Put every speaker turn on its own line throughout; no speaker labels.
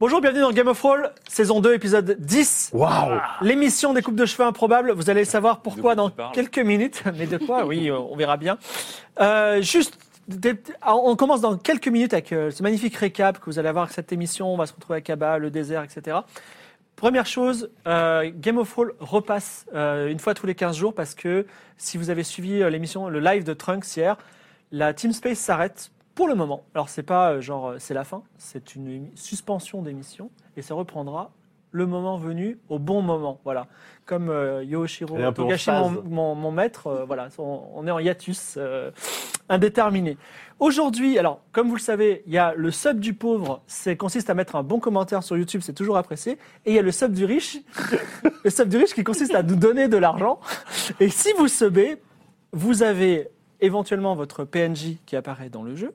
Bonjour, bienvenue dans Game of Roll, saison 2, épisode 10.
Waouh
L'émission des coupes de cheveux improbables, vous allez savoir pourquoi
quoi
dans
tu parles
quelques minutes. Mais de quoi Oui, on verra bien. Euh, juste, des- on commence dans quelques minutes avec euh, ce magnifique récap que vous allez avoir avec cette émission. On va se retrouver à Kaba, le désert, etc. Première chose, euh, Game of Roll repasse euh, une fois tous les 15 jours parce que si vous avez suivi euh, l'émission, le live de Trunks hier, la Team Space s'arrête pour le moment. Alors c'est pas euh, genre euh, c'est la fin, c'est une émi- suspension d'émission et ça reprendra le moment venu au bon moment. Voilà, comme euh, Yoshiro
Elle est un peu en
Togashi,
phase.
mon, mon- mon maître, euh, voilà, on, on est en hiatus euh, indéterminé. Aujourd'hui, alors comme vous le savez, il y a le sub du pauvre, c'est consiste à mettre un bon commentaire sur YouTube, c'est toujours apprécié, et il y a le sub du riche, le sub du riche qui consiste à nous donner de l'argent. Et si vous subez, vous avez éventuellement votre PNJ qui apparaît dans le jeu.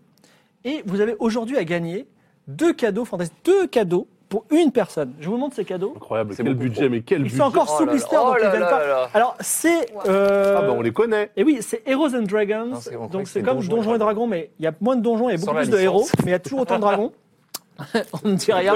Et vous avez aujourd'hui à gagner deux cadeaux fantastiques. Deux cadeaux pour une personne. Je vous montre ces cadeaux.
Incroyable,
C'est
quel
beaucoup
budget,
trop.
mais quel
Ils
budget
sont encore
Oh
sous
là
blister,
là,
donc
oh
ils
là
viennent
là
pas.
là là.
Alors, c'est.
Wow.
euh,
Ah bah on les connaît
Et oui, c'est Heroes and Dragons.
Non, c'est- on croyait
donc,
que
c'est
c'était
comme
Donjons et
Donjons et Dragons, mais il y a moins de donjons et
Sans
beaucoup
la
plus de héros.
licence.
Mais il y a toujours autant de dragons. on ne dit rien.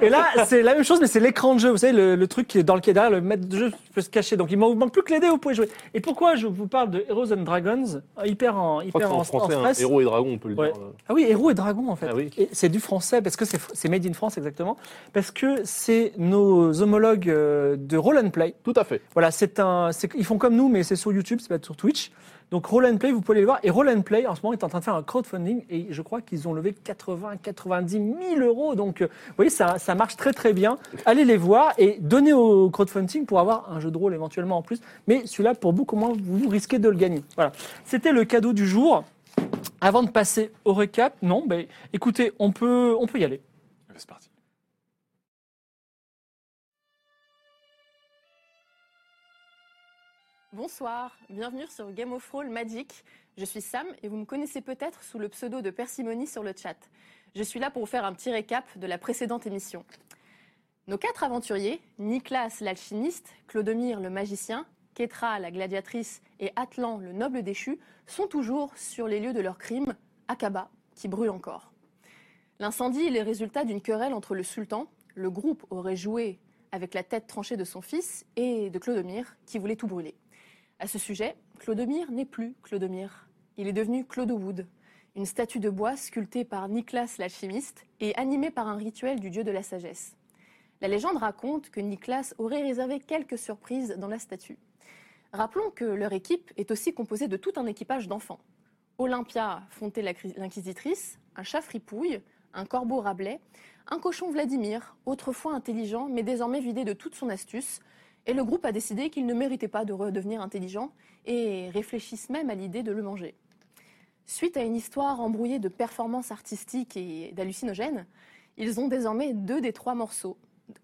Et là, c'est la même chose, mais c'est l'écran de jeu. Vous savez, le, le truc qui est dans le qui est derrière, le maître de jeu peut se cacher. Donc, il ne vous manque plus que les dés, vous pouvez jouer. Et pourquoi je vous parle de Heroes and Dragons Hyper en,
Je crois que
hyper
c'est
euh, en,
en français,
en
hein,
stress.
héros et dragon, on peut le
Ouais.
dire. Euh,
Ah oui, héros et dragon en fait.
Ah oui.
Et c'est du français parce que c'est fr- c'est made in France exactement. Parce que c'est nos homologues euh, de Roll and Play.
Tout à fait.
Voilà, c'est un, c'est- ils font comme nous, mais c'est sur YouTube, c'est pas sur Twitch. Donc Roll and Play, vous pouvez les voir. Et Roll and Play, en ce moment, est en train de faire un crowdfunding et je crois qu'ils ont levé 80, 90 000 euros. Donc, euh, vous voyez, ça, ça marche très très bien. Allez les voir et donnez au crowdfunding pour avoir un jeu de rôle éventuellement en plus. Mais celui-là, pour beaucoup moins, vous risquez de le gagner. Voilà. C'était le cadeau du jour. Avant de passer au récap, non, ben, écoutez, on peut, on peut y aller.
C'est parti.
Bonsoir, bienvenue sur Game of Roll Magic. Je suis Sam et vous me connaissez peut-être sous le pseudo de Persimony sur le chat. Je suis là pour vous faire un petit récap de la précédente émission. Nos quatre aventuriers, Nicolas l'alchimiste, Clodomir le magicien, Ketra la gladiatrice et Atlan le noble déchu, sont toujours sur les lieux de leur crime, Akaba, qui brûle encore. L'incendie est le résultat d'une querelle entre le sultan, le groupe aurait joué avec la tête tranchée de son fils, et de Clodomir, qui voulait tout brûler. À ce sujet, Clodomir n'est plus Clodomir. Il est devenu Clodowood, une statue de bois sculptée par Niklas l'alchimiste et animée par un rituel du dieu de la sagesse. La légende raconte que Niklas aurait réservé quelques surprises dans la statue. Rappelons que leur équipe est aussi composée de tout un équipage d'enfants. Olympia, Fonté la cri- l'inquisitrice, un chat fripouille, un corbeau rabelais, un cochon Vladimir, autrefois intelligent mais désormais vidé de toute son astuce, et le groupe a décidé qu'il ne méritait pas de redevenir intelligent et réfléchissent même à l'idée de le manger. Suite à une histoire embrouillée de performances artistiques et d'hallucinogènes, ils ont désormais deux des trois morceaux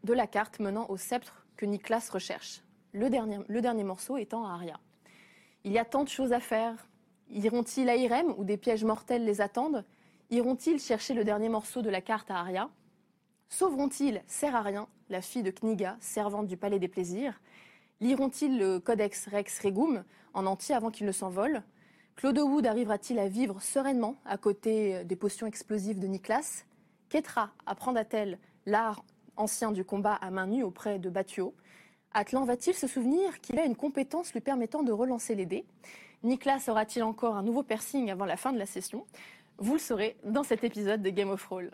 de la carte menant au sceptre que Niklas recherche, le dernier, le dernier morceau étant Aria. Il y a tant de choses à faire. Iront-ils à Irem où des pièges mortels les attendent Iront-ils chercher le dernier morceau de la carte à Aria Sauveront-ils Sert à rien, la fille de Kniga, servante du palais des plaisirs Liront-ils le Codex Rex Regum en entier avant qu'il ne s'envole Clodowood arrivera-t-il à vivre sereinement à côté des potions explosives de Niklas Ketra apprendra-t-elle l'art ancien du combat à main nue auprès de Batuo Atlan va-t-il se souvenir qu'il a une compétence lui permettant de relancer les dés Niklas aura-t-il encore un nouveau piercing avant la fin de la session Vous le saurez dans cet épisode de Game of Roll.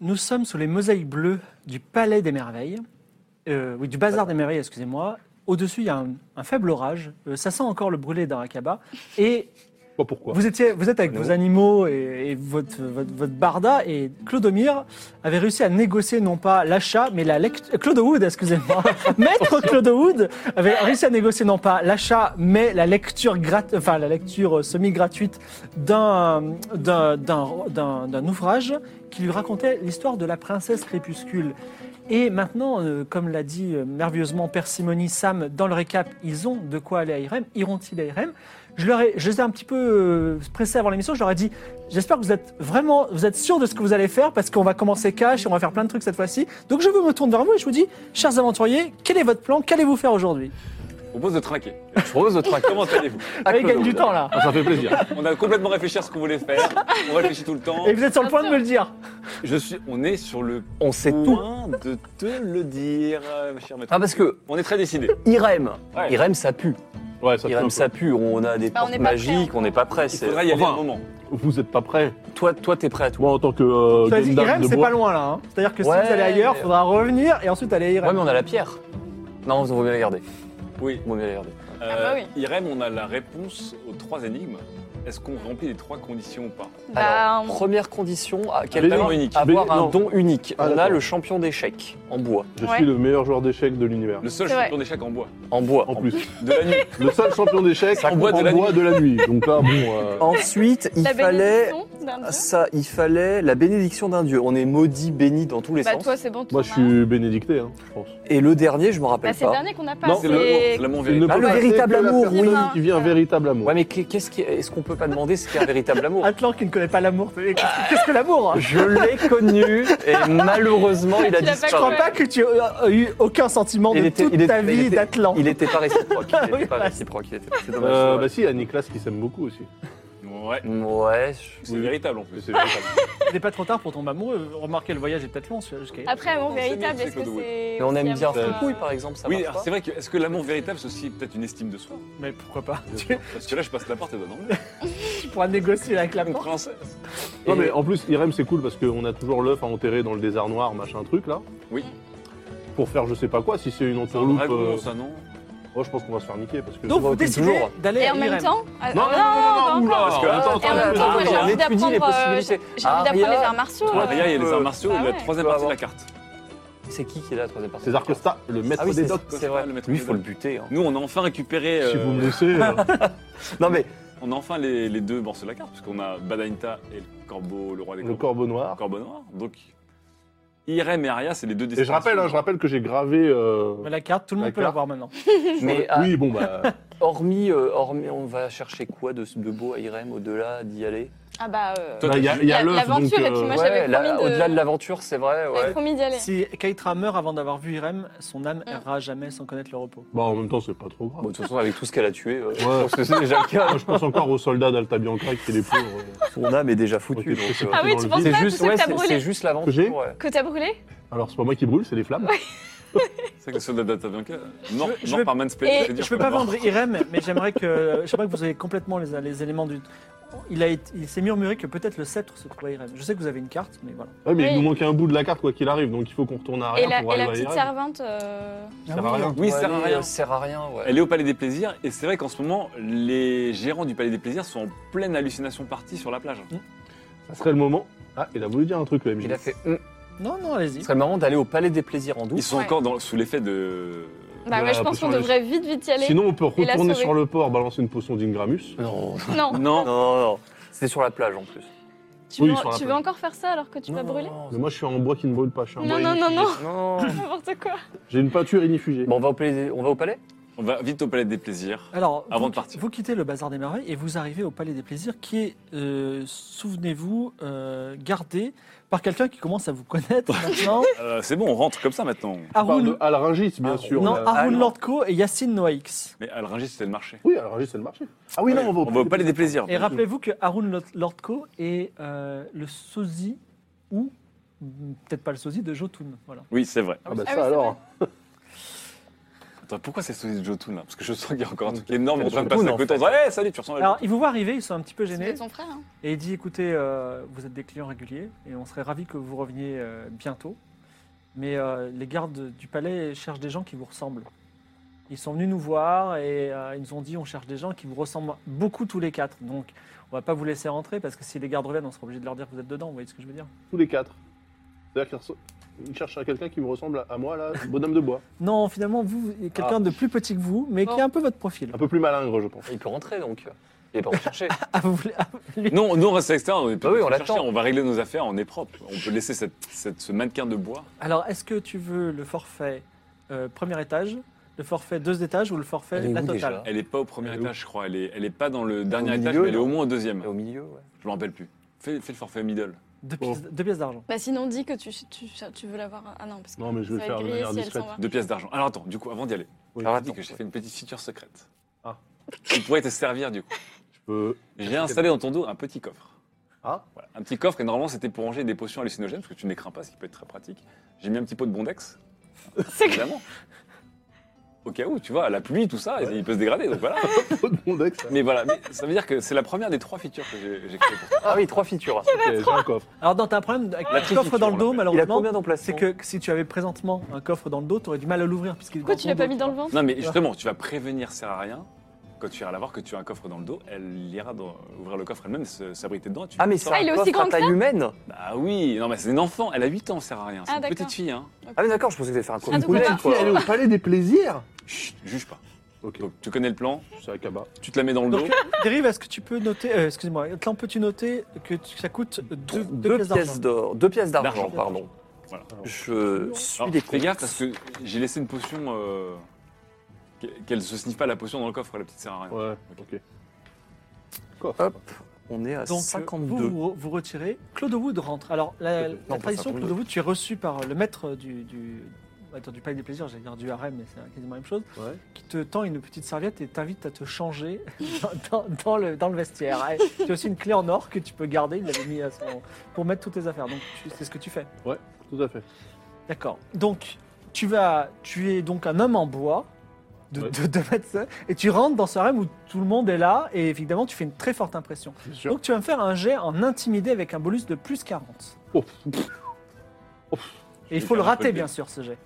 Nous sommes sous les mosaïques bleues du Palais des Merveilles. Euh, oui, du Bazar des Merveilles, excusez-moi. Au-dessus, il y a un, un faible orage. Euh, ça sent encore le brûlé d'un akaba. Et
Pas pourquoi.
vous, étiez, vous êtes avec
Non.
vos animaux et, et votre, votre, votre barda. Et Clodomir avait réussi à négocier non pas l'achat, mais la lecture. Claude Wood, excusez-moi. Maître Claude Wood avait réussi à négocier non pas l'achat, mais la lecture, grat- enfin, la lecture euh, semi-gratuite d'un d'un- d'un- d'un- d'un ouvrage qui lui racontait l'histoire de la princesse crépuscule. Et maintenant, euh, comme l'a dit euh, merveilleusement Persimony, Sam, dans le récap, ils ont de quoi aller à IRM. Iront-ils à IRM je, leur ai, je les ai un petit peu euh, pressés avant l'émission. Je leur ai dit J'espère que vous êtes vraiment vous êtes sûrs de ce que vous allez faire parce qu'on va commencer cash et on va faire plein de trucs cette fois-ci. Donc je me tourne vers vous et je vous dis Chers aventuriers, quel est votre plan Qu'allez-vous faire aujourd'hui
Je propose de trinquer.
Je propose de traquer.
Comment allez-vous
À
Allez, gagne
Claude
du
Wood.
temps là.
Ah, ça fait plaisir.
On a complètement réfléchi à ce qu'on voulait faire. On réfléchit tout le temps.
Et vous êtes sur le point de me le dire.
Je suis, on est sur le
On sait tout.
point de te le dire, euh, ma chère maître.
Ah, parce que
On est très décidé.
Irem,
Ouais.
Irem ça pue.
Ouais, ça fait un
Irem
peu.
ça pue. On a des
Bah, on
portes
est pas
magiques,
prêt,
on n'est pas prêt.
Il
c'est-
faudra y aller
enfin,
un moment.
Vous êtes pas prêts.
Toi, toi, t'es prêt à tout.
Moi, en tant que. euh,
Ça veut dire,
Gundam
IRM,
de
c'est
bois-
pas loin là. hein. C'est-à-dire que
Ouais,
si vous allez ailleurs, il
mais-
faudra revenir et ensuite aller à IRM.
Ouais, mais on a la pierre. Non, vous vaut mieux la garder.
Oui.
Vaut mieux la garder.
Ah
bah oui.
Irem, Euh, on a la réponse aux trois énigmes. Est-ce qu'on remplit les trois conditions ou pas
Bah,
Alors,
on-
première condition, à quel
Les
talent
dons uniques.
avoir
Les-
un
non.
don unique.
Ah,
on a
d'accord.
le champion d'échecs en bois.
Je
Ouais.
suis le meilleur joueur d'échecs de l'univers.
Le seul
C'est vrai.
champion d'échecs en bois.
En bois.
En plus,
De la nuit.
le seul champion d'échecs
Ça
en
boit
bois
de la nuit.
de la nuit. Donc là, bon. euh,
Oh,
Ensuite, il
la
fallait
bénédiction d'un dieu.
ça, il fallait la bénédiction d'un dieu. On est maudit, béni dans tous les
Bah,
sens.
toi, c'est bon. tu
Moi,
en
je
as
suis bénédicté, hein, je pense.
Et le dernier, je me
un. Bah,
rappelle
c'est le
pas.
dernier qu'on n'a pas.
Non,
C'est l'amour.
c'est-
C'est l'amour
Il ne
véritable.
Ah, le
peut
véritable
passer que la
amour,
personne
oui.
qui vit un véritable amour.
Ouais, mais qu'est- qu'est-ce qui, est-ce qu'on peut pas demander ce qu'est un véritable amour
Atlan qui ne connaît pas l'amour. Qu'est-ce que- qu'est-ce que l'amour hein?
Je l'ai connu et malheureusement, il a
Tu l'as pas
Je crois
disparu.
Ouais.
pas que tu aies euh, eu aucun sentiment de toute
il
ta
il
vie
était-
d'Atlan.
Il n'était pas réciproque. Il
Oui,
était pas
bah.
réciproque. il était- C'est dommage.
Euh,
ouais.
bah si, il y a Nicolas qui s'aime beaucoup aussi.
Ouais.
Ouais, je-
C'est véritable en plus.
C'est véritable.
Il n'est pas trop tard pour tomber amoureux. Remarquez, le voyage est peut-être long jusqu'à.
Après, amour
Non, c'est
véritable,
mieux, c'est
est-ce que
Claude Wood.
c'est.
mais on aime
c'est
bien
amour,
faire
euh,
couille, par exemple, ça
Oui,
marche
alors
pas
c'est vrai que est-ce que l'amour véritable, c'est aussi peut-être une estime de soi
Mais pourquoi pas
Parce que là, je passe la porte et donne envie.
Tu pourras négocier avec la
Une
porte.
princesse.
Non mais en plus, Irem c'est cool parce qu'on a toujours l'œuf à enterrer dans le désert noir, machin truc là.
Oui.
Pour faire je sais pas quoi, si c'est une
C'est un
entourloupe,
dragon,
euh,
ça, non
oh, je pense qu'on va se faire niquer parce que.
Donc
vois
vous
aucune
décidez
toujours.
d'aller
Et
à
en même
IRM.
temps. ah,
Non,
ah,
non, non, non,
pas
oula,
encore.
Parce que, attends,
Et en même
attends,
temps, moi,
on
j'ai envie
étudie Ah, les
d'apprendre, euh,
possibilités.
J'ai envie d'apprendre les
Aria-
arts martiaux.
Aria, il y a les arts
euh,
martiaux
bah
et la
ouais.
troisième
Tu vas
partie de la
avoir-
carte.
C'est qui qui est là, la troisième partie
César Costa, le maître
Ah oui,
des
c'est-
docks.
c'est vrai.
Le maître
Lui,
des
il faut le
docks.
buter. hein.
Nous, on a enfin récupéré.
Si
euh,
vous me laissez. euh,
Non, mais
On a enfin les, les deux morceaux de la carte, parce qu'on a Badainta et le corbeau, le roi des
le
corbeaux.
corbeau noir.
corbeau noir. Donc, Irem et Aria, c'est les deux
Et je rappelle, hein, je rappelle que j'ai gravé. euh,
Mais La carte, tout le monde
La
peut
carte.
l'avoir maintenant.
Mais,
Oui, bon bah.
Hormis, euh, hormis, on va chercher quoi de, de beau à Irem au-delà d'y aller
Ah, bah. euh,
Toi,
là, Il y a, il y a
La-
l'œuf donc.
l'aventure, et puis moi,
euh,
j'avais
là,
promis de-
Au-delà de l'aventure, c'est vrai.
J'avais
Ouais.
promis d'y aller.
Si Keitra meurt avant d'avoir vu Irem, son âme
Mm.
errera jamais sans connaître le repos.
Bah en même temps, c'est pas trop grave.
Bon, de toute façon, avec tout ce qu'elle a tué, euh, je
Ouais.
pense que c'est déjà le cas.
Moi, je pense encore aux soldats d'Alta Bianca qui les pauvres. euh,
Son âme est déjà foutue.
Ok,
donc, euh,
Ah oui,
dans
tu
le
penses
vide.
c'est
pas à tout
juste,
ce que
ouais,
t'as
c'est-
brûlé
c'est juste
Que j'ai
l'aventure. ouais.
Que t'as brûlé
Alors c'est pas moi qui brûle, c'est les flammes.
C'est vrai que le soldat d'Atavianca, mort,
Je- je
mort
vais-
par
Et-
mansplaining. c'est
Je
dire
ne peux
qu'on
pas
est mort.
vendre Irem, mais j'aimerais que, j'aimerais que vous ayez complètement les, les éléments du. Il, a été- il s'est murmuré que peut-être le sceptre se trouvait à Irem. Je sais que vous avez une carte, mais voilà.
Ouais, mais
Oui.
il nous manque un bout de la carte quoi qu'il arrive, donc il faut qu'on retourne à
Et
rien
la,
pour
et la
arriver
petite
à rien.
servante. euh,
Ça sert à rien.
Oui, ça sert à
aller,
rien.
euh, sert à rien. ouais.
Elle est au Palais des Plaisirs, et c'est vrai qu'en ce moment, les gérants du Palais des Plaisirs sont en pleine hallucination partie sur la plage.
Ça serait le moment. Ah, il a voulu dire un truc le MJ.
Il a fait. Hum.
Non, non, allez-y.
Ce serait marrant d'aller au Palais des Plaisirs en
Ils
douce.
sont
Ouais.
encore dans- sous l'effet de.
De
Bah, ouais,
la
je pense
potion
qu'on devrait vite, vite y aller.
Sinon, on peut
Il a
retourner
sauvé.
sur le port, balancer une potion d'Ingramus.
Non,
Non.
non,
Non,
non. C'était sur la plage en plus.
Tu,
Oui,
veux,
sur la
tu veux
plage.
encore faire ça alors que tu vas brûler
non,
Mais moi, je suis en bois qui ne brûle pas. Je suis un
Non,
bois
non, non,
inifugé.
non.
non.
N'importe quoi.
J'ai une peinture inifugée.
Bon, on va au Palais. On va au palais
on va vite au Palais des Plaisirs.
Alors,
Avant
vous,
de partir.
vous quittez le Bazar des Merveilles et vous arrivez au Palais des Plaisirs qui est, euh, souvenez-vous, euh, gardé par quelqu'un qui commence à vous connaître maintenant,
Euh, c'est bon, on rentre comme ça maintenant.
On parle
Arun,
de Alringis, bien
Ah,
sûr.
non,
là.
Arun
Arun.
Lordko et Yacine Noaix.
Mais Alringis, c'était le marché.
Oui, Alringis, c'est le marché. Ah oui, non, on va
On va au Palais des Plaisirs.
Et rappelez-vous que Arun Lo- Lordko est euh, le sosie ou hmm, mm, peut-être pas le sosie de Jotun. Voilà.
bah,
Oui, c'est vrai.
Ah bah
Ah oui,
ça alors.
Attends, pourquoi c'est sous Jotun là Parce que je sens qu'il y a encore un truc
C'est
énorme en train de passer
Jotun,
à
en
côté.
fait.
Ouais, salut, tu ressembles à
Alors, il vous voit arriver, ils sont un petit peu
C'est
gênés.
peut-être son frère. hein.
Et il dit écoutez, euh, vous êtes des clients réguliers et on serait ravis que vous reveniez euh, bientôt. Mais euh, les gardes du palais cherchent des gens qui vous ressemblent. Ils sont venus nous voir et euh, ils nous ont dit on cherche des gens qui vous ressemblent beaucoup tous les quatre. Donc on va pas vous laisser rentrer parce que si les gardes reviennent, on sera obligé de leur dire que vous êtes dedans. Vous voyez ce que je veux dire
Tous les quatre. C'est-à-dire qu'ils reço- ils cherchent à quelqu'un qui me ressemble à- à moi, là, bonhomme de bois.
Non, finalement, vous, il y a quelqu'un
Ah.
de plus petit que vous, mais qui
Bon.
a un peu votre profil.
Un peu plus malingre, je pense.
Il peut rentrer donc. Il est pas recherché.
Ah, vous voulez- ah,
Non, nous on reste à l'extérieur, on est
Bah oui, on
Ah on,
l'attend.
on va régler nos affaires, on est propre. On peut laisser cette, cette- ce mannequin de bois.
Alors, est-ce que tu veux le forfait euh, premier étage, le forfait deux étages ou le forfait
Elle est
la
où,
totale
déjà
Elle est pas au premier
Elle est où
étage, je crois. Elle est, elle est pas dans le
Au
dernier
milieu,
étage, mais elle est
non
au moins au deuxième.
Et au milieu, ouais.
Je me rappelle plus. Fais, fais le forfait middle.
Deux
Oh.
pièces- deux pièces d'argent.
Bah sinon, dis que tu, tu, tu veux l'avoir. Ah non, parce que.
Non, mais je vais
ça
le faire
va
de
griller
manière
si elle
discrète.
s'en va.
Deux pièces d'argent. Alors attends, du coup, avant d'y aller,
Oui.
alors, attends, que j'ai fait une petite feature secrète.
Ah.
Qui pourrait te servir du coup.
Je peux.
J'ai installé dans ton dos un petit coffre.
Ah
Voilà, un petit coffre et normalement c'était pour ranger des potions hallucinogènes parce que tu ne les crains pas, ce qui peut être très pratique. J'ai mis un petit pot de bondex. Évidemment. Au cas où, tu vois, la pluie, tout ça, il peut se dégrader, donc voilà.
Pas de mon deck, ça.
Mais voilà, mais ça veut dire que c'est la première des trois features que j'ai- j'ai créées pour toi.
Ah oui, trois features.
Ok, J'ai un coffre.
Alors, non, t'as un problème avec
La
le coffre dans le dos,
Il
trifiture, on l'appelle.
a
malheureusement.
combien d'emplacements
C'est que si tu avais présentement un coffre dans le dos, t'aurais du mal à l'ouvrir. puisqu'il est
Pourquoi
dans
tu
ton
l'as pas
dos,
mis dans le ventre
Non, mais justement, tu vas prévenir sert à rien. Quand tu iras la voir que tu as un coffre dans le dos, elle ira dans- ouvrir le coffre elle-même, se- s'abriter dedans. et Tu
Ah mais
sors.
ça,
Ah, il est aussi grand
à
que
taille humaine.
Bah oui, non, mais c'est une enfant, elle a 8 ans, sert à rien. C'est
Ah,
une
d'accord.
petite fille, hein.
Ah mais d'accord, je pensais que c'était faire un
Ah,
coffre.
donc on va-
Faut aller au palais des plaisirs
Chut, juge pas.
Ok,
Donc tu connais le plan,
c'est à Kaba.
tu te la mets dans le dos.
Donc, Dérive, est-ce que tu peux noter, euh, excuse-moi, Atlan, peux-tu noter que tu- ça coûte deux, deux
Deux
pièces d'argent
pièces d'or, deux pièces d'argent,
D'argent.
pardon.
Voilà.
Je suis
Alors,
des
fais
comptes.
gaffe parce que j'ai laissé une potion. euh, qu'e- Qu'elle se sniffe pas la potion dans le coffre, la petite sert à rien.
Ouais, ok. Coffre.
Hop, on est à
Donc, euh,
52.
vous, vous, vous retirez. Claude Wood rentre. Alors, la, la
Non, pas
tradition,
52.
Claude Wood, tu es reçu par euh, le maître du, du, attends, du palais des plaisirs, j'allais dire du harem, mais c'est quasiment la même chose,
Ouais.
qui te tend une petite serviette et t'invite à te changer dans, dans- dans le, dans le vestiaire. Et tu as aussi une clé en or que tu peux garder, il l'avait mis à son, pour mettre toutes tes affaires. Donc, tu- c'est ce que tu fais.
Ouais, tout à fait.
D'accord. Donc, tu vas, tu es donc un homme en bois de,
Ouais.
de, de mètres cinq, et tu rentres dans ce harem où tout le monde est là, et évidemment, tu fais une très forte impression.
Bien sûr.
Donc, tu vas me faire un jet en intimidé avec un bonus de plus 40.
Oh, pff.
Et il
vais
faut le
faire un peu
rater,
le
bien
dé.
sûr, ce jet.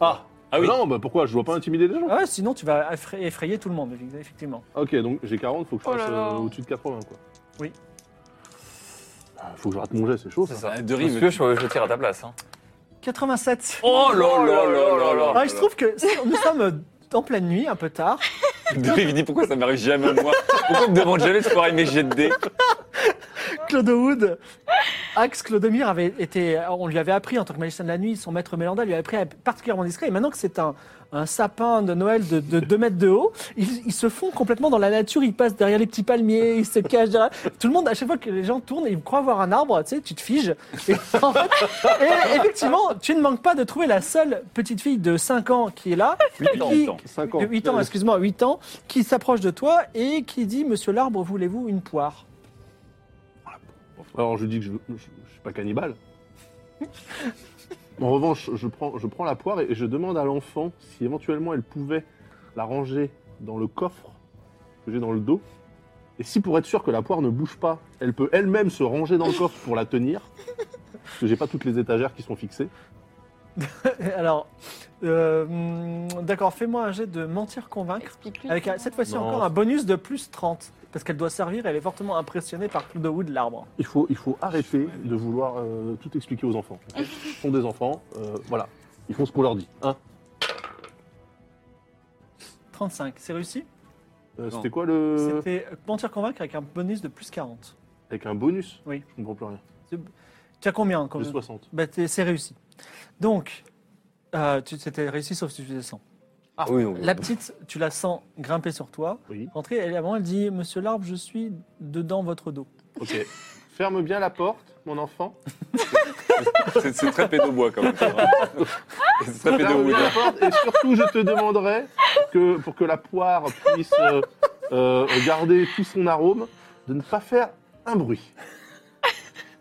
Ah,
Ah oui.
Non, bah pourquoi Je dois pas intimider les gens.
Ah ouais, sinon, tu vas effra- effrayer tout le monde, effe- effectivement.
Ok, donc j'ai 40, faut que je
Oh
fasse
là là.
euh, au-dessus de 80, quoi.
Oui.
Ah, faut que je rate mon jet, c'est chaud, ça.
C'est ça.
De rive.
Monsieur, je, je tire à ta place. Hein.
87.
Oh là là là là Oh là
Alors, Ah, il se trouve que c'est- nous sommes en pleine nuit, un peu tard.
De rive, il dit pourquoi ça m'arrive jamais à moi Pourquoi on me demande jamais de foirer mes jets de dés
Claude Wood, Axe Clodomir avait été, on lui avait appris en tant que magicien de la nuit, son maître Mélanda lui avait appris à être particulièrement discret. Et maintenant que c'est un, un sapin de Noël de, de 2 mètres de haut, ils, ils se font complètement dans la nature. Ils passent derrière les petits palmiers, ils se cachent derrière. Tout le monde, à chaque fois que les gens tournent, ils croient voir un arbre, tu sais, tu te figes. Et, en fait- et effectivement, tu ne manques pas de trouver la seule petite fille de 5 ans qui est là,
8 ans.
Qui-
huit ans. Euh.
50.
de 8 ans, excuse-moi, 8 ans, qui s'approche de toi et qui dit Monsieur l'arbre, voulez-vous une poire
Alors je dis que je, je, je suis pas cannibale. en revanche, je prends, je prends la poire et je demande à l'enfant si éventuellement elle pouvait la ranger dans le coffre que j'ai dans le dos. Et si pour être sûr que la poire ne bouge pas, elle peut elle-même se ranger dans le coffre pour la tenir. Parce que j'ai pas toutes les étagères qui sont fixées.
Alors, euh, hmm, d'accord, fais-moi un jet de mentir-convaincre.
Explique-lui.
Avec un- cette fois-ci
Non.
encore un bonus de plus 30. Parce qu'elle doit servir, elle est fortement impressionnée par Claude Wood, l'arbre.
Il faut, il faut arrêter de vouloir euh, tout expliquer aux enfants. ok Ce sont des enfants, euh, voilà. Ils font ce qu'on leur dit. Hein
35, c'est réussi
Euh, C'était quoi le...
C'était mentir-convaincre avec un bonus de plus 40.
Avec un bonus
Oui.
Je comprends plus rien.
Tu as combien encore
J'ai 60.
Bah, t'es- C'est réussi. Donc, euh, tu- c'était réussi sauf si tu faisais 100.
Ah oui, non.
La petite, tu la sens grimper sur toi.
Oui.
Rentrer, elle, avant, elle dit Monsieur l'arbre, je suis dedans votre dos.
Ok. Ferme bien la porte, mon enfant.
C'est c'est très pédobois quand même. C'est très
Ferme
pédobois.
bien la porte. Et surtout, je te demanderai que pour que la poire puisse euh, euh, garder tout son arôme, de ne pas faire un bruit.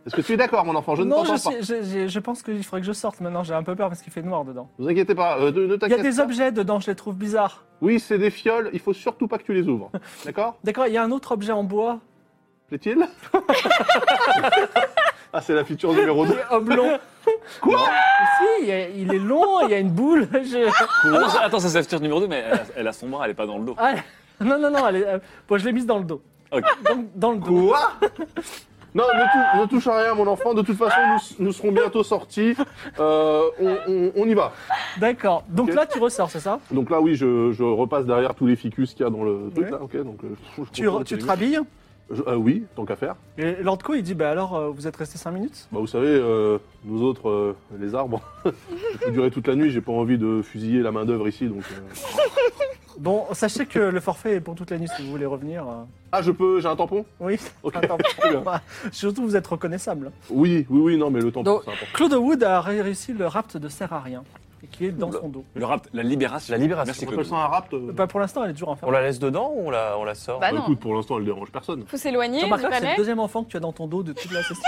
Est-ce que tu es d'accord, mon enfant Je ne
non,
t'entends
je,
pas.
sais- je- je- je pense qu'il faudrait que je sorte maintenant. J'ai un peu peur parce qu'il fait noir dedans.
Vous inquiétez pas, euh, ne, ne
Il y a
t'inquiète
des
pas.
objets dedans, je les trouve bizarres.
Oui, c'est des fioles, il faut surtout pas que tu les ouvres. D'accord
D'accord, il y a un autre objet en bois,
Plaît-il Ah, c'est la feature numéro 2.
oblong.
Quoi
si, il, y a- il est long, il y a une boule. je-
Ah non, ça- attends, ça c'est la feature numéro 2, mais elle a, elle a son bras, elle est pas dans le dos.
Ah, non, non, non, elle est- euh, bon, je l'ai mise dans le dos.
Ok.
Donc, dans le dos.
Quoi Non, ne, tou- ne touche à rien, mon enfant. De toute façon, nous, nous serons bientôt sortis. Euh, on, on- on y va.
D'accord. Donc
Ok.
là, tu ressors, c'est ça
Donc là, oui, je, je repasse derrière tous les ficus qu'il y a dans le truc.
Ouais.
Là, ok, donc, euh, je- je
Tu,
contrôle
tu te
absolument.
rhabilles
Je- euh, Oui, tant qu'à faire.
Et Lord Co, il dit Bah alors, euh, vous êtes resté 5 minutes
Bah, vous savez, euh, nous autres, euh, les arbres, ça peut durer toute la nuit. J'ai pas envie de fusiller la main-d'œuvre ici. Donc, euh.
Bon, sachez que le forfait est pour toute la nuit si vous voulez revenir. euh.
Ah, je peux. J'ai un tampon
Oui,
Ok.
Attends.
Très bien.
surtout vous êtes reconnaissable.
Oui, oui, oui, non, mais le tampon,
Donc-
c'est important.
Claude Wood a ré- réussi le rapt de Serrarien, et qui est dans son dos.
Le rapt, la libération.
La libération.
Merci
On appelle
Claude.
ça un rapt euh,
Bah, pour l'instant, elle est toujours
On
enfermée.
la laisse dedans ou on la, on la sort
Bah
bah,
non,
écoute, pour l'instant, elle dérange personne.
faut s'éloigner
Tu
du
remarqueras que c'est
palais.
le deuxième enfant que tu as dans ton dos de toute la session.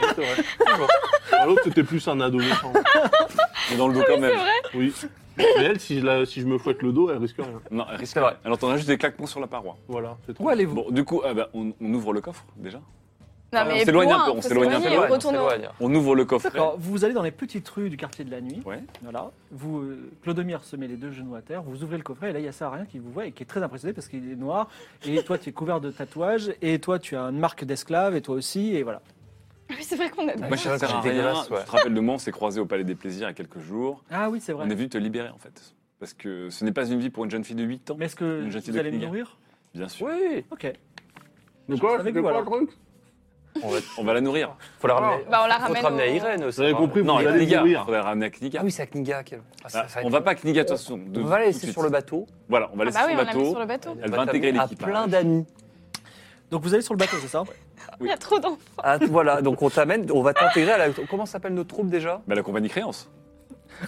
C'est vrai. Alors, L'autre, c'était plus un adolescent.
Mais dans le dos quand même.
Oui. Mais elle, si je, la- si je me fouette le dos, elle risque rien.
Non, elle risque
C'est vrai.
pas. Elle entendra juste des claquements sur la paroi.
Voilà, c'est tout.
Où allez-vous
Bon, du coup, ah bah, on, on ouvre le coffre déjà.
Non,
On
mais
s'éloigne un
loin,
peu, on
faut
s'éloigne un peu,
s'éloigner,
ouais, on
retourne au-
s'éloigne.
On ouvre le coffre.
Alors, vous allez dans les petites rues du quartier de la nuit.
Ouais.
Voilà. Vous, euh, Clodomir se met les deux genoux à terre, vous ouvrez le coffret, et là, il y a Sarah qui vous voit et qui est très impressionné parce qu'il est noir. Et toi, tu es couvert de tatouages, et toi, tu as une marque d'esclave, et toi aussi, et voilà.
Ah Oui, c'est vrai qu'on
Moi,
a.
Bah, je sais pas
Ça sert
quand
à
j'étais
rien.
dégueulasse, ouais.
Tu te rappelles de moi, on s'est croisés au Palais des Plaisirs il y a quelques jours.
Ah oui, c'est vrai.
On est venu te libérer en fait. Parce que ce n'est pas une vie pour une jeune fille de 8 ans,
Mais est-ce que
Une gentille
vous allez me
Klinga.
nourrir
bien sûr.
Oui.
Ok.
Donc,
quoi, c'était quoi, le
truc
On va,
On va la nourrir.
faut la ramener.
Bah, on la
faut te
ramène
ramener à
au-
Irène aussi.
Vous avez compris,
Non,
vous
il
allez
Kniga.
nourrir.
On va la ramener à Kniga.
Ah oui, c'est à Kniga. qu'elle- Ah, ça-
Ah,
ça va
on
être-
va pas à Kniga, de toute façon. De-
On va la
tout de
laisser
suite.
sur le bateau.
Voilà, on va
Ah
la laisser
bah oui, on
sur
l'a
le
mis sur
bateau.
le bateau.
Elle va intégrer
t'amener à
l'équipage.
plein d'amis.
Donc, vous allez sur le bateau, c'est ça
Il y a trop d'enfants.
Ah, voilà, donc on t'amène, on va t'intégrer à la. Comment s'appelle notre troupe déjà
Bah, la compagnie Créance.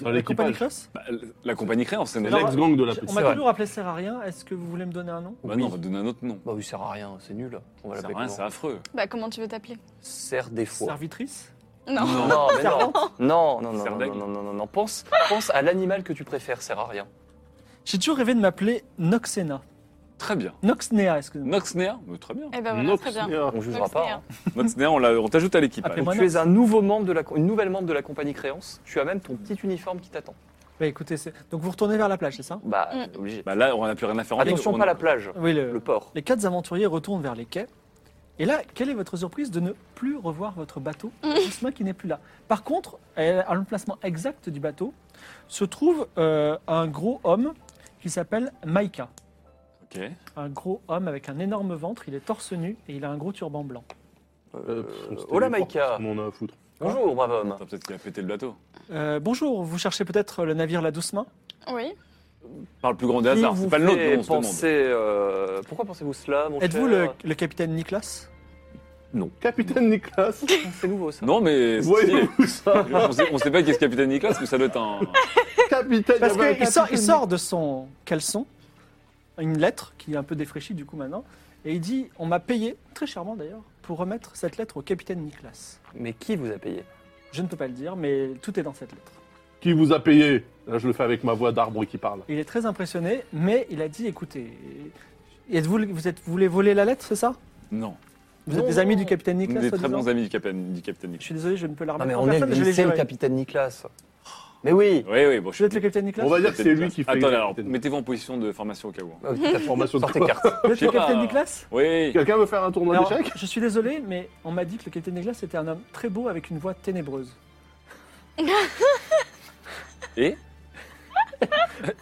Dans
La compagnie
l'équipage.
Cross
Bah, la compagnie Créance, c'est notre.
L'ex-gang de la
On
petite.
m'a
vrai.
toujours appelé Serrarien. Est-ce que vous voulez me donner un nom
Bah non, on va donner un autre nom.
Bah oui, ça sert à rien, c'est nul. On va
Ça sert
l'appeler
à rien,
comment
c'est affreux.
Bah, comment tu veux t'appeler
Serre des fois.
Servitrice
Non.
Non, mais non. non, non, non, non,
Serdaigle.
non, non, non, non. Pense, pense à l'animal que tu préfères, hein. sert à rien.
J'ai toujours rêvé de m'appeler Noxena.
Très bien.
Noxnea, excusez-moi.
Noxnea, mais très bien.
Eh ben voilà,
Nox,
très bien.
euh,
On jugera
Donc, c'est
pas.
un-
hein.
Noxnea, on, l'a- on t'ajoute à l'équipage.
Appelez-moi
Tu es un nouveau membre de la, co- une nouvelle membre de la compagnie créance. Tu as même ton petit uniforme qui t'attend.
Bah, écoutez, c'est- donc vous retournez vers la plage, c'est ça
Bah,
Mm.
obligé.
Bah là, on n'a plus rien à faire en
Attention,
ville,
pas
on Euh, a-
la plage,
Oui,
le port.
Les quatre aventuriers retournent vers les quais. Et là, quelle est votre surprise de ne plus revoir votre bateau, Isma qui n'est plus là Par contre, elle- à l'emplacement exact du bateau, se trouve euh, un gros homme qui s'appelle Maika.
Ok.
Un gros homme avec un énorme ventre, il est torse nu et il a un gros turban blanc.
Euh,
euh, pff, c'était
Hola
les portes,
Maïka.
on en a à foutre.
Bonjour, brave homme.
Attends, Peut-être qu'il a pété le bateau.
Euh, bonjour, vous cherchez peut-être le navire La Douce Main
Oui.
Par le plus grand des
Qui
hasards.
vous
C'est pas le nôtre,
fait
non, on se
penser,
demande.
euh, Pourquoi pensez-vous cela, mon
Êtes-vous le,
cher euh,
le capitaine Nicolas
Capitaine Nicolas,
C'est nouveau, ça.
Non, mais. c'est stylé.
voyez-vous ça
on, sait, on sait pas qui est ce capitaine Nicolas, mais ça doit être un.
Capitaine
Parce
il y avait un
qu'il sort, il
capitaine
sort de son caleçon une lettre qui est un peu défraîchie du coup maintenant, et il dit on m'a payé, très chèrement d'ailleurs, pour remettre cette lettre au capitaine Nicolas.
Mais qui vous a payé
Je ne peux pas le dire, mais tout est dans cette lettre.
Nicolas. Qui vous a payé Là, je le fais avec ma voix d'arbre qui parle.
Il est très impressionné, mais il a dit écoutez, êtes-vous, vous, êtes, vous voulez voler la lettre, c'est ça
Non.
Vous
Non,
êtes des
non,
amis
non.
du capitaine Nicolas
On est très
soi-disant
bons amis du capitaine, du capitaine
Je
Nicolas.
suis désolé, je ne peux la
Ah,
Non,
remettre
mais
en
on aime
personne, je l'ai
bien, c'est le
géré.
capitaine Nicolas. Mais oui
Oui, oui, bon, je
Vous êtes le capitaine Nicolas
On va dire que c'est lui qui fait.
Attends, alors, mettez-vous en position de formation au cas où. hein.
Ah, tout à fait.
Formation de
Sortez
quoi
carte.
Vous êtes
je sais
le capitaine
pas.
Nicolas
Oui.
Quelqu'un veut faire un tournoi
Alors,
d'échecs
je suis désolé, mais on m'a dit que le capitaine Nicolas était un homme très beau avec une voix ténébreuse.
Et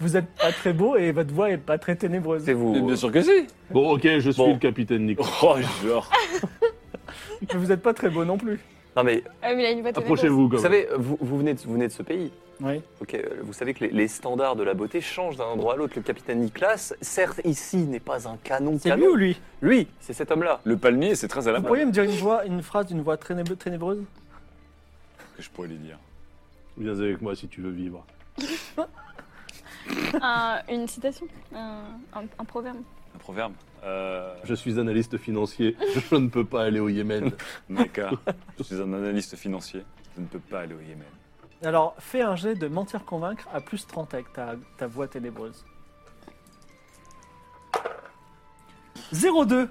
Vous êtes pas très beau et votre voix est pas très ténébreuse.
C'est
Mais
vous.
Bien sûr que si.
Bon, ok, je suis
Bon.
le capitaine Nicolas.
Oh, genre.
Mais vous êtes pas très beau non plus.
Non, mais
Ah, mais il a une voix de
Approchez-vous,
vous
quand même.
savez, vous, vous venez de, vous venez de ce pays.
Oui.
Ok, euh, vous savez que les, les standards de la beauté changent d'un endroit à l'autre. Le capitaine Nicolas, certes, ici n'est pas un canon
C'est lui ou
canon.
lui
Lui, c'est cet homme-là.
Le palmier, c'est très à la
Vous
mode.
pourriez me dire une, voix, une phrase d'une voix très néb- ténébreuse
Que je pourrais lui dire.
Viens avec moi si tu veux vivre.
Un- une citation, un, un- un proverbe.
Un proverbe. Euh,
Je suis analyste financier, je ne peux pas aller au Yémen.
D'accord. je suis un analyste financier. Je ne peux pas aller au Yémen.
Alors, fais un jet de mentir-convaincre à plus 30 avec ta, ta voix ténébreuse. 02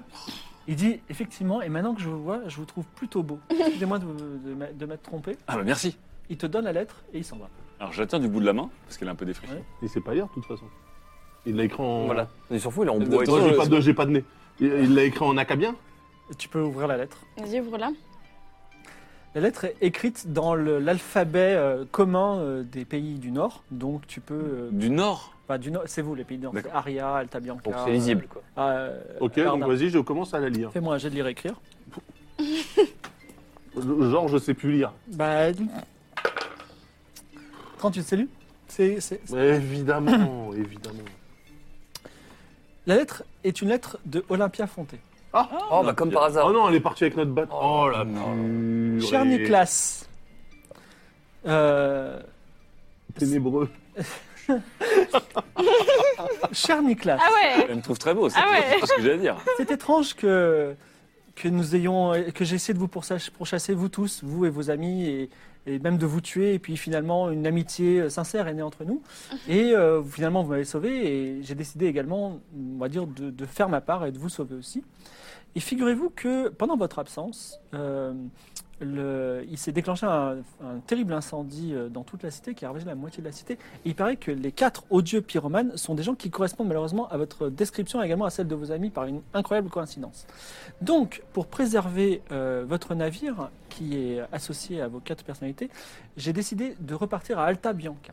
Il dit, effectivement, et maintenant que je vous vois, je vous trouve plutôt beau. Excusez-moi de, de m'a- de m'être trompé.
Ah bah merci.
Il te donne la lettre et il s'en va.
Alors je la tiens du bout de la main, parce qu'elle est un peu défrichée.
Ouais.
Il sait pas lire, de toute façon. Il l'a écrit en.
Voilà. Il s'en fout, il est en
Le
bois et
docteur,
Moi,
tout.
j'ai pas, de- j'ai pas de nez. Il- Il l'a écrit en acabien
Tu peux ouvrir la lettre.
Vas-y, ouvre-la.
La lettre est écrite dans le- l'alphabet euh, commun euh, des pays du Nord, donc tu peux... euh,
Du nord
enfin, du Nord, c'est vous les pays du Nord.
D'accord.
C'est Aria, Alta Bianca...
Donc c'est lisible, quoi.
euh,
Ok,
Arda.
donc vas-y, je commence à la lire.
Fais-moi un jet de lire écrire.
Genre, je sais plus lire.
Bah... 38, c'est lu C'est- c'est-
Évidemment, évidemment.
La lettre est une lettre de Olympia Fonté.
Oh, bah comme par hasard.
Oh non, elle est partie avec notre batte.
Oh,
Oh, la
non.
purée.
Cher Nicolas, euh,
Ténébreux.
cher Nicolas,
Ah ouais
Elle me trouve très beau, c'est
Ah ouais.
tout ce que j'ai à dire.
c'est étrange que, que nous ayons, que j'ai essayé de vous pourchasser, pourchasser vous tous, vous et vos amis, et, et même de vous tuer, et puis finalement une amitié euh, sincère est née entre nous. Et euh, finalement vous m'avez sauvé, et j'ai décidé également, on va dire, de, de faire ma part et de vous sauver aussi. Et figurez-vous que pendant votre absence, euh, le- il s'est déclenché un, un terrible incendie euh, dans toute la cité qui a ravagé la moitié de la cité. Et il paraît que les quatre odieux pyromanes sont des gens qui correspondent malheureusement à votre description et également à celle de vos amis par une incroyable coïncidence. Donc, pour préserver euh, votre navire qui est associé à vos quatre personnalités, j'ai décidé de repartir à Alta Bianca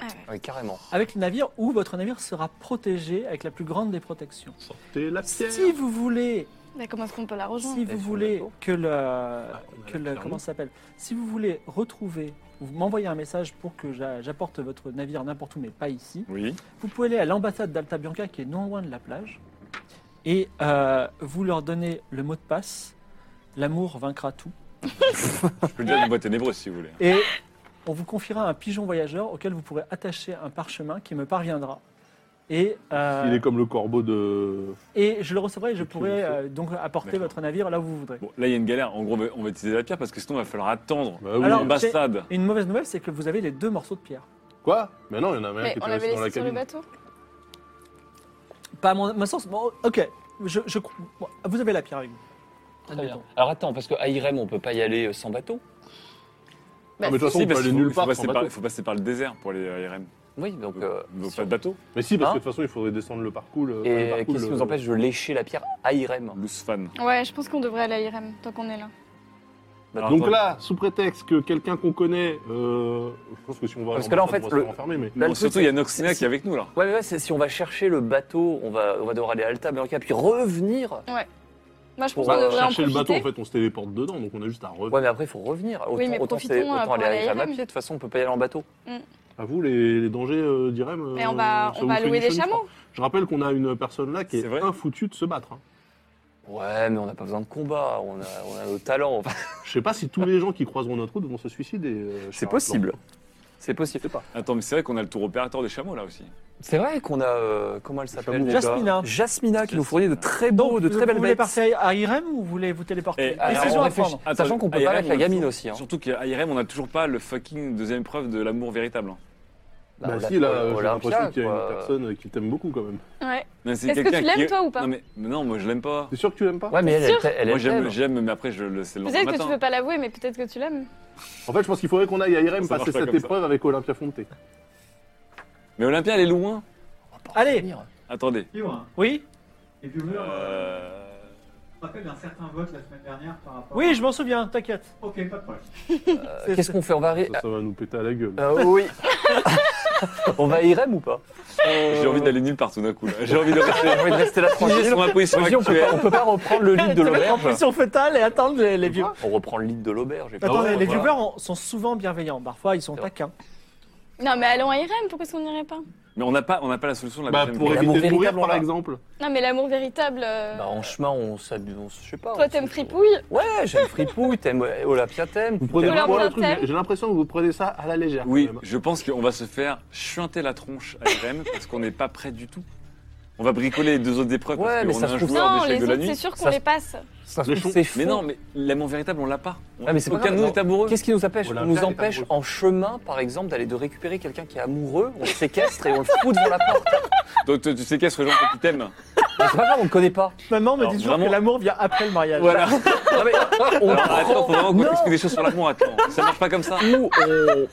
Ah,
Ouais, carrément.
avec le navire où votre navire sera protégé avec la plus grande des protections.
Sortez la pierre.
Si vous voulez
Mais Bah, comment est-ce qu'on Ah, peut la rejoindre
Si vous
sur le
voulez
bateau.
que le,
on a
que
la
le
ferme.
comment ça s'appelle Si vous voulez retrouver, vous m'envoyez un message pour que j'a- j'apporte votre navire n'importe où, mais pas ici.
Oui.
Vous pouvez aller à l'ambassade d'Alta Bianca qui est non loin de la plage et euh, vous leur donnez le mot de passe. L'amour vaincra tout.
Je peux le dire une boîte ténébreuse si vous voulez.
Et on vous confiera un pigeon voyageur auquel vous pourrez attacher un parchemin qui me parviendra. Et, euh,
Il est comme le corbeau de.
et je le recevrai et je pourrai
D'accord.
euh, donc apporter votre navire là où vous voudrez.
Bon, là il y a une galère. En gros, on va- on va utiliser la pierre parce que sinon il va falloir attendre.
Bah oui.
Alors-
L'ambassade.
Une mauvaise nouvelle, c'est que vous avez les deux morceaux de pierre.
Quoi Mais non, il y en avait un
Mais
qui
on
était
l'avait
resté dans la
laissé sur le
cabine.
bateau.
Pas à mon, à mon sens. Bon, ok. Je, je- bon, vous avez la pierre avec vous. Admettons.
Alors attends, parce que à Irem, on peut pas y aller euh, sans bateau. Bah,
Ah, mais de toute façon,
Si,
on peut
parce
aller
qu'il faut-
nulle
faut
part
passer
sans
par-
bateau.
Il faut passer par le désert pour aller à IRM.
Oui, donc.
Donc,
euh,
il ne faut
si
pas
on-
de bateau.
Mais si, parce
Hein
que de toute façon, il faudrait descendre le parcours. Le... enfin, le
Et
parcours,
qu'est-ce qui
le-
nous empêche de lécher la pierre à
Ah.
Irem
Loose fan.
Ouais, je pense qu'on devrait aller à l'IRM tant qu'on est là.
Alors,
Bah, Donc
attends.
là, sous prétexte que quelqu'un qu'on connaît, euh, je pense que si on va
Parce
à
que là, en
l'ambassade,
fait,
on va se
le-
faire enfermer, mais
Là, le
Bon, surtout,
truc,
il y a
c'est-
Noxina
c'est-
qui est avec nous là.
Ouais, mais ouais, c'est- si on va chercher le bateau, on va, on va devoir aller à Alta Blanca, puis revenir.
Moi, je
Pour,
pense
euh,
qu'on devrait en
chercher le bateau, en
profiter.
fait, on se téléporte dedans, donc on a juste à revenir.
Ouais, mais après, il faut revenir. Autant,
Oui, mais
autant,
profitons,
c'est-
euh,
autant
pour
aller à
aller à
Irem à
Irem.
pied. De toute façon, on peut pas y aller en bateau.
À vous, les, les dangers euh, d'Irem. euh,
Mais on va,
ça
on
vous
va
fait
louer
une
des
chaîne, je
chameaux.
crois. Je rappelle qu'on a une personne là qui
C'est
est,
vrai.
infoutue de se battre. hein.
Ouais, mais on n'a pas besoin de combat. On a, on a nos talents. Enfin,
Je sais pas si tous les gens qui croiseront notre route vont se suicider. euh,
c'est
Charles.
possible. C'est possible.
Attends, mais c'est vrai qu'on a le tour opérateur des chameaux là aussi.
C'est vrai qu'on a. euh, comment elle s'appelle
chameau.
déjà
Jasmina.
Jasmina qui nous fournit de très
Donc,
beaux, de
vous-
très belles
vous voulez
bêtes.
partir à IRM ou vous voulez vous téléporter
Eh,
Alors,
Décision
on
à
réfléchit.
prendre.
Sachant qu'on peut
Attends,
pas avec la
IRM,
gamine aussi. Hein.
Surtout qu'à IRM, on n'a toujours pas le fucking deuxième preuve de l'amour véritable. hein.
Bah,
Bah,
si, là, j'ai
Olympia,
l'impression qu'il y a
quoi.
une personne qui t'aime beaucoup quand même.
Ouais.
Non,
Est-ce
c'est
que
quelqu'un
tu l'aimes,
qui-
toi, ou pas
non, mais, mais non, moi je l'aime pas.
T'es sûr que tu l'aimes pas
Ouais, mais elle,
Sûr.
elle, elle,
Moi
elle
j'aime,
t'aime.
j'aime, mais après je le, c'est le lendemain
Peut-être que tu
matin.
veux pas l'avouer, mais peut-être que tu l'aimes.
En fait, je pense qu'il faudrait qu'on aille à Irem
Ça marche
passer
pas
cette
comme ça.
épreuve avec Olympia Fonté.
Mais Olympia, elle est loin.
Allez
Attendez.
Oui
hein. Et puis, vous
Euh,
rappelle d'un certain vote la semaine dernière par rapport.
Oui, je m'en souviens, t'inquiète.
Ok, pas de problème.
Euh, Qu'est-ce qu'on fait On va. ré-
Ça, ça va nous péter à la gueule.
Euh, oui. on va à Irem ou pas
Euh,
J'ai envie d'aller nulle part tout d'un coup. là. J'ai envie de rester
J'ai envie de rester là
figé
tranquille.
sur ma position
Vas-y, on, peut
actuelle.
pas, on peut pas reprendre le lead de
Te mettre en
l'auberge.
position fœtale et attendre les, les vieux.
On reprend le lead de l'auberge. et puis-
Attendez,
Ah ouais,
les
voilà.
viewers en- sont souvent bienveillants. Parfois, ils sont
C'est vrai.
taquins.
Non, mais allons à IRM, pourquoi est-ce qu'on n'irait pas
Mais on n'a pas, on n'a pas la solution de la
Bah,
deuxième
pour
preuve.
L'amour
éviter de mourir,
véritable, on
par
l'a.
exemple.
Non, mais l'amour véritable. euh,
Bah, en chemin, on s'abuse, on se- je sais pas.
Toi,
on
t'aimes
se-
fripouille
Ouais, j'aime fripouille, t'aimes euh, Olympia, t'aimes.
Vous prenez
Olympia
t'aimes-
vraiment le truc.
Fontaine.
J'ai l'impression que vous prenez ça à la légère.
Oui,
quand même.
je pense qu'on va se faire chuinter la tronche à IRM parce qu'on n'est pas prêt du tout. On va bricoler les deux autres épreuves
Ouais, mais
parce qu'on
ça
a
se
un
trouve-
joueur
Non,
d'échecs
les
de la
autres, c'est
nuit.
sûr qu'on
Ça-
les passe.
Ça se
Le
trouve,
chou-
c'est
Mais
faux.
non, mais l'amour véritable, on l'a pas. On-
Ah, mais c'est pas
Aucun de
grave,
nous
non.
est amoureux.
Qu'est-ce qui nous empêche On
Olympia
nous
est
empêche
amoureuse.
en chemin, par exemple, d'aller de récupérer quelqu'un qui est amoureux, on le séquestre et on le fout devant la porte.
Donc tu tu séquestres les gens qui t'aiment.
Mais C'est pas grave, on le connaît pas.
Maman me
Alors,
dit toujours
vraiment-
que l'amour vient après le mariage.
Voilà.
Non, mais, on
Alors,
prend-
attends, faut vraiment qu'on
Non.
t'explique des choses sur l'amour. Attends, ça marche pas comme ça.
Nous, on,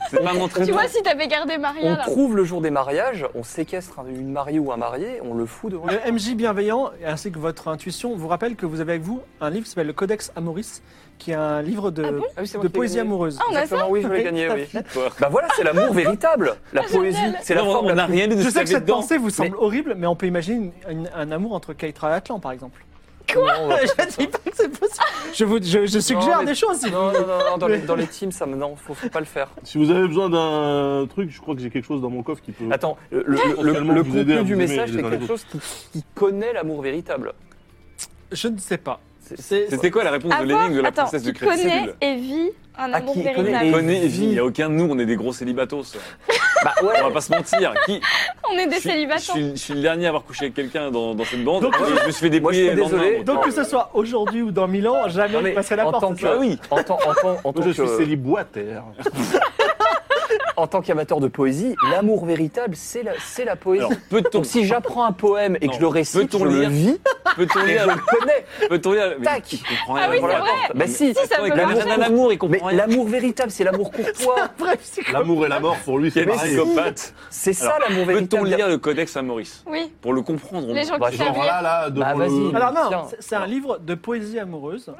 C'est pas un
Tu
entraînement.
vois, si t'avais gardé Maria
on
là.
trouve le jour des mariages, on séquestre un- une mariée ou un marié, on le fout devant la
Le MJ bienveillant, ainsi que votre intuition, vous rappelle que vous avez avec vous un livre qui s'appelle le Codex Amoris, qui est un livre de,
Ah bon
Ah oui, c'est moi
de
qui l'ai
poésie
gagné.
amoureuse.
Ah, on a ça
Exactement, oui, je l'ai gagné, oui. Bah voilà, c'est l'amour véritable, la poésie, c'est la
Non,
forme
on
la
n'a
plus-
rien dit de
Je
ce
sais que
qu'il y avait
cette
dedans.
pensée vous semble horrible, mais on peut imaginer une- une- un amour entre Keitra et Atlan, par exemple.
Non, on va-
je dis pas que c'est possible. Je, vous, je, je suggère
mais-
des choses. si-
Non, non, non, non, dans, les, dans les teams, ça me. Non, faut, faut pas le faire.
Si vous avez besoin d'un truc, je crois que j'ai quelque chose dans mon coffre qui peut.
Attends, le, le- le- le-
Potentiellement
le
vous aider à
contenu du
vous aimer
message,
les
c'est
uns les
quelque chose qui, qui connaît l'amour véritable.
Je ne sais pas.
C'est-
C'est-
C'était quoi la réponse de
Avoir-
l'énigme de la
Attends,
princesse de
qui connaît
Crépuscule
et vit un
Ah,
amour
qui connaît
véritable.
et-
Connais et vit. Il n'y a aucun de nous, on est des gros célibatos.
Bah ouais,
On va pas se mentir. Qui
On est des
je suis-
célibataires.
Je suis, je suis le dernier à avoir couché avec quelqu'un dans, dans cette bande.
Donc-
et je me suis fait
Moi, je suis
débrouiller. le
désolé.
lendemain.
Donc,
Non,
que ce
mais-
soit aujourd'hui ou dans mille ans, jamais
Non,
je
mais
passerai la
en
porte.
tant
c'est
que-
ça
Ah oui.
en tant, en tant, en tant
Moi, je suis
que-
célibataire.
en tant qu'amateur de poésie, l'amour véritable, c'est la, c'est la poésie.
Alors, peut-on
Donc si j'apprends un poème et que je
Non.
le récite,
Peut-on
je le
lire
vis
peut-on
et
lire
je le connais.
Peut-on lire mais
Tac.
il comprend
Ah
rien
oui,
devant la
c'est vrai.
porte.
Bah si,
Si, ça
Attends,
peut
avec la
marcher.
nana d'amour, il
mais
comprend rien.
l'amour véritable, c'est l'amour courtois.
Bref, c'est quoi
L'amour et la mort, pour lui, c'est
Quel
pareil.
psychopathe
C'est ça
Alors,
l'amour
Peut-on
véritable.
lire le Codex Amoris
Oui,
Pour le comprendre, on
les gens
Bah,
qui savent
Genre ah
lire.
là, là, euh, devant
Bah, vas-y.
le-
Alors
Tiens.
non, c'est- c'est un livre de poésie amoureuse.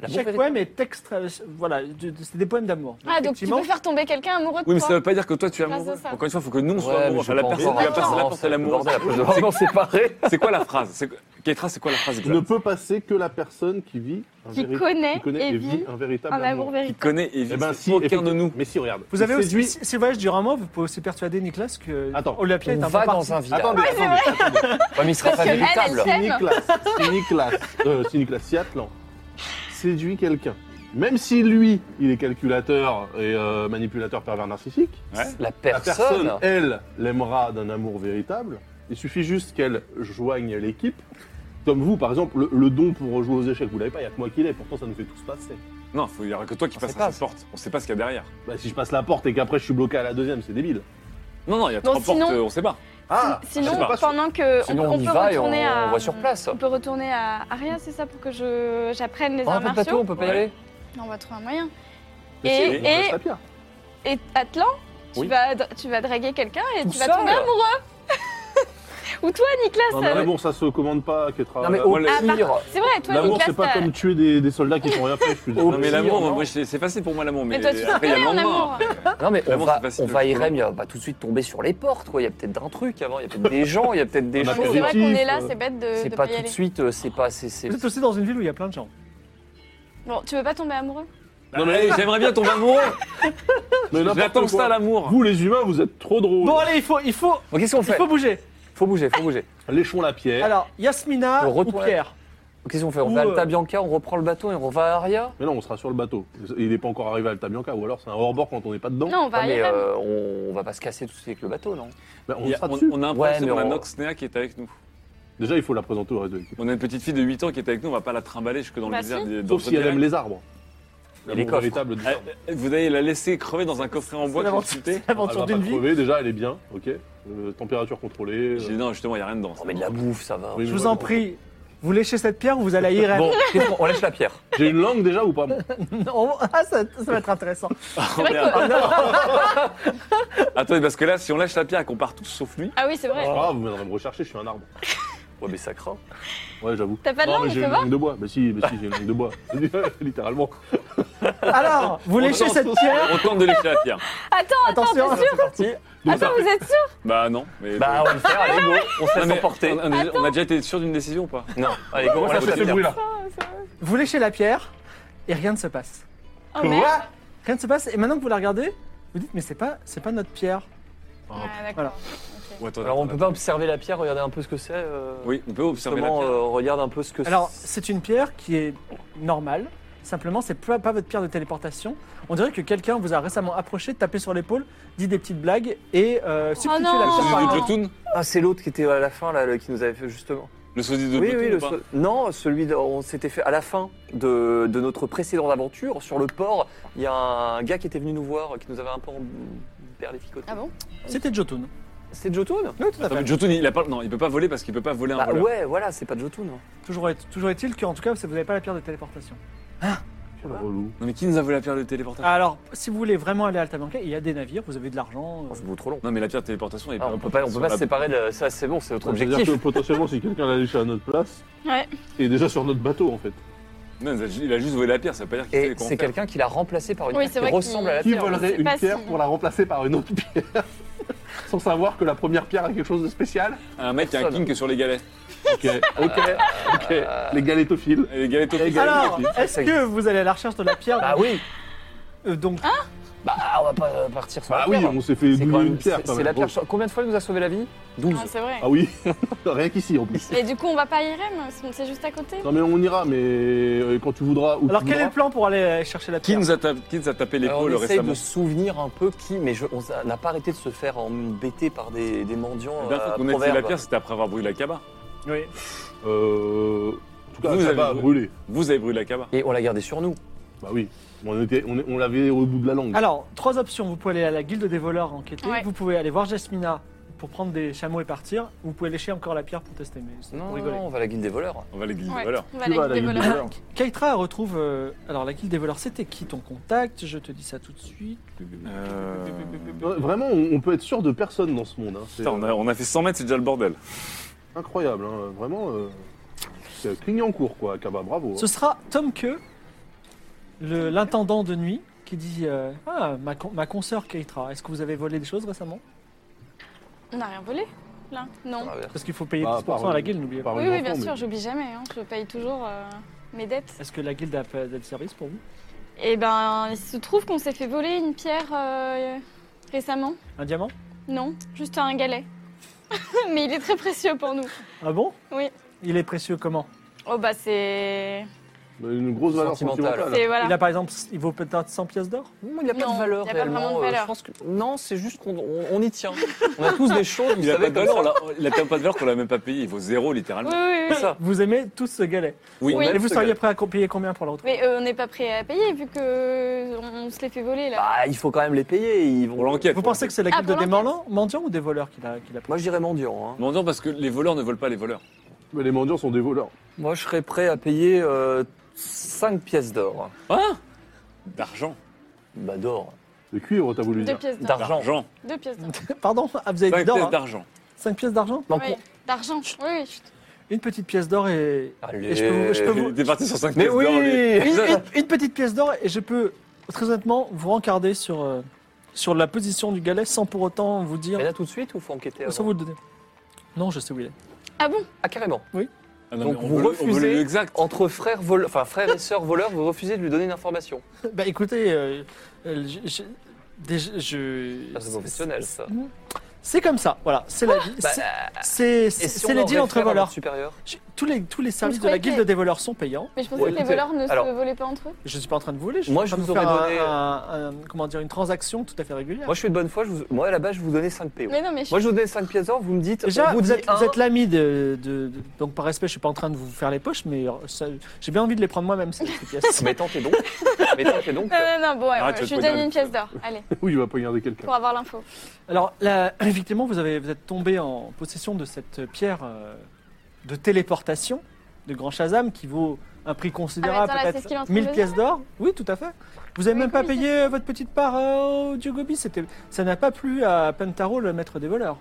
L'amour
Chaque
véritable.
poème est extra... Voilà, de- de- c'est des poèmes d'amour.
Ah, donc tu
Effectivement.
peux faire tomber quelqu'un amoureux
Oui,
de
mais ça
toi.
veut pas dire que toi tu es
Grâce
amoureux.
à ça.
Encore une fois, il faut que nous on soit
Ouais,
amoureux.
mais
Enfin,
je
la
pense
personne qui va
avoir
passer la
tendance
porte, c'est l'amour.
Bordel, après, je dois vraiment séparer.
C'est quoi la phrase C'est- Keitra, c'est quoi la phrase
Il ne
exacte
peut passer que la personne qui vit un
Qui
véri-
connaît
qui connaît
et vit
un véritable
Un amour
Il
véritable.
connaît et
Eh
vit
ben
c'est
si,
aucun de
effectivement.
nous.
Mais si, regarde.
Vous avez
Il
aussi,
séduit-
si si le voyage dure un mois, vous pouvez aussi persuader Nicolas que
Attends,
Olympia est
On
un
va
bon
dans
parti.
un village.
Attendez, attendez.
Ouais, mais il sera pas
Parce que elle, elle
véritable.
sait.
Si Nicolas, si Nicolas, euh, si Nicolas, si Atlan séduit quelqu'un, même si lui, il est calculateur et euh, manipulateur pervers narcissique,
La
la
personne.
personne, elle, l'aimera d'un amour véritable. Il suffit juste qu'elle joigne l'équipe. Comme vous, par exemple, le, le don pour jouer aux échecs, vous l'avez pas, il y a que moi qui l'ai, pourtant ça nous fait tous passer.
Non, faut- il y aura que toi qui
On
passes
sait pas.
à cette porte. On sait pas ce qu'il y a derrière.
Bah, si je passe la porte et qu'après je suis bloqué à la deuxième, c'est débile.
Non, non, il y a
Bon,
trois portes,
sinon-
euh, on sait pas.
Ah,
Sinon,
je sais pas,
pendant que.
Sinon, on,
on,
y
peut
va et on,
retourner à.
on voit sur place.
On peut retourner à Aria, c'est ça, pour que je j'apprenne les
On a
arts
pas de
martiaux.
bateau, on peut pas y
Ouais.
aller.
On va trouver un moyen.
Mais si,
Et,
on
et,
reste à Pierre.
et Atlan, tu,
Oui.
vas, dra- tu vas draguer quelqu'un et
Tout
tu vas
seul.
tomber amoureux. Ou toi, Nicolas.
Non,
ça-
mais l'amour, ça se commande pas, Ketra.
Non mais
La-
au
moi, la-
pire,
C'est vrai, toi,
L'amour,
Nicolas.
c'est pas
t'as-
comme tuer des, des soldats qui font rien fait, je suis
Oh,
Non, mais
si,
l'amour,
non.
moi, je- c'est facile pour moi l'amour. Mais,
Mais toi, tu t'en
après, il y a
connais en
l'amour.
amour.
non mais on
L'amour,
va,
c'est facile
on
de
va
le
IRM, il va pas tout de suite tomber sur les portes quoi. Il y a peut-être d'un truc avant, il y a peut-être des gens, il y a peut-être des
On a
Donc,
choses.
C'est vrai qu'on est là,
euh,
c'est bête de,
C'est
de
pas
pas y
tout de
aller.
suite, euh, c'est pas, c'est, c'est-
Vous êtes aussi dans une ville où il y a plein de gens.
Bon, tu veux pas tomber amoureux
Non, mais
Bah,
allez, j'aimerais bien tomber amoureux.
Mais n'importe
J'attends que
quoi.
ça, l'amour.
Vous, les humains, vous êtes trop drôles.
Bon allez, il faut, il faut,
Bon, qu'est-ce qu'on
il
fait
faut bouger.
Faut bouger, faut bouger.
Léchons la pierre.
Alors,
Je
Yasmina ou
retourne-
Pierre
Qu'est-ce qu'on fait On
Ou,
va à
euh,
Alta Bianca, on reprend le bateau et on va à Aria
Mais non, on sera sur le bateau. Il n'est pas encore arrivé à Alta Bianca, ou alors c'est un hors-bord quand on n'est pas dedans.
Non, on va
Ouais, mais
aller.
euh, on, on va pas se casser tout de suite avec le bateau, non
Bah, on
Il y a-
sera
On
dessus.
on a un
Ouais,
problème,
mais
on a
on-
Noxnea qui est avec nous.
Déjà, il faut la présenter au reste de l'équipe.
On a une petite fille de 8 ans qui est avec nous, on va pas la trimballer jusque dans le
Bah,
désert.
si.
des- dans
Sauf
le
si elle
désert.
aime les arbres.
Et les
L'amour
coffres.
véritable du
Euh, euh, Vous allez la laisser crever dans un coffret en bois
C'est l'aventure-
sculpté.
L'aventure
elle va
d'une
pas
vie.
crever, déjà, elle est bien, ok Euh, Température contrôlée.
J'ai dit non, justement, il n'y a rien dedans.
Oh mais de la bouffe, ça va.
Oui,
Je
mais
vous
voilà.
en prie, vous léchez cette pierre ou vous allez à IRM
Bon, qu'est-ce qu'on- on lâche la pierre.
J'ai une langue déjà ou pas moi
Non, Ah, ça, ça va être intéressant.
C'est vrai que-
Attendez, parce que là, si on lâche la pierre et qu'on part tous sauf lui,
Ah oui, c'est vrai.
Ah, vous viendrez me rechercher, je suis un arbre.
Ouais, mais ça craint.
Ouais, j'avoue.
T'as pas de
Non,
langue,
mais j'ai
ça
une
va
langue de bois. Mais si, mais si, j'ai une langue de bois. Littéralement.
Alors, vous léchez
tente-
cette pierre
on tente de lécher la pierre.
Attends, attends,
Attention, hein.
t'es sûr
Donc,
Attends, vous êtes sûr
Bah non, mais.
Bah, on va le faire, allez, go. On se
Non,
laisse
mais
emporter.
on, on a- on a déjà été sûr d'une décision ou pas
Non, allez, go, on
Comment ça
lâche
fait
la
ce
pierre.
bruit-là
vous léchez la pierre et rien ne se passe.
Oh merde.
Rien ne se passe et maintenant que vous la regardez, vous dites mais c'est pas, c'est pas notre pierre.
Ah,
Voilà.
d'accord.
Ou attends,
Alors, on
attends,
peut pas observer la pierre, regarder un peu ce que c'est euh,
Oui, on peut observer la
Justement,
pierre.
euh, on regarde un peu ce que
Alors c'est une pierre qui est normale, Simplement, c'est pas, pas votre pierre de téléportation. On dirait que quelqu'un vous a récemment approché, tapé sur l'épaule, dit des petites blagues et euh, substitue
non.
la
Le
pierre
sosie
par
de
Ah.
Jotun
Ah, c'est l'autre qui était à la fin, là, le- qui nous avait fait justement.
Le sosie de
Oui,
Jotun
oui,
ou
le
pas
so- Non, celui de- on s'était fait à la fin de, de notre précédente aventure sur le port. Il y a un gars qui était venu nous voir, qui nous avait un peu perlificoté.
Ah bon
C'était Jotun.
C'est Jotun
Oui, tout à
Attends, mais Jotun, il a pas- non, il peut pas voler parce qu'il peut pas voler un
Bah
voleur.
ouais, voilà, c'est pas Jotun.
Toujours, est, toujours est-il qu'en tout cas, vous n'avez pas la pierre de téléportation.
Quel relou.
Non mais qui nous a volé la pierre de téléportation
Alors, si vous voulez vraiment aller à Altabanca, il y a des navires, vous avez de l'argent. euh,
C'est beaucoup Ah, trop long.
Non mais la pierre de téléportation est
Ah, on peut pas, on peut pas se séparer de. Ça, c'est bon, c'est notre
C'est-à-dire
objectif.
que potentiellement, si quelqu'un l'a léché à notre place,
Ouais.
et déjà sur notre bateau, en fait.
Non, il a ju- il a juste volé la pierre, ça veut pas dire qu'il
Et
sait quoi en
c'est
faire.
quelqu'un qui l'a remplacé par une
Oui,
pierre
c'est
qui
vrai
ressemble à la
Qui
pierre.
volerait
c'est
une
pas
pierre
si-
pour la remplacer par une autre pierre Sans savoir que la première pierre a quelque chose de spécial
Un mec qui a un
Personne.
king que sur les galets.
Ok, ok, ok. Les galétophiles.
Et Les galets
Les
tophiles.
galets-
Alors,
Galactique.
est-ce que vous allez à la recherche de la pierre
Bah oui,
Euh, Donc,
bah on va pas euh, partir sur
Bah
la
oui,
pierre.
on s'est fait
C'est
douiller
quand même-
une pierre
c'est-
quand
c'est
même.
la pierre. Combien de fois elle nous a sauvé la vie 12.
Ah, c'est vrai.
Ah oui, rien qu'ici en plus.
Et du coup, on va pas à IRM, c'est- c'est juste à côté.
Non mais on ira, mais euh, quand tu voudras. Ou
alors
tu
quel est
voudras.
le plan pour aller euh, chercher la
Qui
pierre
nous a tapé, qui nous a tapé
Alors,
l'épaule
on essaye
récemment
de se souvenir un peu qui, mais je- on s- n'a pas arrêté de se faire embêter par des, des mendiants.
La
euh,
dernière fois qu'on a tiré
proverbes.
la pierre, c'était après avoir brûlé la caba.
Oui.
Euh, en tout cas,
Vous
ça
avez
va
brûlé.
brûler.
Vous avez brûlé la caba.
Et on l'a gardé sur nous.
Bah oui, on, était, on, est- on l'avait au bout de la langue.
Alors, trois options. Vous pouvez aller à la guilde des voleurs enquêter.
Ouais.
Vous pouvez aller voir Jasmina pour prendre des chameaux et partir. Vous pouvez lécher encore la pierre pour tester, mais c'est
Non,
pour
non,
rigoler.
non, on va à la guilde des voleurs.
On va les guider
Ouais.
voleurs.
On va
Tu vas à
la guilde des
guilde des
voleurs.
voleurs.
Keitra retrouve. euh, alors, la guilde des voleurs, c'était qui ton contact Je te dis ça tout de suite.
Euh.
Euh,
Ouais, Euh, Vraiment, on, on peut être sûr de personne dans ce monde. hein. C'est
Putain, on a, on a fait 100 mètres, c'est déjà le bordel.
incroyable, hein. vraiment. euh, C'est Clignancourt, quoi, Kaba, bravo. hein.
Ce sera Tom Que, le- l'intendant de nuit, qui dit euh, Ah, ma, con- ma consoeur Keitra, est-ce que vous avez volé des choses récemment
On n'a rien volé, là Non.
Ah, ouais.
Parce qu'il faut payer
Bah,
10% à la guilde, n'oubliez pas.
par
Oui,
une
oui, bien
enfant,
sûr,
mais-
j'oublie jamais. hein. Je paye toujours euh, mes dettes.
Est-ce que la guilde a fait des services pour vous
Et ben, il se trouve qu'on s'est fait voler une pierre euh, récemment.
Un diamant
Non, juste un galet. Mais il est très précieux pour nous.
Ah bon
Oui.
Il est précieux comment
Oh bah c'est...
Mais Une grosse valeur
Sentimentale.
sentimentale. hein.
C'est
Il a
voilà.
par exemple, il vaut peut-être 100 pièces d'or
Non, Il n'y a pas
Non,
de valeur
il y a pas
réellement.
vraiment de
euh,
valeur.
je pense que... Non, c'est juste qu'on on- on y tient. on a tous des choses, vous
Il a
savez,
pas de
comme
valeur,
ça.
là. il a tellement pas de valeur qu'on l'a même pas payé. Il vaut zéro
Oui,
littéralement.
oui, oui.
C'est ça.
Vous aimez tous ce galet
Oui,
Oui.
on aime
Et vous
ce
seriez
gars.
prêt à co- payer combien pour le retrouver
Mais euh, on n'est pas prêt à payer vu que on on se les fait voler là.
Bah, il faut quand même les payer. Ils vont...
On l'enquête.
Vous pensez que c'est la
Ah,
guilde
pour
des
l'enquête.
mendiants mendiants ou des voleurs qu'il a, qu'il a pris
Moi, je dirais mendiant. hein.
Mendiant parce que les voleurs ne volent pas les voleurs.
Mais les mendiants sont des voleurs.
Moi, je serais prêt à payer 5 pièces d'or.
Hein D'argent.
Bah, d'or.
De cuivre, t'as voulu
Deux
dire.
pièces d'or.
D'argent.
D'argent.
Deux pièces d'or.
Pardon Ah, vous avez
5
dit d'or
pièces
hein.
d'argent.
Cinq pièces d'argent
Donc,
Oui, D'argent. Oui, oui. chut.
Une petite pièce d'or et...
Allez.
et je peux vous- je peux vous-
T'es parti sur 5
Mais
pièces
oui
d'or. lui.
Une, une- une petite pièce d'or et je peux très honnêtement vous rencarder sur, euh, sur la position du galet sans pour autant vous dire...
Mais là, tout de suite, ou faut enquêter
Sans
avant
vous le donner. Non, je sais où il est.
Ah bon
Ah, carrément.
Ah non,
Donc
mais on
vous
veut le- On veut
refusez-
le exact.
Entre frères, vole- enfin, frères et sœurs voleurs, vous refusez de lui donner une information.
Bah écoutez, euh, euh, je- je- déjà, je-
Ça, c'est professionnel, ça.
C'est comme ça, voilà. C'est la vie.
Bah,
c'est- C'est
et si on
c'est les
en
deals entre
réfère à notre
voleurs.
supérieur
Je- Tous les, tous les services
je
de la
croyais
guilde
que-
des voleurs sont payants.
Mais je pensais
Ouais,
que les
écoutez,
voleurs ne
alors-
se volaient pas entre eux.
Je suis pas en train de vous voler. Je suis
Moi,
en train
je
de
vous
faire
aurais donné,
un- un- un- comment dire, une transaction tout à fait régulière.
Moi, je suis de bonne foi. Je vous... Moi, à la base, je vous donnais 5 PO.
Mais non, mais je...
Moi, je vous donnais 5 pièces d'or, vous me dites.
Déjà,
on vous
vous
dit
êtes,
un,
vous êtes l'ami de, de- de- Donc, par respect, je suis pas en train de vous faire les poches, mais euh, ça- j'ai bien envie de les prendre moi-même, ces petites pièces.
Mais tentez donc. mais tentez donc.
Non, non, non, bon, Ah ouais,
Arrête,
ouais,
tu
je
vas
lui donne
te poignarder.
une pièce d'or. Allez,
Oui, il va pas garder quelqu'un.
pour avoir l'info.
Alors, là, effectivement, vous, avez, vous êtes tombé en possession de cette pierre euh, de téléportation de Grand Shazam qui vaut un prix considérable,
Ah, mais attends, là, c'est ce qu'il est
peut-être
en train
1000
de
pièces d'or. Oui, tout à fait. Vous avez
Oui,
même pas
oui,
payé votre petite part euh, au Dieu Gobi. C'était- Ça n'a pas plu à Pentaro, le maître des voleurs.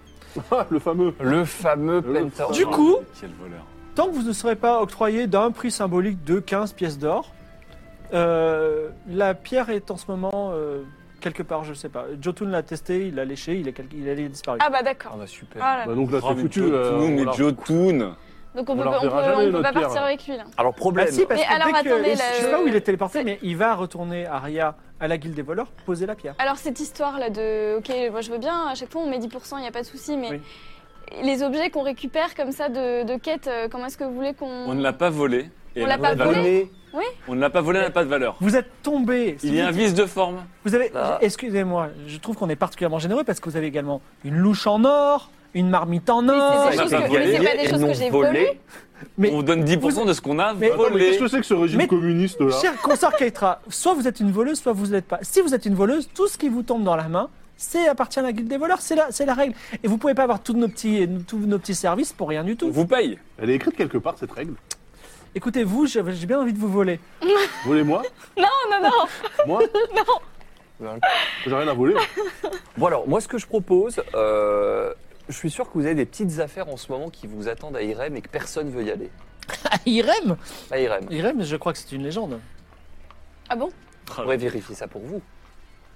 Ah, le fameux.
Le fameux
Le
Pentor.
Du coup-
Quel voleur.
Tant que vous ne serez pas octroyé d'un prix symbolique de 15 pièces d'or, euh, la pierre est en ce moment euh, quelque part, je ne sais pas. Jotun l'a testé, il l'a léché, il est, quel- il est disparu.
Ah bah
Ah,
d'accord.
bah, super.
Ah là là.
Bah donc là,
Oh,
c'est
mais
foutu.
Jotun,
euh, on
mais
la-
Jotun.
Donc on,
On
peut,
la
on peut,
reverra jamais,
on peut
notre
pas
pierre.
partir avec lui là.
Alors,
Bah
problème.
si, parce
Mais
que
alors,
dès que-
attendez,
je sais
là,
pas où il
euh,
est téléporté,
c'est-
mais il va retourner à Ria, à la guilde des voleurs, poser la pierre.
Alors cette histoire là de ok moi je veux bien à chaque fois on met 10% il n'y a pas de souci mais
Oui.
les objets qu'on récupère comme ça de, de quête, euh, comment est-ce que vous voulez qu'on.
On ne l'a pas volé. et
On
elle
l'a
a
pas
de valeur.
volé
On ne l'a pas volé, elle n'a pas de valeur.
Vous êtes tombé.
Il y a un Ah. vice de forme.
Vous avez,
Là.
excusez-moi, je trouve qu'on est particulièrement généreux parce que vous avez également une louche en or, une marmite en or.
c'est des
on
choses
l'a
que,
pas
mais c'est
volé,
pas des
elles
choses que
l'ont
j'ai
volé.
volées.
Mais-
on vous donne 10% de ce qu'on a
Mais-
Attends, mais
volé.
qu'est-ce que c'est que ce régime
Mais-
Euh,
communiste
hein.
là
Cher consort Keitra, soit vous êtes une voleuse, soit vous l'êtes pas. Si vous êtes une voleuse, tout ce qui vous tombe dans la main, c'est appartient à la guilde des voleurs, c'est la, c'est la règle. Et vous pouvez pas avoir tous nos petits, tous nos petits services pour rien du
On
tout.
vous paye.
Elle est écrite quelque part cette règle.
Écoutez, vous, je- j'ai bien envie de vous voler.
Volez-moi
Oh, non, non,
Moi Non J'ai rien à voler. hein.
Bon alors, moi ce que je propose, euh, je suis sûr que vous avez des petites affaires en ce moment qui vous attendent à Irem et que personne veut y aller.
Ah, Irem
À
Oh
Irem,
Irem, je crois que c'est une légende.
Ah bon
on pourrait vérifier ça pour vous.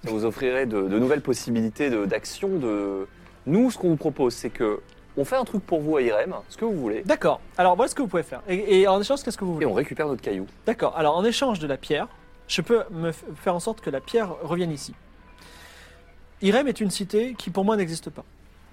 Ça vous offrirait de, de nouvelles possibilités de- d'action. De... Nous, ce qu'on vous propose, c'est que on fait un truc pour vous à Irem, ce que vous voulez,
D'accord, alors voilà ce que vous pouvez faire. Et, et en échange, qu'est-ce que vous voulez
et on récupère notre caillou.
D'accord. Alors, en échange de la pierre, je peux me f- faire en sorte que la pierre revienne ici. Irem est une cité qui, pour moi, n'existe pas.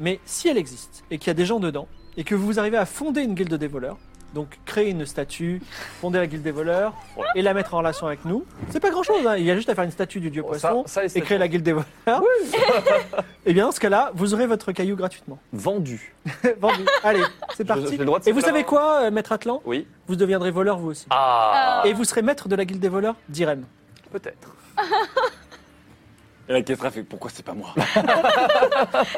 Mais si elle existe et qu'il y a des gens dedans et que vous arrivez à fonder une guilde des voleurs, donc créer une statue, fonder la guilde des voleurs et la mettre en relation avec nous, c'est pas grand-chose. hein. Il y a juste à faire une statue du dieu
Bon, ça-
poisson
Oh, ça, les
et créer la guilde des voleurs. et bien, dans ce cas-là, vous aurez votre caillou gratuitement.
Vendu.
Vendu. Allez, c'est
j'ai
parti.
le droit de
Et vous
faire hein.
savez
un-
quoi, euh, maître Atlan
Oui.
Vous deviendrez voleur vous aussi.
Ah,
Et vous serez maître de la guilde des voleurs d'Irem.
peut-être.
Et la Ketra fait pourquoi c'est pas moi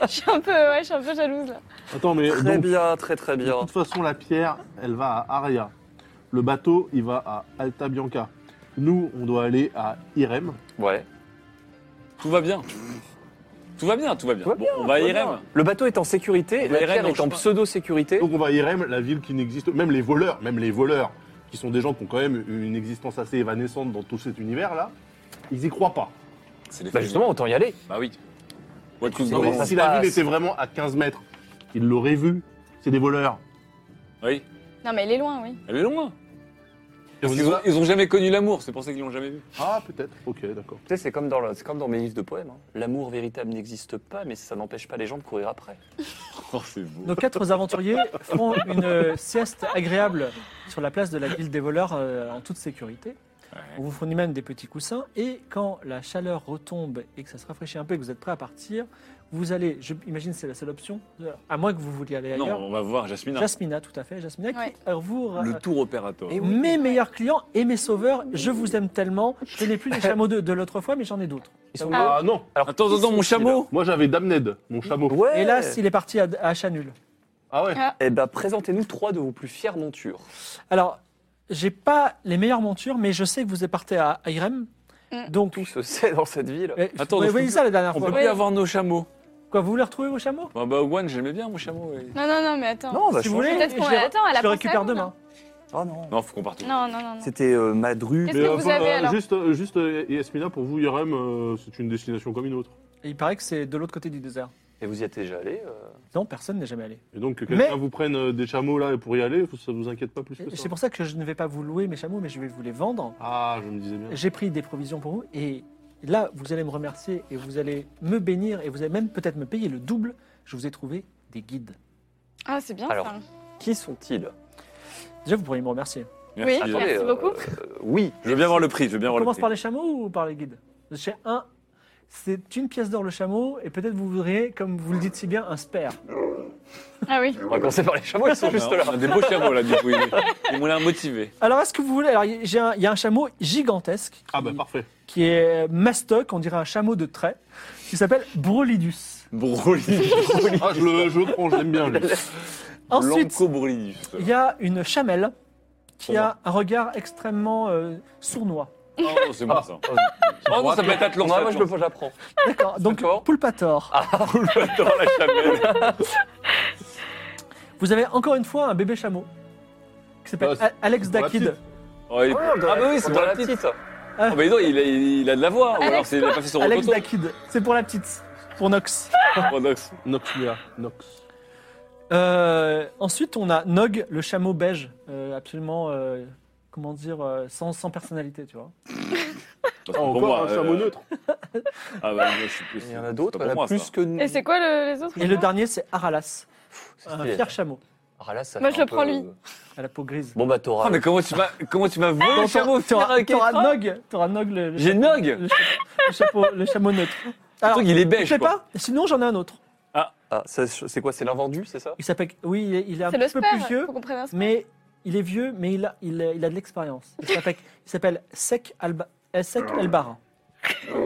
Je suis un peu, ouais, je suis un peu jalouse là.
Attends, mais
Très
donc,
bien, très très
de
bien.
toute façon, la pierre, elle va à Aria. Le bateau, il va à Alta Bianca. Nous, on doit aller à Irem.
Ouais.
Tout va bien. Tout va bien, tout va bien.
Tout va
Bon,
bien,
on va à
tout va
Irem.
bien. Le bateau est en sécurité,
On
la
va à Irem,
pierre
on
est en
change pas.
pseudo-sécurité.
Donc on va à Irem, la ville qui n'existe, même les voleurs, même les voleurs, qui sont des gens qui ont quand même une existence assez évanescente dans tout cet univers-là, ils y croient pas.
C'est les
Bah
faits.
justement, autant y aller.
Bah oui. What could
Non,
go
Mais
ça
wrong
si
se
la
passe.
ville était vraiment à 15 mètres, ils l'auraient vu. C'est des voleurs.
Oui.
Non, mais elle est loin, oui.
Elle est loin.
Et on
Parce
y
qu'ils ont,
va
ils ont jamais connu l'amour, c'est pour ça qu'ils l'ont jamais vu.
Ah, peut-être. Ok, d'accord.
Tu sais, c'est comme, dans le- c'est comme dans mes livres de poèmes. hein. L'amour véritable n'existe pas, mais ça n'empêche pas les gens de courir après.
Oh, c'est beau.
Nos quatre aventuriers feront une euh, sieste agréable sur la place de la guilde des voleurs euh, en toute sécurité. On vous fournit même des petits coussins et quand la chaleur retombe et que ça se rafraîchit un peu et que vous êtes prêt à partir, vous allez, je imagine que c'est la seule option, euh, à moins que vous vouliez aller
Non,
ailleurs.
on va voir Jasmina.
Jasmina, tout à fait, Jasmina
Ouais.
qui euh, vous ra-
Le tour opérateur.
Et-
mes meilleurs clients et mes sauveurs, je vous aime tellement. Je n'ai plus les chameaux de, de l'autre fois, mais j'en ai d'autres.
Ils sont
Ah non
Attends, attends, attends, mon chameau
Moi j'avais Damned, mon chameau.
Ouais.
Et là, il est parti à, à Chanul.
Ah ouais
Eh ben, présentez-nous trois de vos plus fières montures.
Alors, j'ai pas les meilleures montures, mais je sais que vous êtes parti à à Irem.
Mm.
Donc,
Tout se sait dans cette ville.
eh,
Attends,
vous
donc,
voyez
faut-
ça la dernière
On
fois
peut
Ouais.
plus avoir nos chameaux.
Quoi, vous voulez retrouver vos chameaux
Bah, bah Owen, j'aimais bien mon chameau. ouais.
Non, non, non, mais attends.
Non, on va
Si vous
changer.
voulez,
Peut-être qu'on-
Ah, bah, je les re-
attends, elle a
je les
pensé à
récupère
vous,
demain.
Ah non.
Non, faut qu'on parte.
Non, non, non. non.
C'était euh, Madru.
Qu'est-ce que vous avez, alors
Juste, euh, juste euh, Yasmina, pour vous, Irem, euh, c'est une destination comme une autre.
Et il paraît que c'est de l'autre côté du désert.
Et vous y êtes déjà allé euh,
Non, personne n'est jamais allé.
Et donc que
Mais-
quelqu'un vous prenne euh, des chameaux là pour y aller, ça vous inquiète pas plus que
Et
ça.
C'est pour ça que je ne vais pas vous louer mes chameaux, mais je vais vous les vendre.
Ah, je me disais bien.
J'ai pris des provisions pour vous et là, vous allez me remercier et vous allez me bénir et vous allez même peut-être me payer le double. Je vous ai trouvé des guides.
Ah, c'est bien
Alors,
ça.
Qui sont-ils
Déjà, vous pourriez me remercier.
Oui,
Attendez,
merci
euh,
beaucoup.
euh, oui.
Je veux bien voir le prix, je veux bien
On
voir le
commence
prix.
par les chameaux ou par les guides Chez un, c'est une pièce d'or le chameau, et peut-être vous voudriez, comme vous le dites si bien, un spare.
Ah oui.
On va commencer par les chameaux, ils sont Ah, juste
On a-
là.
On a des beaux chameaux là, du coup. Ils ils m'ont l'air motivé.
Alors, est-ce que vous voulez Alors, il y- j'ai un- il y a un chameau gigantesque qui,
Ah bah parfait.
qui est mastoc, on dirait un chameau de trait, qui s'appelle Brolidus.
Broly.
Ah, je le, je le prends, je l'aime bien. lui.
Ensuite,
Blanco Broly.
il y a une chamelle qui a un regard extrêmement euh, sournois.
Oh, c'est bon ça.
Oh,
Oh non, ça peut être
non,
Atlan. ça,
moi, je
Atlan.
le j'apprends.
D'accord. Donc,
D'accord.
Poulpator.
Ah.
Attends, la chamelle.
Vous avez encore une fois un bébé chameau qui s'appelle
Ah, c'est-
A- Alex
c'est pour la
Dakid.
petite.
Oh, il est-
Ah,
Ah, bah oui, c'est
pour
pour
la petite.
Oh, bah dis donc, il a, il a de la voix. Ou
Alex,
alors, c'est- il a pas fait son
Alex
rototo.
Dakid. C'est pour la petite, pour Nox.
Oh, Nox.
Nox Mia, Nox.
Euh, ensuite, on a Nog, le chameau beige, euh, absolument, euh, comment dire, euh, sans, sans personnalité, tu vois.
Parce que
Ah,
pour
encore
moi,
un
euh,
chameau neutre.
Ah bah, moi, je suis plus.
Il y en a d'autres,
c'est pas
il y en
pour
a
moi,
plus
ça.
que nous.
Et c'est quoi le- les autres
Et le dernier, c'est Aralas,
Pff,
Ah,
c'est
Un
stylé.
fier chameau
Ah là, ça
Moi,
fait
je
un
le prends,
peu-
lui.
à la peau grise.
Bon bah
Ah,
t'auras.
mais comment tu vas comment tu vas voler
T'auras-
le chameau faire
T'auras
un
t'auras
K3?
Nog, t'auras Nog le, le
J'ai
chapeau-
Nog
le, chapeau- le chapeau- le chameau neutre.
Le
Alors,
truc, il est
je
beige.
sais
quoi.
pas, sinon j'en ai un autre.
Ah, ça, c'est quoi C'est l'invendu, c'est ça
Il s'appelle. Oui, il est, il est un
C'est le
petit peu plus
sperme.
vieux,
Faut qu'on prenne un sperme.
mais il est vieux, mais il a, il a, il a de l'expérience. Il s'appelle- il s'appelle Sek Alba. euh, Sek Elbara.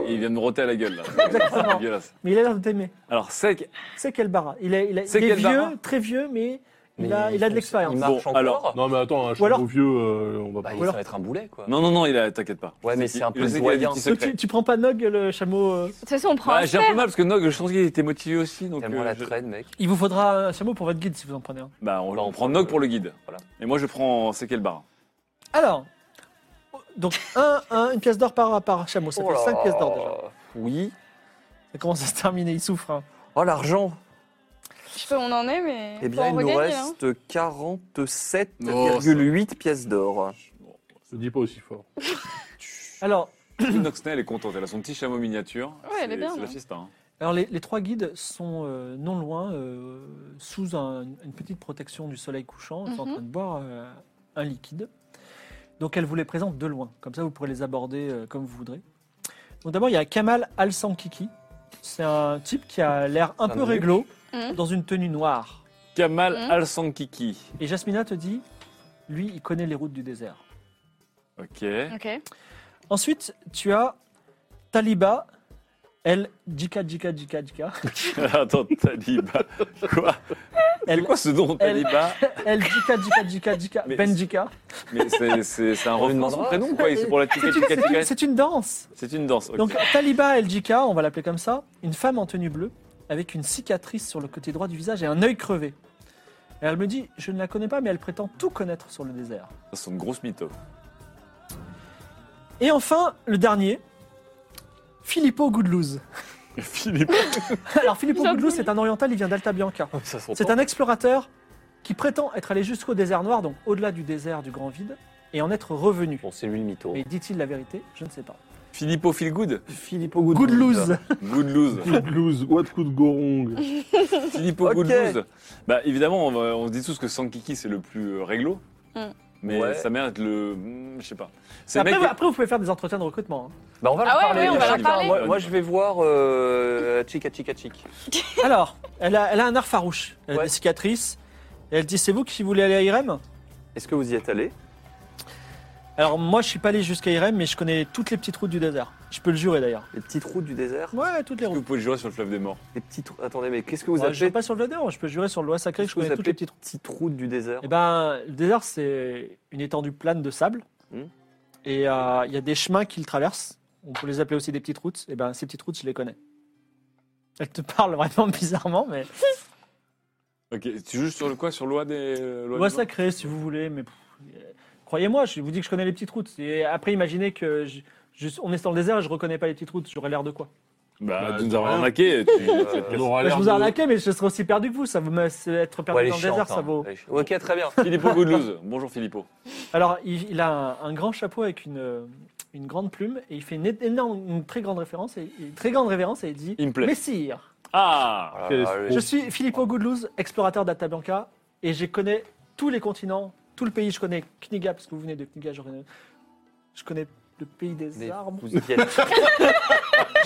Il vient de me roter à la gueule, là.
Exactement.
C'est dégueulasse.
Mais il a l'air de t'aimer.
Alors, sec.
Sek Elbara. Il est, il est,
Sek
il est
Elbara
vieux, très vieux, mais il
Mais
a, il a de
faut-
l'expérience.
Il marche
Bon,
encore.
alors-
Non, mais attends, un
Ou alors-
chameau vieux, euh, on va
Bah,
pas.
il-
Voilà.
ça va être un boulet, quoi.
Non, non, non, il a... t'inquiète
Oh,
pas.
Ouais, mais c'est un peu
Je sais qu'il a des
doyen.
petits
Donc,
secrets.
tu, tu prends pas Nog, le chameau. euh,
De toute façon, on prend
Bah,
un
j'ai un peu
sperme.
mal parce que Nog, je pense qu'il était motivé aussi. Donc,
Tellement
euh,
la
je-
traîne, mec.
Il vous faudra un chameau pour votre guide si vous en prenez un.
Bah, on, on prend Nog pour le guide.
Voilà.
Et moi, je prends c'est quel bar
Alors, donc un, un- une pièce d'or par, par chameau, ça
Oh
fait
là
5
là.
pièces d'or déjà.
Oui.
Ça commence à se terminer, il souffre. hein.
Oh, l'argent
Je sais pas où on en est, mais.
Eh
faut
bien,
en
il nous
regagner, hein.
reste 47,8
47,8
pièces d'or.
Je dis pas aussi fort.
Alors,
Nog Snell est contente. Elle a son petit chameau miniature.
Ouais, elle
C'est-
est bien,
C'est la
hein.
fiesta. hein.
alors les, les trois guides sont euh, non loin, euh, sous un- une petite protection du soleil couchant, ils sont en
Mhm.
train de boire euh, un liquide. Donc elle vous les présente de loin, comme ça vous pourrez les aborder euh, comme vous voudrez. Donc d'abord il y a Kamal Al-Sankiki, c'est un type qui a l'air un
Un
peu
mec.
réglo,
Mhm.
dans une tenue noire.
Kamal
Hmm.
Al-Sankiki.
Et Jasmina te dit, lui il connaît les routes du désert.
Ok.
hein. Ok.
Ensuite, tu as Taliba, elle, Jika, Jika, Jika, Jika.
Attends, Taliba. Quoi C'est
Elle,
quoi ce nom,
elle-
Taliba
elle, Jika, Jika, Jika, Jika,
Mais-
Ben Jika.
Mais c'est- c'est c'est un
On lui
refrain de son
demandera.
prénom, quoi. C'est pour la tika tika
C'est une-
tika.
C'est une danse.
C'est une danse. ok.
Donc, Taliba, elle, Jika, on va l'appeler comme ça, une femme en tenue bleue, avec une cicatrice sur le côté droit du visage et un œil crevé. Et elle me dit, je ne la connais pas, mais elle prétend tout connaître sur le désert.
Ça, C'est une grosse mytho.
Et enfin, le dernier, Filippo Goodlouse.
Philippe.
Alors, Filippo
J'avoue.
Goodlouse, c'est un oriental, il vient d'Alta Bianca.
Oh,
Ça s'entend.
C'est un explorateur qui prétend être allé jusqu'au désert noir, donc au-delà du désert du grand vide, et en être revenu.
Bon, c'est lui le mytho.
Mais dit-il la vérité Je ne sais pas.
Filippo Feelgood.
Philippe
Good lose
Good lose.
Coup de blues, what coup de gorong
Filippo
Ok.
Good lose. Bah, évidemment, on, va- on se dit tous que Sankiki, c'est le plus euh, réglo.
Hmm.
Mais
Ouais.
sa mère est le. hmm, Je sais pas. C'est le
après,
mec.
vous- après, vous pouvez faire des entretiens de recrutement. hein.
Bah, on va
Ah
leur
ouais,
parler.
oui, on
va leur
Enfin,
parler.
Moi, moi, je vais voir euh, Chica Chica Chic.
Alors, elle a, elle a un art farouche, elle a
Ouais.
des cicatrices. Et elle dit C'est vous qui voulez aller à Irem
Est-ce que vous y êtes allé
Alors, moi, je suis pas allé jusqu'à Irem, mais je connais toutes les petites routes du désert. Je peux le jurer d'ailleurs.
Les petites routes du désert
Ouais, toutes les
Est-ce que
routes.
vous pouvez le jurer sur le fleuve des morts
Les petites. Attendez, mais qu'est-ce que vous
Ouais, je suis
appelez
pas sur le désert, je peux jurer sur le loi sacré que
Qu'est-ce
je
que vous
connais toutes les
appelez
petites routes.
petites routes du désert
Eh ben, le désert, c'est une étendue plane de sable.
Hmm.
Et euh, il y a des chemins qui le traversent. On peut les appeler aussi des petites routes. Et ben, ces petites routes, je les connais. Elles te parlent vraiment bizarrement, mais.
Ok. Tu juges sur le quoi Sur loi des. euh, loi
Loi
des morts
sacrée, si vous voulez, mais. pff, euh, Croyez-moi, je vous dis que je connais les petites routes. Et après, imaginez que. je- je- on est dans le désert et je reconnais pas les petites routes, j'aurais l'air de quoi
Bah,
Bah,
tu nous
de
avons
rien.
arnaqué. tu-
On
Euh,
Ah,
aura
Bah, Je
l'air
vous
de-
ai arnaqué, mais je serais aussi perdu que vous. Ça vous me- c'est être
Ouais,
perdu
elle
ben,
est
dans le
chiante,
désert,
hein.
ça vaut.
Elle est chi- Ok, très bien.
Filippo Good lose. Bonjour Filippo.
Alors, il, il a un, un grand chapeau avec une, euh, une grande plume et il fait une énorme, une très grande référence et une très grande révérence et il dit
Il me plaît.
Messire,
Ah
Ah là
Quel
là, le-
je suis Filippo Goodlouse, explorateur d'Atabianca et je connais tous les continents, tout le pays. Je connais Kniga parce que vous venez de Kniga. Je connais, je connais le pays des
Mais
arbres.
Vous y êtes.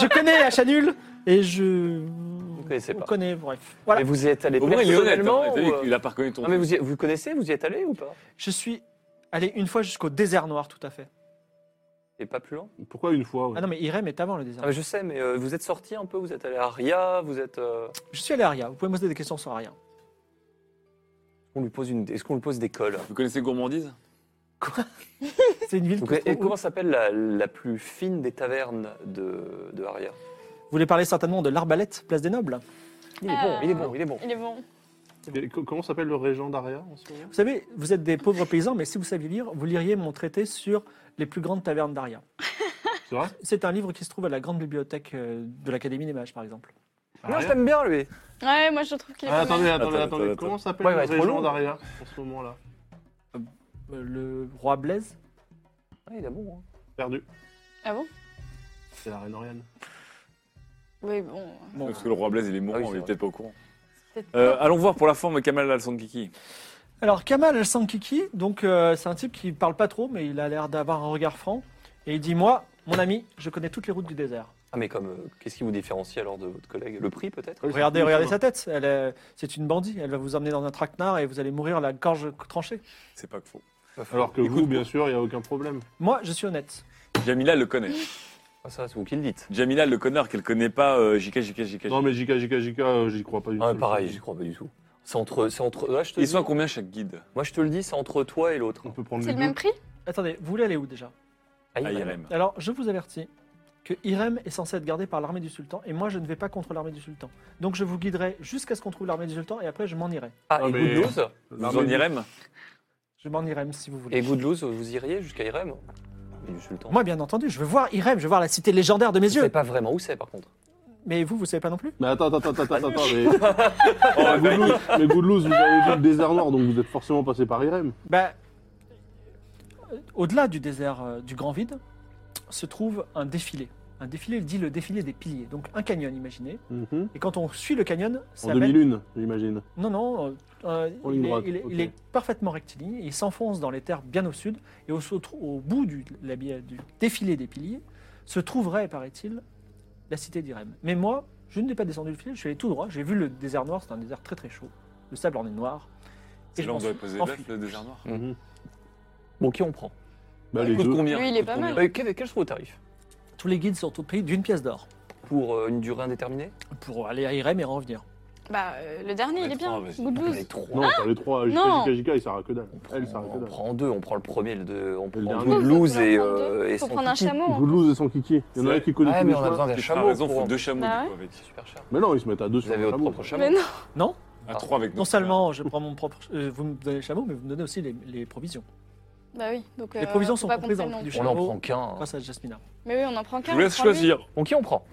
Je connais Achanul et je. Vous
connaissez pas.
connaît, bref. Voilà.
Mais vous y êtes allé
Au moins, il est honnête.
personnellement
hein. T'as
ou,
vu
euh,
qu'il a pas reconnu ton.
Non, mais vous, y- vous connaissez Vous y êtes allé ou pas
Je suis allé une fois jusqu'au désert noir, tout à fait.
Et pas plus loin
Pourquoi une fois ouais
Ah non, mais Irem est avant le désert.
Ah, mais Je sais, mais euh, vous êtes sorti un peu Vous êtes allé à Aria Vous êtes. euh,
Je suis allé à Aria. Vous pouvez me poser des questions sur Aria.
On lui pose une. Est-ce qu'on lui pose des cols
Vous connaissez Gourmandise
C'est une ville.
Donc,
que je
et
trouve-
comment s'appelle la, la plus fine des tavernes de, de Aria
Vous voulez parler certainement de l'arbalète, place des nobles.
Il est bon, il est bon, il est bon.
Il est bon.
Et co- Comment s'appelle le régent d'Aria en ce moment
Vous savez, vous êtes des pauvres paysans, mais si vous saviez lire, vous liriez mon traité sur les plus grandes tavernes d'Aria.
C'est vrai
C'est un livre qui se trouve à la grande bibliothèque euh, de l'Académie des Mages, par exemple.
Non, je
Aria
t'aime bien, lui.
Ouais, moi je trouve qu'il est
Ah,
pas mal.
attendez, attendez,
Attends,
attendez.
attends,
Comment s'appelle
Ouais, il
le
va être
régent
long.
d'Aria en ce moment-là
Euh, Le roi Blaise
Ah, il est bon. hein.
Perdu.
Ah bon
C'est la reine Oriane.
Oui, bon.
Bon,
Parce que le roi Blaise, il est
Ah oui,
mourant,
Ah c'est
il est
vrai.
peut-être pas au courant. Euh, allons voir pour la forme Kamal Al-Sankiki.
Alors Kamal El Sankiki, donc euh, c'est un type qui parle pas trop, mais il a l'air d'avoir un regard franc. Et il dit moi, mon ami, je connais toutes les routes du désert.
Ah, mais comme. euh, Qu'est-ce qui vous différencie alors de votre collègue Le prix, peut-être
Regardez, regardez sa tête. Elle est- c'est une bandit. Elle va vous emmener dans un traquenard et vous allez mourir la gorge tranchée.
C'est pas faux.
Alors que vous, bien sûr, il n'y a aucun problème.
Moi, je suis honnête.
Jamila le connaît.
Ah, ça, c'est vous qui le dites.
Jamila le connard qu'elle connaît pas, euh, JK, JK, JK.
Non, mais JK, JK, JK, euh, j'y crois pas du
Ah,
tout.
pareil, j'y crois pas du tout. C'est entre. c'est entre là, je te le
Ils
dis.
sont à combien chaque guide
Moi, je te le dis, c'est entre toi et l'autre.
On peut prendre
C'est
les
le
deux.
même prix
Attendez, vous voulez aller où déjà
Ah,
à
il-
IRM
Alors, je vous avertis que Irem est censé être gardé par l'armée du sultan et moi, je ne vais pas contre l'armée du sultan. Donc, je vous guiderai jusqu'à ce qu'on trouve l'armée du sultan et après, je m'en irai.
Ah,
Ah,
et
mais-
Good
Vous en IRM
Je m'en irai si vous voulez.
Et Good News, vous iriez jusqu'à IRM Mais du sultan.
Moi, bien entendu, je veux voir Irem, je veux voir la cité légendaire de mes
je
yeux.
sais pas vraiment où c'est, par contre.
Mais vous, vous savez pas non plus
Mais attends, attends, attends, attends, attends, mais.
Oh,
Ah, Good Loose, mais Good Loose, vous avez vu le désert noir, donc vous êtes forcément passé par Irem.
Bah, euh, au-delà du désert euh, du Grand Vide, se trouve un défilé. Un défilé dit le défilé des piliers. Donc, un canyon, imaginez.
Mhm.
Et quand on suit le canyon, ça
En
mène-
demi-lune, j'imagine.
Non, non, euh,
En ligne
il, est,
droite,
il est-
ok.
il est parfaitement rectiligne, il s'enfonce dans les terres bien au sud, et au, au- au bout du, la- du défilé des piliers se trouverait, paraît-il, la cité d'Irem. Mais moi, je n'ai pas descendu le fil, je suis allé tout droit, j'ai vu le désert noir, c'est un désert très très chaud, le sable en est noir.
C'est
je
là où on
pense-
doit poser
en
l'œuf,
fuite.
le désert noir.
Mhm.
Bon, qui on prend
Bah, les
Coûte
deux.
combien
Lui, il est
Coûte
pas
combien
mal.
Euh, Quel, quel serait le tarif
Tous les guides sont au prix d'une pièce d'or
Pour euh, une durée indéterminée
pour aller à Irem et en revenir.
Bah, euh, le dernier,
Les
il est
trois,
bien.
vas-y.
Good
On prend les
news.
Ah, trois.
Non, t'as les trois, JK,
Ah Non.
JK, JK, il sert à que dalle.
On prend,
Elle, ça arrête
on
là.
prend deux, on prend le premier, le deux, on
dernier.
prend
Pourquoi
Good News
faut
et,
prendre
euh,
deux
et
Faut
son
prendre un
kiki.
chameau. hein.
Good Loose et son kiki. Il y en a
C'est-
un qui connaît
Ouais,
tous
mais
les
on a
chemins.
besoin d'un
Tu as
chameau.
raison, il
pour-
faut deux chameaux
Bah
du coup avec.
Ah Super cher.
Mais non, ils se mettent à deux
Vous
sur
avez
un
votre
chameau.
propre
Mais
chameau.
non,
À trois avec
Non
notre-
seulement je prends mon propre, euh, vous me donnez le chameau, mais vous me donnez aussi les, les provisions.
Oh.
bah oui. Donc,
les
euh,
provisions
faut
sont
pas
comprises dans
compter
le prix
le
du
On n'en
chameau.
prend qu'un. hein.
Grâce à Jasmina.
nombre. Mais oui, on en prend
Je
qu'un.
vous
on
laisse
prend lui.
choisir.
Bon, qui on prend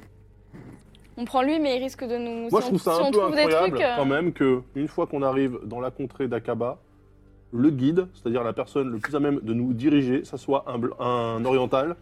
On prend lui, mais il risque de
Moi,
nous. si
je
on-
trouve ça
si
un
on
peu
trouve des
incroyable
trucs, euh,
quand même que une fois qu'on arrive dans la contrée d'Akaba, le guide, c'est-à-dire la personne le plus à même de nous diriger, ça soit un, bl- un oriental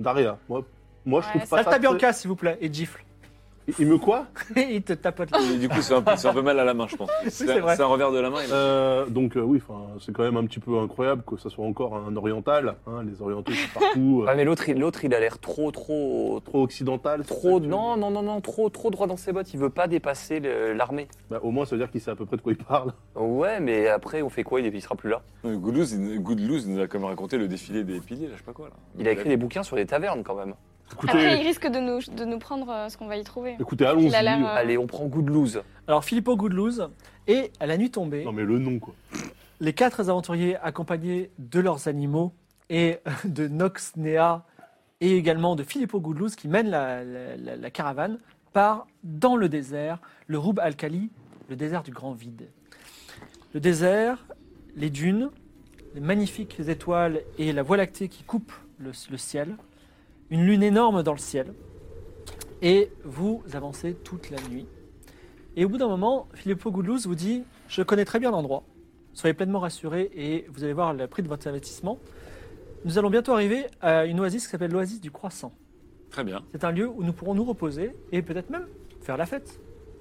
d'Aria. Moi, moi je
Ouais,
trouve
ça-
pas ça.
Salta
très-
Bianca, s'il vous plaît, et gifle.
Il- Il me quoi
il te tapote la
Et du coup, c'est un, peu- c'est un peu mal à la main, je pense. C'est
c'est vrai.
un, c'est un revers de la main. il-
Euh, Donc euh, oui, enfin, c'est quand même un petit peu incroyable que ça soit encore un oriental. hein, les orientaux sont partout, euh,
Ouais, mais l'autre, il- l'autre, il a l'air trop, trop, trop,
trop occidental. c'est ça
trop.
que tu-
Non, non, non, non, trop, trop droit dans ses bottes. Il veut pas dépasser le- l'armée.
Bah, au moins, ça veut dire qu'il sait à peu près de quoi il parle.
Ouais, mais après, on fait quoi il, est- il sera plus là.
Non, mais Good Loose, il- Good Loose nous a quand même raconté le défilé des piliers, là, je sais pas quoi. Là.
Il a écrit des bouquins sur les tavernes quand même.
Après, il
Écoutez,
risque de nous, de nous prendre euh, ce qu'on va y trouver.
écoutez,
Il a l'air,
allons-y.
euh,
Allez, on prend Good News.
Alors Filippo Goodlouse et à la nuit tombée,
Non mais le nom quoi.
les quatre aventuriers accompagnés de leurs animaux et de Nox Nea et également de Filippo Goodlouse qui mène la, la- la- la caravane part dans le désert, le Roub Al-Khali, le désert du grand vide. Le désert, les dunes, les magnifiques étoiles et la voie lactée qui coupe le- le ciel, une lune énorme dans le ciel et vous avancez toute la nuit. Et au bout d'un moment, Filippo Goudlouz vous dit Je connais très bien l'endroit. Soyez pleinement rassurés et vous allez voir le prix de votre investissement. Nous allons bientôt arriver à une oasis qui s'appelle l'oasis du croissant.
Très bien.
C'est un lieu où nous pourrons nous reposer et peut-être même faire la fête.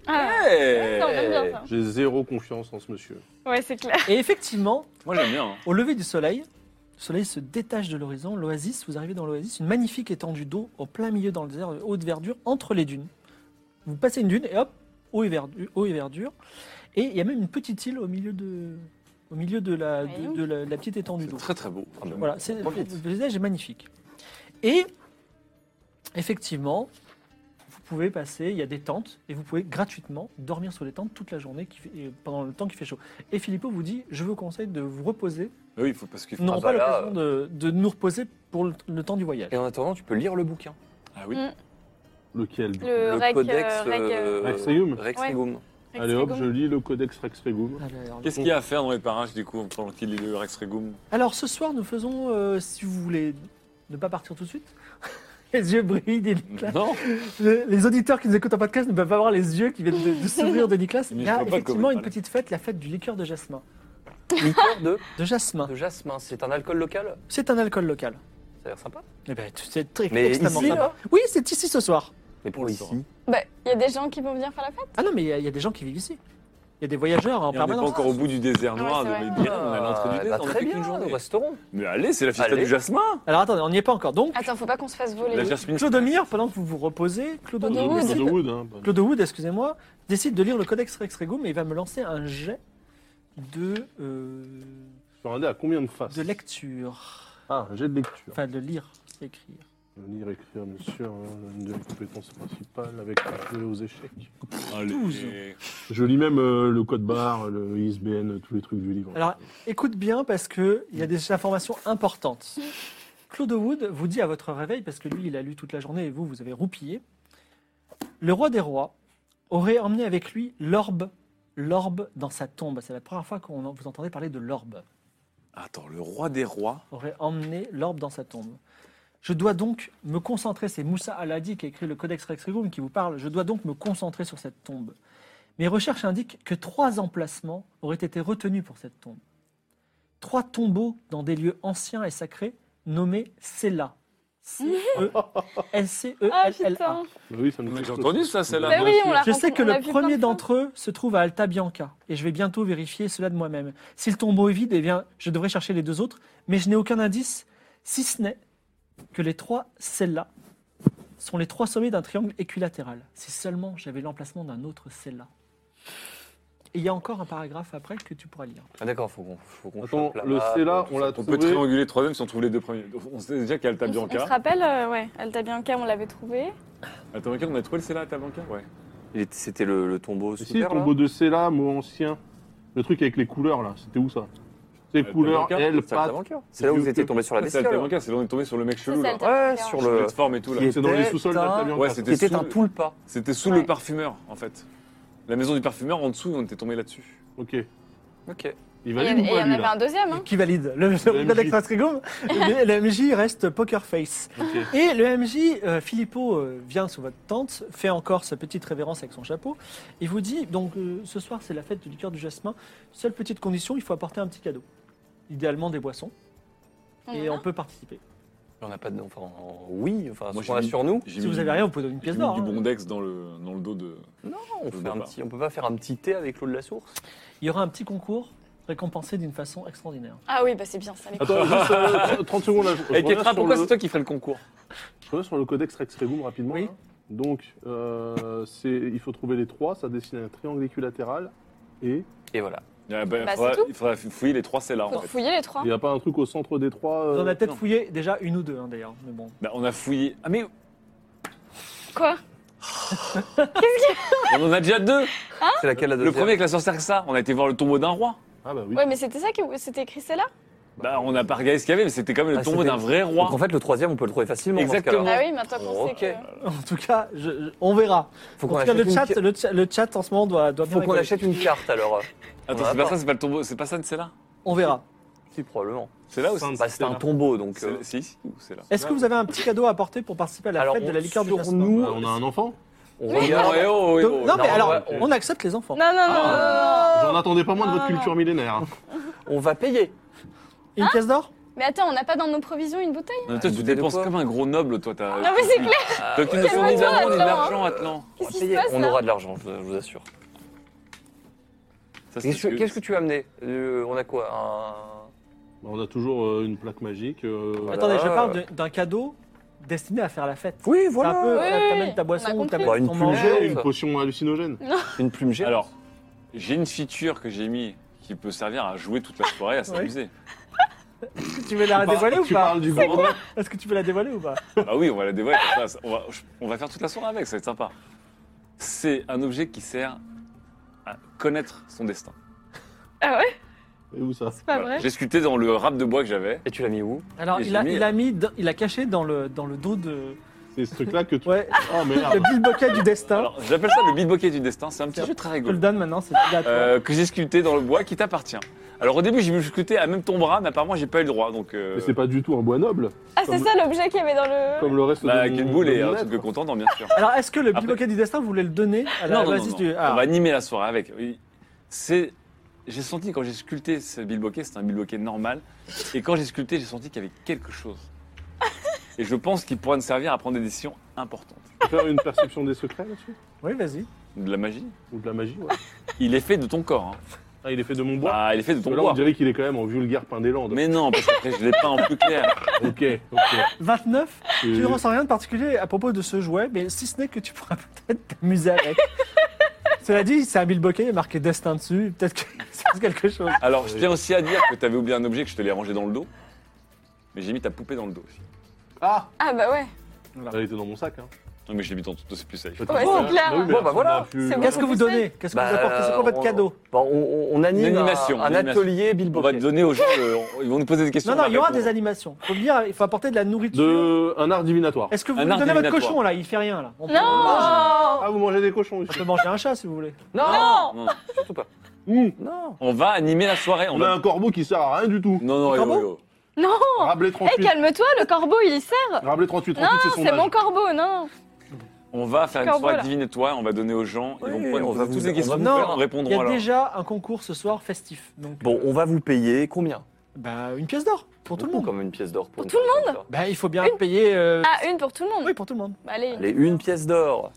Ah,
Hey
ça, on aime bien ça.
J'ai zéro confiance en ce monsieur.
Ouais, c'est clair.
Et effectivement,
Moi, j'aime bien. hein.
au lever du soleil, le soleil se détache de l'horizon, l'oasis, vous arrivez dans l'oasis, une magnifique étendue d'eau au plein milieu dans le désert, de haute verdure, entre les dunes. Vous passez une dune et hop, eau et verdure. Eau et, verdure. et il y a même une petite île au milieu de, au milieu de, la, de, de la, de la petite étendue
C'est
d'eau.
très très
Ah,
beau.
bah,
Voilà, c'est- le
Profite.
paysage est magnifique. Et effectivement, vous pouvez passer, il y a des tentes, et vous pouvez gratuitement dormir sur les tentes toute la journée qui fait- et pendant le temps qu'il fait chaud. Et Filippo vous dit, je vous conseille de vous reposer
Ah euh, Oui, il faut parce qu'il
nous
faut.
n'aurons
Ah
pas
bah là,
l'occasion de, de nous reposer pour le, le temps du voyage.
Et en attendant, tu peux lire le bouquin.
Ah oui.
Lequel du coup
Le, rec,
codex
euh, reg,
euh,
euh,
Rex Regum
Rex
Ouais.
Regum.
reg
Allez hop,
second.
je lis le codex Rex Regum.
Alors,
Qu'est-ce qu'il y a à faire dans les parages, du coup, pendant qu'il lit le Rex Regum
alors, ce soir, nous faisons, euh, si vous voulez ne pas partir tout de suite, les yeux brillent des Nicolas.
Non
Le- les auditeurs qui nous écoutent en podcast ne peuvent pas voir les yeux qui viennent de, de s'ouvrir de Nicolas. Il
Mais
y
je
a
vois pas
effectivement
comment il
une
parle.
petite fête, la fête du liqueur de jasmin.
Liqueur de,
De jasmin,
de jasmin. C'est un alcool local
c'est un alcool local.
Ça a l'air sympa.
Eh ben, tu- c'est très
Mais
extrêmement
ici,
sympa.
là
Oui, c'est ici ce soir.
Mais pour ici.
Bah, il y a des gens qui vont venir faire la fête.
Ah non, mais il y, a- il y a des gens qui vivent ici. Il y a des voyageurs hein, en
Et on n'est pas
permanence.
encore au bout du désert
Ah ouais,
noir,
c'est
de
vrai.
Médiane, on est à l'entrée du
Ah, bah,
désert, on a
Très
fait
bien,
qu'une
nous
journée.
resterons.
Mais allez, c'est la fiesta
Allez.
du jasmin
Alors attendez, on n'y est pas encore. Donc,
Attends, faut pas qu'on se fasse
La
voler.
jasmine
Clodomir, pendant que vous vous reposez, Clodomir
Clodowood.
décide-
Wood, hein. bah,
Claude Wood, excusez-moi, décide de lire le Codex Rex Regum et il va me lancer un jet de, euh,
Sur un dé à combien de faces
de lecture.
Ah, un jet de lecture.
Enfin, de lire, écrire.
Lire, écrire, bien sûr, hein, une de mes compétences principales avec un jeu aux échecs.
Allez.
12.
Je lis même euh, le code barre, le ISBN, tous les trucs du livre.
Alors, écoute bien parce qu'il y a des informations importantes. Claude Wood vous dit à votre réveil, parce que lui, il a lu toute la journée et vous, vous avez roupillé, le roi des rois aurait emmené avec lui l'orbe, l'orbe dans sa tombe. C'est la première fois qu'on en- vous entendez parler de l'orbe.
Attends, le roi des rois.
aurait emmené l'orbe dans sa tombe. Je dois donc me concentrer, c'est Moussa Aladi qui a écrit le Codex Rex Regum qui vous parle, je dois donc me concentrer sur cette tombe. Mes recherches indiquent que trois emplacements auraient été retenus pour cette tombe. Trois tombeaux dans des lieux anciens et sacrés nommés Sela. E
Ah
C-E-L-L-A.
putain
Bah oui, ça me fait
J'ai
ça.
entendu ça, celle-là.
Bah oui, on l'a
Je sais que
rencontré- on l'a
le
vu
premier
plein de fois.
d'entre eux se trouve à Alta Bianca, et je vais bientôt vérifier cela de moi-même. Si le tombeau est vide, eh bien, je devrais chercher les deux autres, mais je n'ai aucun indice, si ce n'est que les trois celles-là sont les trois sommets d'un triangle équilatéral. Si seulement j'avais l'emplacement d'un autre celle-là. Et il y a encore un paragraphe après que tu pourras lire.
Ah, D'accord, faut qu'on faut qu'on
Attends,
chope la
le
map,
C là,
tout
on
ça.
l'a
On peut
trouvé.
trianguler le troisième si on trouve les deux premiers. On sait déjà qu'il y a Alta
On s- on se
Bianca.
rappelle, euh, ouais, Alta Bianca, on l'avait trouvé.
Alta Bianca, on a trouvé le Cella Alta Bianca Ouais.
Bah,
Il était- C'était le, le tombeau
Si,
super,
tombeau de C là, mot ancien. Le truc avec les couleurs là, c'était où ça C'est
Euh,
couleurs,
Tamanka
L,
C'est Alta
pattes.
Bianca. C'est là où vous étiez tombé sur la
C'est Alta
bestiole.
Bianca, c'est là où on est tombé sur le mec
Ça,
chelou
c'est
là.
Alta
Ouais,
Bianca.
sur
Chelou
le.
de forme et tout là.
qui
C'est dans les
était
sous-sols d'Alta
un-
Bianca.
Ouais,
ça.
c'était
Qui était
sous
un
le-
poulpa.
C'était sous
Ouais.
le parfumeur en fait. La maison du parfumeur en dessous, on était tombé là-dessus.
Ok.
Ok.
Il
Et il y
valide
avait-
ou
et il y
pas
en
Bah, lui
avait
là
un deuxième, hein
Qui valide Le, le,
MJ.
Codex Rex Regum, le- le MJ reste Poker Face.
Ok.
Et le MJ, euh, Filippo, euh, vient sous votre tente, fait encore sa petite révérence avec son chapeau, et vous dit, donc euh, ce soir c'est la fête du liqueur du jasmin, seule petite condition, il faut apporter un petit cadeau. Idéalement des boissons,
On
et
en a
on peut participer.
On n'a pas de. Enfin, en- oui, enfin,
Moi,
ce
j'ai
qu'on a
mis-
sur nous.
J'ai
Si
mis
vous
du-
avez rien, vous pouvez donner une
j'ai
pièce
mis
d'or.
du
hein.
bondex dans le, dans le dos de.
Non, on,
Je
fait
vois
un
pas.
petit, on peut pas faire un petit thé avec l'eau de la source
Il y aura un petit concours récompensé d'une façon extraordinaire.
Ah oui, bah c'est bien ça. les
Attends, juste euh, 30 secondes là.
Eh,
Je, je reviens sur le-
toi qui ferais le concours
Je reviens sur le codex Rex Regum rapidement.
Oui.
là. Donc, euh, c'est- il faut trouver les trois, ça dessine un triangle équilatéral. Et
Et voilà.
Ah, bah,
Bah,
il faudra-
c'est tout.
il faudra fouiller les trois Cella
Faut
en fait.
fouiller les trois.
il n'y a pas un truc au centre des trois
Vous
euh,
en avez peut-être
non.
fouillé déjà une ou deux hein, d'ailleurs, mais bon.
Bah, on a fouillé. Ah mais
Quoi
on en a déjà deux
Ah
C'est laquelle la
Le
deuxième
premier avec la sorcière que ça, on a été voir le tombeau d'un roi.
Ah bah oui.
Ouais, mais c'était ça qui c'était écrit celle-là
Bah, on n'a pas regardé ce qu'il y avait, mais c'était quand même le
Ah,
tombeau
c'était-
d'un vrai
Donc
roi. Ah
en fait, le troisième, on peut le trouver facilement. dans ce
Exactement.
cas-là.
Bah oui, maintenant qu'on
Oh,
sait
ok.
que.
En tout cas, je- je- on verra.
Faut
en tout
qu'on
cas,
achète,
le chat,
une...
le, cha- le chat en ce moment doit, doit bien
Faut qu'on
rigoler.
achète une carte alors.
Attends,
on
c'est
a
pas
pas.
ça, c'est pas le tombeau, c'est pas ça, c'est là.
On verra.
Si, probablement.
Ah C'est là ou c'est
Bah, c'est un tombeau donc.
c'est-
euh,
C'est ici ou c'est là
Est-ce que vous avez un petit cadeau à apporter pour participer à la
Alors,
fête de
on-
la liqueur du
sur
jasmin
nous,
Bah, on a un enfant
On
Oui,
regarde.
eh oh, eh oh,
Donc- non, mais
non,
alors,
ouais,
on accepte les enfants.
Non, non, non, non, non,
J'en
non.
attendais pas moins de
Non,
votre
non,
culture millénaire. hein.
On va payer.
Une
Hein
pièce d'or
Mais attends, on n'a pas dans nos provisions une bouteille
Non, mais toi,
Ah,
tu
vous
dépenses
avez quoi Ah,
comme un gros noble, toi. T'as
Non, mais c'est clair
T'as aucune notion
Calme-toi,
ni de l'amour, ni de
Atlan,
l'argent, Atlan.
On va
Qu'est-ce qui
payer.
se passe
On
là
aura de l'argent, je vous je vous assure.
Ça, c'est
Qu'est-ce que,
parce
qu'est-ce que tu as amené Euh, On a quoi un...
Bah, on a toujours euh, une plaque magique. euh,
Voilà.
Attendez, je parle de- d'un cadeau destiné à faire la fête.
Oui,
C'est
voilà.
un peu,
Oui,
euh,
oui,
t'amènes ta
on a
boisson,
compris.
t'amènes
Bah, une
ton
une
manger.
Ouais.
gelée, une potion hallucinogène.
Une plume géante.
Alors, j'ai une feature que j'ai mis qui peut servir à jouer toute la soirée, à s'amuser.
Est-ce que tu veux la dévoiler Ah, ou
Bah, Tu
pas
parles du grand
Est-ce que tu veux la dévoiler ou pas
Bah oui, on va la dévoiler. comme ça, on, va, on va faire toute la soirée avec, ça va être sympa. C'est un objet qui sert à connaître son destin.
Ah ouais
Et où ça
C'est
Ah
pas
Voilà.
vrai
J'ai sculpté dans le rap de bois que j'avais.
Et tu l'as mis où
Alors,
Et
il
j'ai
a,
mis,
il a mis, dans- il a caché dans le, dans le dos de.
C'est ce truc-là que tu.
Ouais,
Oh
le
merde.
Bill Bocquet du destin.
Alors, j'appelle ça le beatboquet du destin, c'est un petit
C'est-
jeu très
je te le
rigolo.
donne maintenant, c'est à toi.
Euh, que j'ai sculpté dans le bois qui t'appartient. Alors au début j'ai voulu sculpter à même ton bras, mais apparemment j'ai pas eu le droit. Donc euh,
Mais c'est pas du tout un bois noble,
Ah, c'est
Comme-
ça l'objet qu'il y avait dans le.
comme le reste
bah,
de.
avec une
mon-
boule
de
et
hein,
mon
un
être.
truc de contentant bien sûr.
Alors, est-ce que le Bill
Après-
Bocquet du destin, vous voulez le donner à la
Non, non, non,
basis
non.
du.
On
Ah.
va animer la soirée avec. Oui. C'est. J'ai senti quand j'ai sculpté ce bilboquet, c'était un bilboquet normal. Et quand j'ai sculpté, j'ai senti qu'il y avait quelque chose. Et je pense qu'il pourra nous servir à prendre des décisions importantes.
Faire une perception des secrets là-dessus
Oui, vas-y.
de la magie,
Ou de la magie, ouais.
il est fait de ton corps. hein.
Ah, il est fait de mon bois.
Bah, il est fait de ton
Parce que là, on
bois.
dirait qu'il est quand même en vulgaire pain des Landes.
Mais non, parce qu'après, je l'ai peint en plus clair.
Ok, ok.
29 Tu
Et-
ne ressens rien de particulier à propos de ce jouet, mais si ce n'est que tu pourras peut-être t'amuser avec. Cela dit, c'est un bilboquet, il y a marqué destin dessus, peut-être que ça passe quelque chose.
Alors, je tiens aussi à dire que tu avais oublié un objet que je te l'ai rangé dans le dos. Mais j'ai mis ta poupée dans le dos aussi.
Ah
Ah bah ouais.
Elle était dans mon sac, hein.
Non, mais je l'ai mis dans ton dos, c'est plus safe.
Ouais, c'est clair.
oui, mais
Bon, bah
ça
voilà.
m'a pu-
C'est bon.
Qu'est-ce que vous donnez Qu'est-ce que vous
Bah,
apportez C'est quoi votre
on-
cadeau
Bon, on, on anime
Une
un-
animation,
un,
une animation.
atelier Bilbo.
On va te donner aux gens, euh, on- ils vont nous poser des questions.
Non, non,
on
il y aura
va
des
répondre.
animations. Faut venir, il faut apporter de la nourriture.
De... Un art divinatoire.
Est-ce que vous
Un
lui
art
donnez votre
divinatoire.
cochon là Il fait rien là. On peut,
Non
Ah, vous mangez des cochons
on
ici
peut manger un chat si vous voulez.
Non,
Non.
surtout pas.
Mmh.
Non.
On va animer la soirée. On
On a
va...
un corbeau qui sert à rien du tout.
bah- Non, non,
Un
yo,
corbeau
yo.
Non
Rablais
Eh,
38.
calme-toi, le corbeau, il y sert
Rablais 38, 38,
Non,
c'est son
c'est
âge.
mon corbeau, non
On va faire une
Corbeau,
soirée
là.
divine et toi, on va donner aux gens.
Oui,
ils vont prendre
on
on
va
va
vous-
tous
on
les questions.
va
qu'on
vous
peut,
faire-
on
Il y
répondra
a
alors.
déjà un concours ce soir festif. Donc, euh,
Bon, on va vous payer combien
bah, une pièce d'or pour tout le monde.
Beaucoup, Comme une pièce d'or.
Pour
une
tout le
soirée comme
Bah, il faut bien payer. euh,
Ah, une pour tout le monde
Oui, pour tout le monde.
Bah, Allez,
ça. Allez, une pièce d'or.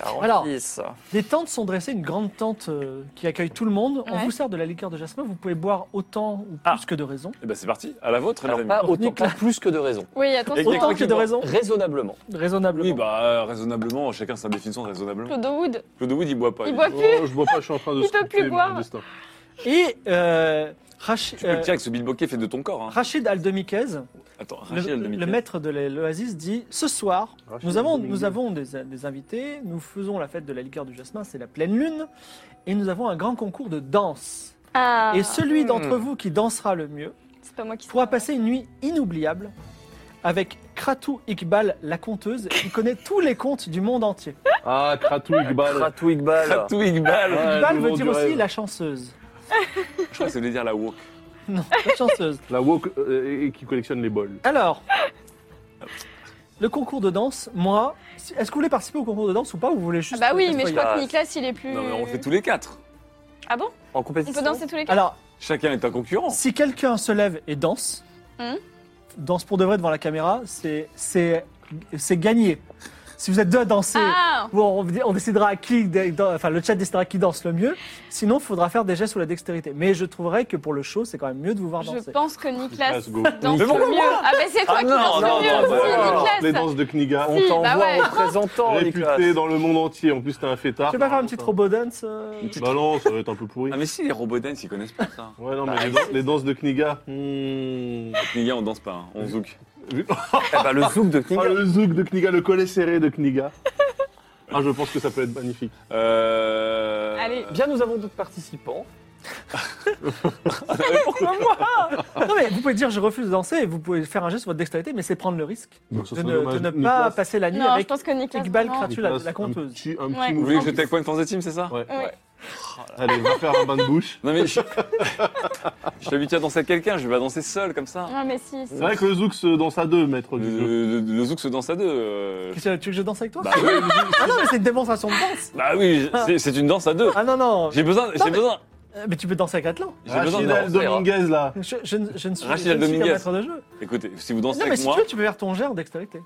46.
Les tentes sont dressées, une grande tente euh, qui accueille tout le monde. On
Ouais.
vous sert de la liqueur de jasmin, vous pouvez boire autant ou plus
Ah.
que de raison.
Eh ben, c'est parti, à la vôtre, les
Alors,
amis.
pas
Pour
autant,
Nicolas.
pas plus que de raison.
oui, attention.
Et-
Autant que de raison,
Raisonnablement.
raisonnablement.
Oui, bah, euh, raisonnablement, chacun sa définition de raisonnablement.
Claude Wood,
Claude Wood, il boit pas.
il
lui.
boit plus
Oh, je vois pas, je suis en train de
Il peut
sculpter
plus
mon
boire.
destin.
Et euh, Rachid,
Tu peux le dire avec ce bilboquet fait de ton corps. Hein.
Rachid Al-Domikez,
Attends, Rachel,
le, le maître de l'O- l'Oasis, dit Ce soir,
Rachid
nous avons,
Al-Domikez.
nous avons des, des invités, nous faisons la fête de la liqueur du jasmin, c'est la pleine lune, et nous avons un grand concours de danse.
Ah,
Et celui
Hmm.
d'entre vous qui dansera le mieux
c'est pas moi qui
pourra passer une nuit inoubliable avec Kratou Iqbal, la conteuse, qui connaît tous les contes du monde entier.
Ah, Kratou Iqbal.
Ratou Iqbal.
Tatou Iqbal.
Ouais,
Iqbal
le
veut
monde
dire
du
aussi
rêve.
la chanceuse.
Je crois que ça voulait dire la walk.
Non, la chanceuse.
La woke euh, et qui collectionne les bols.
Alors, le concours de danse, moi, si- est-ce que vous voulez participer au concours de danse ou pas ou vous voulez
Ah
juste
bah oui,
être
mais je
soyez-
crois
Ah,
que Nicolas, il est plus...
Non, mais on le fait tous les quatre.
Ah bon
En
On
compétition.
peut danser tous les quatre
Alors,
Chacun est un concurrent.
si quelqu'un se lève et danse,
Hmm.
danse pour de vrai devant la caméra, c'est c'est c'est gagné. Si vous êtes deux à danser.
Ah
Bon, on, on décidera à qui, dans- enfin le chat décidera qui danse le mieux. Sinon, il faudra faire des gestes sous la dextérité. Mais je trouverais que pour le show, c'est quand même mieux de vous voir
Je
danser.
pense que Nicolas
Let's go.
danse
Mais pourquoi
le mieux. Ah bah c'est toi
Ah
qui
non,
danse
non,
le mieux
non,
aussi,
bah,
Nicolas.
Les danses de Kniga.
On
Si,
t'envoie
bah ouais.
en représentant, Oh, Nicolas.
Réputé dans le monde entier. En plus, t'es un fêtard.
Tu veux pas faire un petit robot dance euh
Bah non, ça va être un peu pourri.
Ah, mais si, les Robodens, ils connaissent pas ça.
Ouais, non, mais les, dan- les danses de Kniga. hmm.
Les gars, on danse pas, hein. on zouk.
Eh ben, le zouk de Kniga.
Ah, le zouk de Kniga, le collet serré de Kniga. Ah, je pense que ça peut être magnifique.
Euh.
Allez.
Bien, nous avons d'autres participants.
Non mais vous pouvez dire je refuse de danser et vous pouvez faire un geste sur votre dextérité, mais c'est prendre le risque
Donc, ça
de
serait
ne,
dommage.
de ne pas
Nicolas-
passer la nuit
Non, je
avec
pense que Nicolas...
Iqbal
vraiment.
Kratula,
Nicolas,
la conteuse.
Un petit, un petit
Ouais.
Vous
mouvement.
voulez que je take point for the team, c'est ça
Ouais.
Oui.
Allez, va faire un bain de bouche.
Non, mais je je suis habitué à danser avec quelqu'un, je vais pas danser seul comme ça.
Non mais si, si.
C'est vrai que le zouk se danse à deux, maître du jeu.
Le, le- le zouk se danse à deux. euh.
Qu'est-ce que- Tu veux que je danse avec toi
Bah oui,
Ah non, mais c'est une démonstration de danse.
bah oui, c'est- c'est une danse à deux.
Ah non, non.
J'ai besoin, j'ai
mais-
besoin,
Euh, Mais tu peux danser avec Atlan.
j'ai besoin de
Rachid
danse.
Dominguez, là.
Je, je ne je ne suis,
Rachid
je ne suis qu'un
Dominguez.
maître de jeu.
Écoutez, si vous dansez
Non, mais
avec
si
moi.
tu veux, tu peux faire ton jet en dextérité.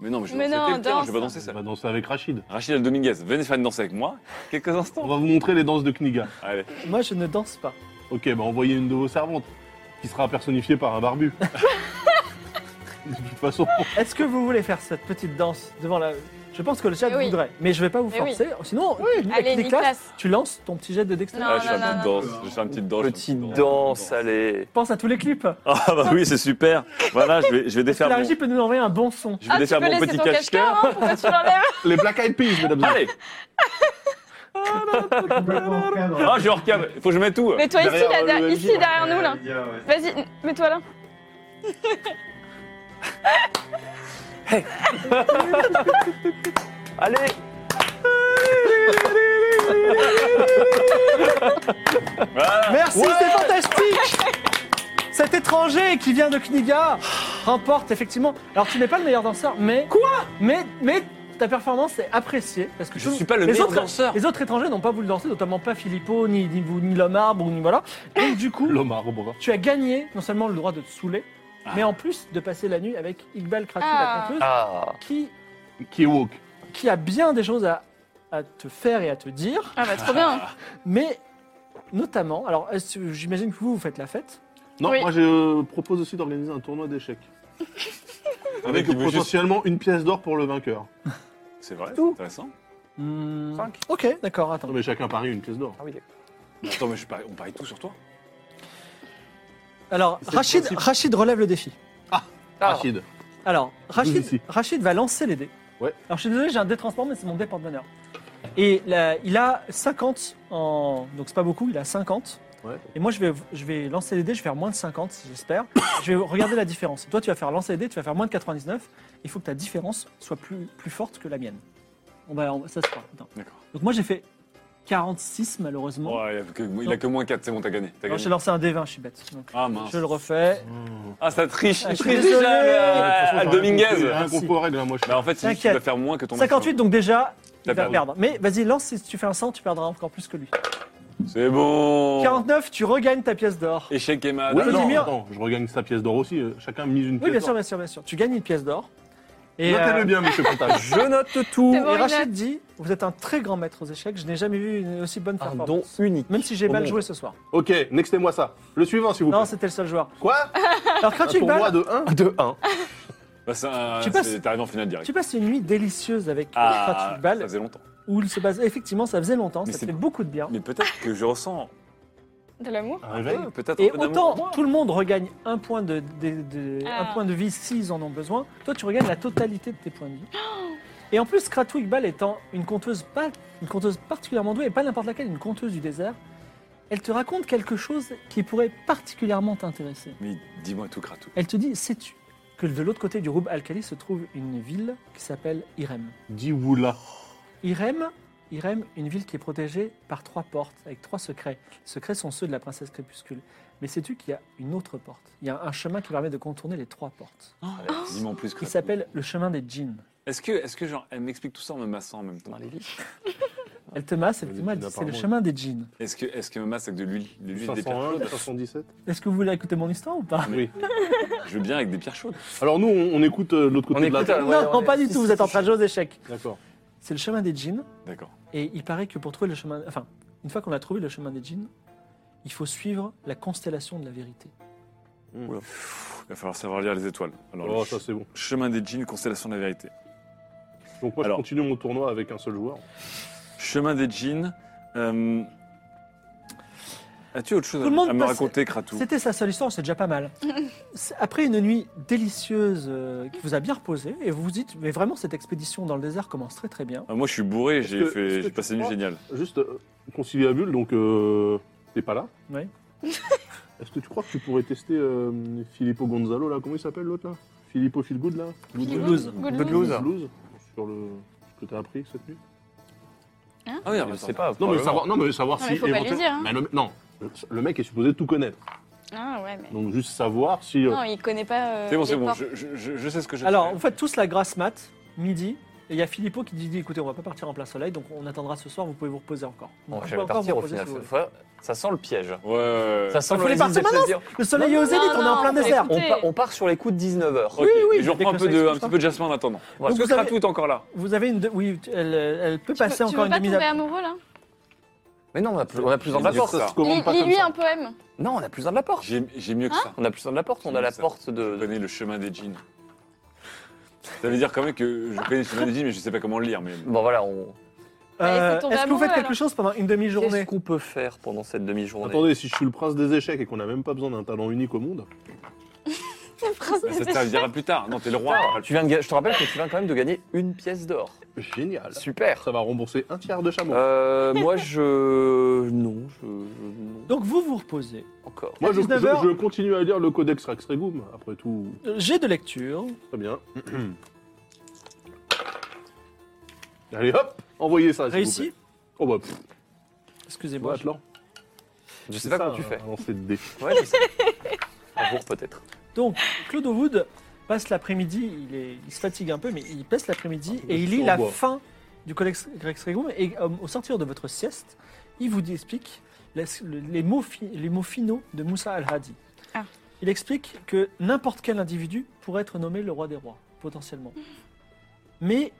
Mais non, mais je
Mais
vais danser
non,
avec quelqu'un, je vais pas
danse.
danser
On
seul.
va danser avec Rachid.
Rachid Al Dominguez, venez faire une danse avec moi. Quelques
On
instants.
va vous montrer les danses de Kniga.
Allez.
Moi, je ne danse pas.
Ok, bah envoyez une de vos servantes, qui sera personnifiée par un barbu. de toute façon,
Est-ce que vous voulez faire cette petite danse devant la. Je pense que le chat
Eh oui.
voudrait, mais je vais pas vous
Eh oui.
forcer. Sinon, avec
Allez,
Nicolas,
Nicolas.
tu lances ton petit jet de
Non,
dextérité.
Ah, je fais
non,
une petite
non,
danse,
non.
je fais une petite danse. je fais une
Petite danse, allez.
Pense à tous les clips.
Ah bah oui, c'est super. Voilà, je vais, je vais
Est-ce que
défaire
la
mon,
régie
je
peut nous envoyer un bon son
vais
Ah, tu
défaire
peux
mon
laisser
petit
ton cache-cœur,
cache-cœur.
hein Pourquoi tu l'enlèves
les Black Eyed Peas, mesdames et
Allez,
Complètement en cadre.
ah, je recable, faut que je mette tout.
Mais toi ici,
Derrière
là, derrière-
le
ici
MJ,
derrière nous là.
Les gars, Eh ouais.
Vas-y, mets-toi là.
Allez
Merci, c'est fantastique Cet étranger qui vient de Kniga remporte effectivement. Alors, tu n'es pas le meilleur danseur, mais. Quoi Mais. mais ta performance est appréciée parce que
Je
tout-
suis pas le
les
meilleur
autres,
danseur.
Les autres étrangers n'ont pas voulu danser, notamment pas Filippo ni ni, vous, ni l'homme arbre ni voilà. Donc du coup,
messieurs, l'homme arbre.
tu as gagné non seulement le droit de te saouler,
Ah.
mais en plus de passer la nuit avec Iqbal Krati,
Ah.
la conteuse,
Ah
qui,
Qui est woke.
qui a bien des choses à à te faire et à te dire,
Ah bah trop bien.
mais notamment, alors est-ce- j'imagine que vous, vous faites la fête.
Non,
Oui.
moi je propose aussi d'organiser un tournoi d'échecs.
Un
Avec
mec qui veut juste-
potentiellement une pièce d'or pour le vainqueur.
C'est vrai, c'est
Tout.
intéressant.
Hmm,
Cinq.
Ok, d'accord, attends.
Non mais chacun parie une pièce d'or.
Ah oui, d'accord.
Mais Attends, mais je parie- on parie tout sur toi
Alors,
C'est le
Rachid,
principe.
Rachid relève le défi.
Ah,
Rachid.
Alors, Rachid,
ici.
Rachid va lancer les dés.
Ouais.
Alors, je suis désolé, j'ai un dé transport, mais c'est mon dé porte-bonheur. Et là, il a 50 en. Donc, c'est pas beaucoup, il a 50.
Ouais.
Et moi, je vais, je vais lancer les dés, je vais faire moins de 50, si j'espère. je vais regarder la différence. Toi, tu vas faire lancer les dés, tu vas faire moins de 99. Il faut que ta différence soit plus, plus forte que la mienne. Bon, bah, on- ça se parle. Attends.
D'accord.
Donc, moi, j'ai fait 46, malheureusement.
Ouais, il a que, il a que moins 4, c'est bon, t'as gagné. t'as
Alors,
gagné.
j'ai lancé un dé 20, je suis bête. Donc,
Ah mince.
je le refais.
Ah, ça triche.
Ah,
il
je suis
triche
désolé.
déjà,
De toute façon,
euh,
j'ai
Al
rien compris, j'ai
Dominguez.
Rien
Merci.
compris aux règles, hein, moi je
Bah, en fait, il juste qu'il
T'inquiète.
va faire moins que ton mec.
58, donc déjà,
T'as
il va
perdu.
perdre. Mais vas-y, lance, si tu fais un 100, tu perdras encore plus que lui.
C'est bon.
49, tu regagnes ta pièce d'or.
Échec Oh. et mat.
Oui,
Ah,
non,
Vladimir.
attends, je regagne sa pièce d'or aussi. euh, Chacun mise une
Oui,
pièce
bien sûr,
d'or.
bien sûr, bien sûr. Tu gagnes une pièce d'or. Et,
Notez-le
euh,
bien, monsieur comptable.
Je note tout.
C'est
et
bon, il
Rachid dit Vous êtes un très grand maître aux échecs, je n'ai jamais vu une aussi bonne
Un
performance.
don unique.
Même si j'ai
Au
mal
monde.
joué ce soir.
ok, nextez-moi ça. Le suivant, s'il vous plaît.
Non, c'était le seul joueur.
Quoi
Alors,
Un
Cratchit
Ah, Pour moi
Ball,
de 1
De 1.
Bah, c'est un-
Tu passes-
c'est- T'es arrivé en finale direct.
tu passes une nuit délicieuse avec
Ah,
Cratchit
ça
Ball,
faisait longtemps.
où il se base. Effectivement, ça faisait longtemps,
Mais
ça
c'est-
fait beaucoup de bien.
Mais peut-être que je ressens
De l'amour.
Un
un
réveil
peu, peut-être un
Et
peu d'amour.
autant tout le monde regagne un point de, de- de-
Ah.
un point de vie s'ils en ont besoin, toi tu regagnes la totalité de tes points de vie. Et en plus, Kratwig Ball étant une conteuse, pas, une conteuse particulièrement douée, et pas n'importe laquelle, une conteuse du désert, elle te raconte quelque chose qui pourrait particulièrement t'intéresser.
Mais dis-moi tout, Kratou.
Elle te dit, sais-tu que de l'autre côté du Roub Alkali se trouve une ville qui s'appelle Irem
Dis Woula.
Irem, Irem, une ville qui est protégée par trois portes, avec trois secrets. Les secrets sont ceux de la princesse Crépuscule. Mais sais-tu qu'il y a une autre porte Il y a un chemin qui permet de contourner les trois portes.
Dis-moi en plus,
Oh. Il
Kratou.
s'appelle le chemin des djinns.
Est-ce que, est-ce que genre, elle m'explique tout ça en me massant en même temps
Elle te masse, elle te
Les
masse,
djinns,
c'est le
apparemment.
chemin des djinns.
Est-ce que, est-ce que me masse avec de l'huile, de l'huile et des pierres
501,
chaudes
517.
Est-ce que vous voulez écouter mon histoire ou pas
Oui.
Je veux bien avec des pierres chaudes.
Alors nous, on, on écoute euh, de l'autre côté
On
de la
écoute,
table.
ouais,
Non,
ouais.
pas du tout, vous êtes en train de jouer aux échecs.
D'accord.
C'est le chemin des djinns,
D'accord.
et il paraît que pour trouver le chemin... Enfin, une fois qu'on a trouvé le chemin des djinns, il faut suivre la constellation de la vérité.
Il va falloir savoir lire les étoiles. Alors,
Oh,
le
ça
ch-
c'est bon.
chemin des djinns, constellation de la vérité.
Donc moi,
Alors.
je continue mon tournoi avec un seul joueur.
Chemin des djinns. euh, As-tu autre chose
Tout le
à-
monde
à me
passe-
raconter, Kratou
C'était sa seule histoire, c'est déjà pas mal. C'est- Après une nuit délicieuse euh, qui vous a bien reposé, et vous vous dites, mais vraiment cette expédition dans le désert commence très très bien.
Ah, Moi, je suis bourré, j'ai
que-
fait-
est-ce que
j'ai
tu
passé une nuit
crois
géniale.
Juste, euh, conciliabule, donc euh, t'es pas là.
Ouais.
Est-ce que tu crois que tu pourrais tester euh, Filippo Gonzalo là Comment il s'appelle l'autre là Filippo Feelgood là
Blues.
Good
Good
lose.
lose.
Blues Sur le... ce que t'as appris cette nuit
Ah oui,
Je sais pas.
Non mais
probablement.
savoir, non, mais savoir
Non,
si.
mais faut pas lui
éventuellement-
dire, hein.
Mais le- Non, le- le mec est supposé tout connaître.
Ah ouais, mais.
Donc juste savoir si. euh,
Non, il connaît pas. euh,
C'est bon,
les
c'est bon,
portes.
je, je- je- je sais ce que je
Alors, vous faites tous la grasse mat, midi, et il y a Filippo qui dit, écoutez, on va pas partir en plein soleil, donc on attendra ce soir, vous pouvez vous reposer encore.
Bon,
Vous
je
pouvez
vais
encore
partir
vous
au
reposer
final.
si vous
cette fois. Ça sent le piège.
Ouais, ouais, ouais.
Ça sent
fallait
le
partir
résister de se
maintenant.
dire,
voulez. Le soleil est aux
Non,
zénith, on est en plein
non,
désert.
écoutez.
on, part, on part sur les coups de 19h.
Ok,
oui,
mais Je
dès
reprends
que
un,
ça
peu de, un
explose
petit peu de jasmin en attendant.
Voilà.
Est-ce que
Vous avez-
Kratou est encore là
Vous avez une... de- Oui, elle, elle peut
Tu
passer
veux- tu
encore
veux
une
pas tomber
demi-heure.
amoureux là
Mais non, on a plus, on a plus besoin de la
Ça,
porte.
ça
se
Lis-
commande pas comme
Lis-lui
ça.
un poème.
Non, on a plus besoin de la porte.
J'ai j'ai mieux que ça.
On a plus besoin de la porte. On a la porte
Je
de.
connais le chemin des djinns. Ça veut dire quand même que je connais le chemin des djinns, mais je sais pas comment le lire. Mais...
Bon voilà, on.
Allez, faut
Euh,
tomber
Est-ce que vous faites
amoureux,
quelque
alors.
chose pendant une
Qu'est-ce
demi-journée
qu'on peut faire pendant cette demi-journée
Attendez, si je suis le prince des échecs et qu'on n'a même pas besoin d'un talent unique au monde,
Bah, ça te servira plus tard. Non, t'es le roi.
Ah, tu viens de ga- Je te rappelle que tu viens quand même de gagner une pièce d'or.
génial.
Super.
Ça va rembourser un tiers de chameau.
Euh, moi je. Non, je. je- non.
Donc vous vous reposez.
Encore.
Moi, je,
19
je-
heures.
je continue à lire le Codex Rex Regum. Après tout,
Euh, J'ai de lecture.
très bien. Allez, hop, envoyez ça. s'il vous
Réussi
plaît. Oh bah, pff,
Excusez-moi.
ouais, Atlan. hein,
Je sais pas comment tu fais.
lancer de dés.
Ouais, je sais. Un jour peut-être.
Donc, Claude Wood passe l'après-midi, il, est- il se fatigue un peu, mais il passe l'après-midi
Ah,
et il
sur
lit la
bois.
fin du Codex Rex Regum. Et euh, au sortir de votre sieste, il vous explique les, les mots, fi- les mots finaux de Moussa al-Hadi.
Ah.
Il explique que n'importe quel individu pourrait être nommé le roi des rois, potentiellement. Mais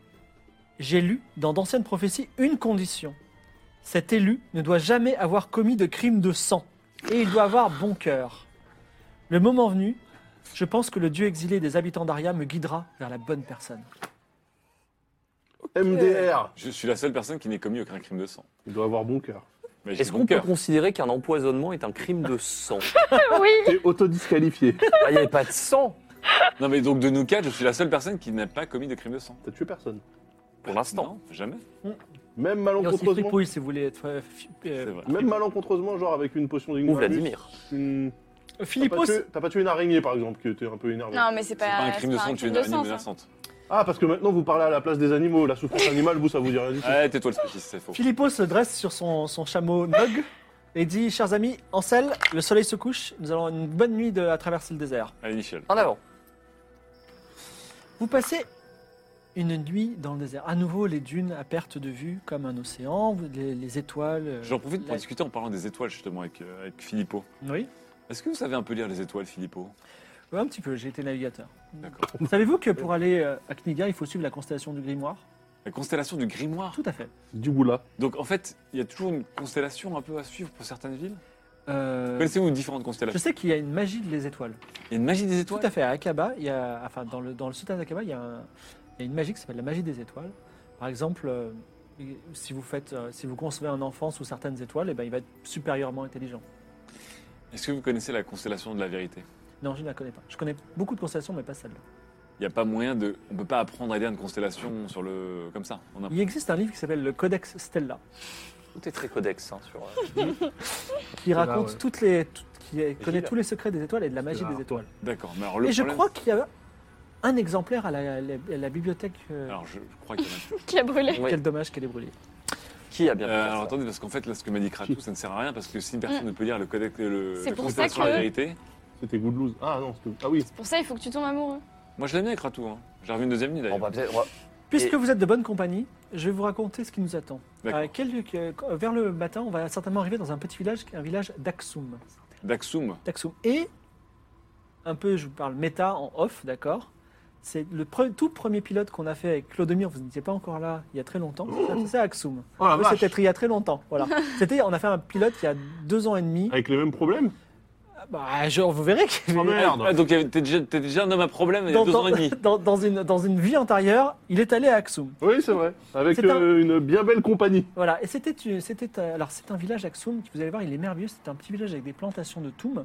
J'ai lu dans d'anciennes prophéties une condition. Cet élu ne doit jamais avoir commis de crime de sang et il doit avoir bon cœur. Le moment venu, je pense que le dieu exilé des habitants d'Aria me guidera vers la bonne personne.
MDR.
Je suis la seule personne qui n'ait commis aucun crime de sang.
Il doit avoir bon cœur.
Mais j'ai
Est-ce
bon
qu'on peut
cœur.
considérer qu'un empoisonnement est un crime de sang
Oui
T'es autodisqualifié.
Ah, Il n'y avait pas de sang
Non, mais donc de nous quatre, je suis la seule personne qui n'a pas commis de crime de sang.
T'as tué personne.
pour l'instant.
Non, jamais.
Même
Et aussi
malencontreusement.
fripouille si vous voulez être. euh, fi- euh,
C'est vrai.
Même malencontreusement, genre avec une potion
Ou
d'Ingramus.
Vladimir.
une- T'as pas,
euh, Philippos,
tué, t'as pas tué une araignée par exemple, que t'es un peu énervé.
Non, mais Ah, c'est pas,
C'est pas un crime de sang, tu es une araignée
ça.
menaçante.
Ah, parce que maintenant vous parlez à la place des animaux, la souffrance animale, vous ça vous dit rien du tout.
Ah, tais-toi le spéciste, c'est faux.
Philippos se dresse sur son, son chameau Nog et dit Chers amis, Ansel, le soleil se couche, nous allons avoir une bonne nuit de- à traverser le désert.
Allez, Michel.
En avant.
Vous passez une nuit dans le désert. À nouveau, les dunes à perte de vue, comme un océan, vous- les, les étoiles. euh,
J'en profite pour
la-
discuter en parlant des étoiles justement avec, euh, avec Philippot.
Oui,
Est-ce que vous savez un peu lire les étoiles, Philippot
Ouais, un petit peu, j'ai été navigateur.
D'accord.
Savez-vous que pour aller euh, à Kniga, il faut suivre la constellation du grimoire
La constellation du grimoire.
Tout à fait.
Du boula.
Donc en fait, il y a toujours une constellation un peu à suivre pour certaines villes.
Euh,
Connaissez-vous différentes
je
constellations
sais qu'il y a une magie de les étoiles.
Il y a une magie des
Tout
étoiles
à fait, à Akaba, il y a, enfin, dans, le, dans le sultanat d'Aqaba, il, y a un- il y a une magie qui s'appelle la magie des étoiles. Par exemple, euh, si, vous faites, euh, si vous concevez un enfant sous certaines étoiles, eh ben, il va être supérieurement intelligent.
Est-ce que vous connaissez la constellation de la vérité
Non, je ne la connais pas. Je connais beaucoup de constellations, mais pas celle-là.
Il n'y a pas moyen de. On peut pas apprendre à lire une constellation sur le. comme ça. en un-
Il existe un livre qui s'appelle le Codex Stella,
Tout est très codex. hein, sur, euh,
qui
Stella,
raconte
ouais.
toutes les, tout- qui connaît
là.
tous les secrets des étoiles et de la magie
Stella,
des étoiles.
D'accord. Mais alors le
et je
problème-
crois qu'il y a un exemplaire à la, à la- à la bibliothèque. euh,
Alors je je crois qu'il y en a plus.
Qui a brûlé.
oui.
Quel dommage qu'elle est brûlée.
Qui a bien pu
Euh,
faire
alors
ça
attendez, parce qu'en fait, là, ce que m'a dit Kratou, ça ne sert à rien, parce que si une personne
Mm.
ne peut lire le codex, le,
C'est
la
pour ça
constellation de
que-
la vérité,
C'était good lose. Ah non, c'était. Ah oui.
Pour ça, il faut que tu tombes amoureux.
moi je l'aime bien Kratou, hein. j'ai revu une deuxième nuit
On
d'ailleurs.
va peut-être- on va-
Puisque
Et-
vous êtes de bonne compagnie, je vais vous raconter ce qui nous attend.
D'accord.
Euh, quel- que- vers le matin, on va certainement arriver dans un petit village, un village d'Aksum.
Daxum,
d'Aksum. Et, un peu, je vous parle méta en off, d'accord C'est le pre- tout premier pilote qu'on a fait avec Clodomir, vous n'étiez pas encore là il y a très longtemps, Ah, c'est Aksum.
Oh la
Ah,
Eux,
vache.
C'était il y a très longtemps, voilà. C'était, on a fait un pilote il y a deux ans et demi.
Avec les mêmes problèmes
Bah, genre, vous verrez qu'il
Oh merde
Ah, donc il y avait- t'es déjà, t'es déjà un homme à problème il y a
dans,
deux ans et demi.
dans- dans une, dans une vie antérieure, il est allé à Aksum.
Oui, c'est vrai. Avec
C'est un-
euh, une bien belle compagnie.
Voilà, et c'était, une- c'était, euh, alors c'est un village Aksum, vous allez voir, il est merveilleux, c'est un petit village avec des plantations de toum,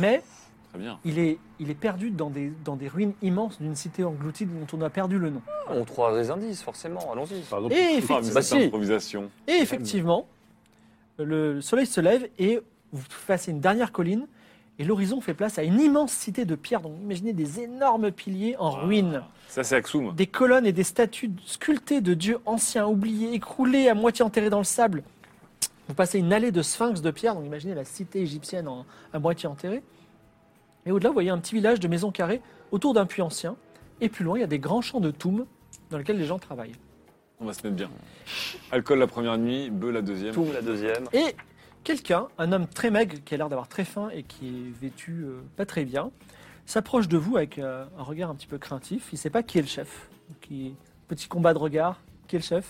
mais
Très bien.
il est, il est perdu dans des, dans des ruines immenses d'une cité engloutie dont on a perdu le nom.
On trouvera des indices, forcément. Allons-y.
Par exemple,
Eh,
Et,
Ah, mais
effectivement, bah
c'est
si.
une improvisation.
et effectivement, le soleil se lève et vous passez une dernière colline et l'horizon fait place à une immense cité de pierre. Donc imaginez des énormes piliers en
Ah.
ruine,
Ça c'est Aksum.
des colonnes et des statues sculptées de dieux anciens, oubliés, écroulés, à moitié enterrés dans le sable. Vous passez une allée de sphinx de pierre, donc imaginez la cité égyptienne en- à moitié enterrée. Et au-delà, vous voyez un petit village de maisons carrées autour d'un puits ancien. Et plus loin, il y a des grands champs de toum dans lesquels les gens travaillent.
On va se mettre bien. Alcool la première nuit, bœuf la deuxième.
Toum la deuxième.
Et quelqu'un, un homme très maigre qui a l'air d'avoir très faim et qui est vêtu euh, pas très bien, s'approche de vous avec euh, un regard un petit peu craintif. Il ne sait pas qui est le chef. Donc, il- Petit combat de regard. Qui est le chef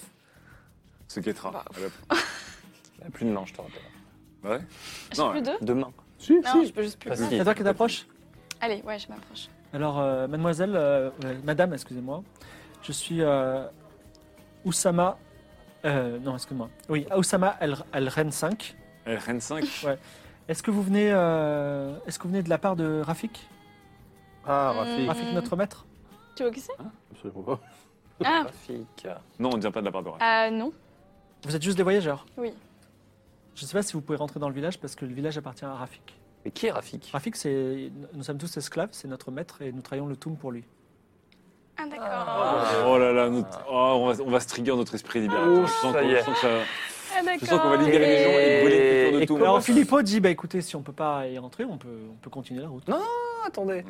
Ce qu'étra.
Il a plus de main, je te rappelle.
Ouais.
J'ai
Non,
plus deux
Demain.
Si,
Non, je
si.
peux juste plus.
Parce
deux.
qu'il-
C'est toi qui t'approches
Allez, ouais, je m'approche.
Alors, euh, mademoiselle, euh, euh, madame, excusez-moi, je suis euh, Oussama. euh, non, excuse-moi. Oui, Oussama El, Ren 5.
Elle reine 5.
Est-ce que vous venez, euh, est-ce que vous venez de la part de Rafik
Ah, Rafik.
Mm.
Rafik, notre maître
Tu vois qui c'est
Absolument pas.
Ah,
Graphique.
Non, on ne vient pas de la part de Raph.
euh, non.
Vous êtes juste des voyageurs.
Oui.
Je ne sais pas si vous pouvez rentrer dans le village parce que le village appartient à Rafik.
Mais qui est Rafik
Rafik, c'est nous sommes tous esclaves, c'est notre maître et nous travaillons le toum pour lui.
Ah, d'accord.
Ah.
Oh là là, notre- oh, on, va, on va se trigger notre esprit libérateur.
Oh,
je sens
ça
qu'on
y est.
je sens que ça-
Ah, d'accord.
je sens qu'on va libérer les gens et brûler une
Et
culture de
Alors
tout.
Philippot dit bah écoutez, si on peut pas y rentrer, on peut on peut continuer la route.
Ah, Attendez.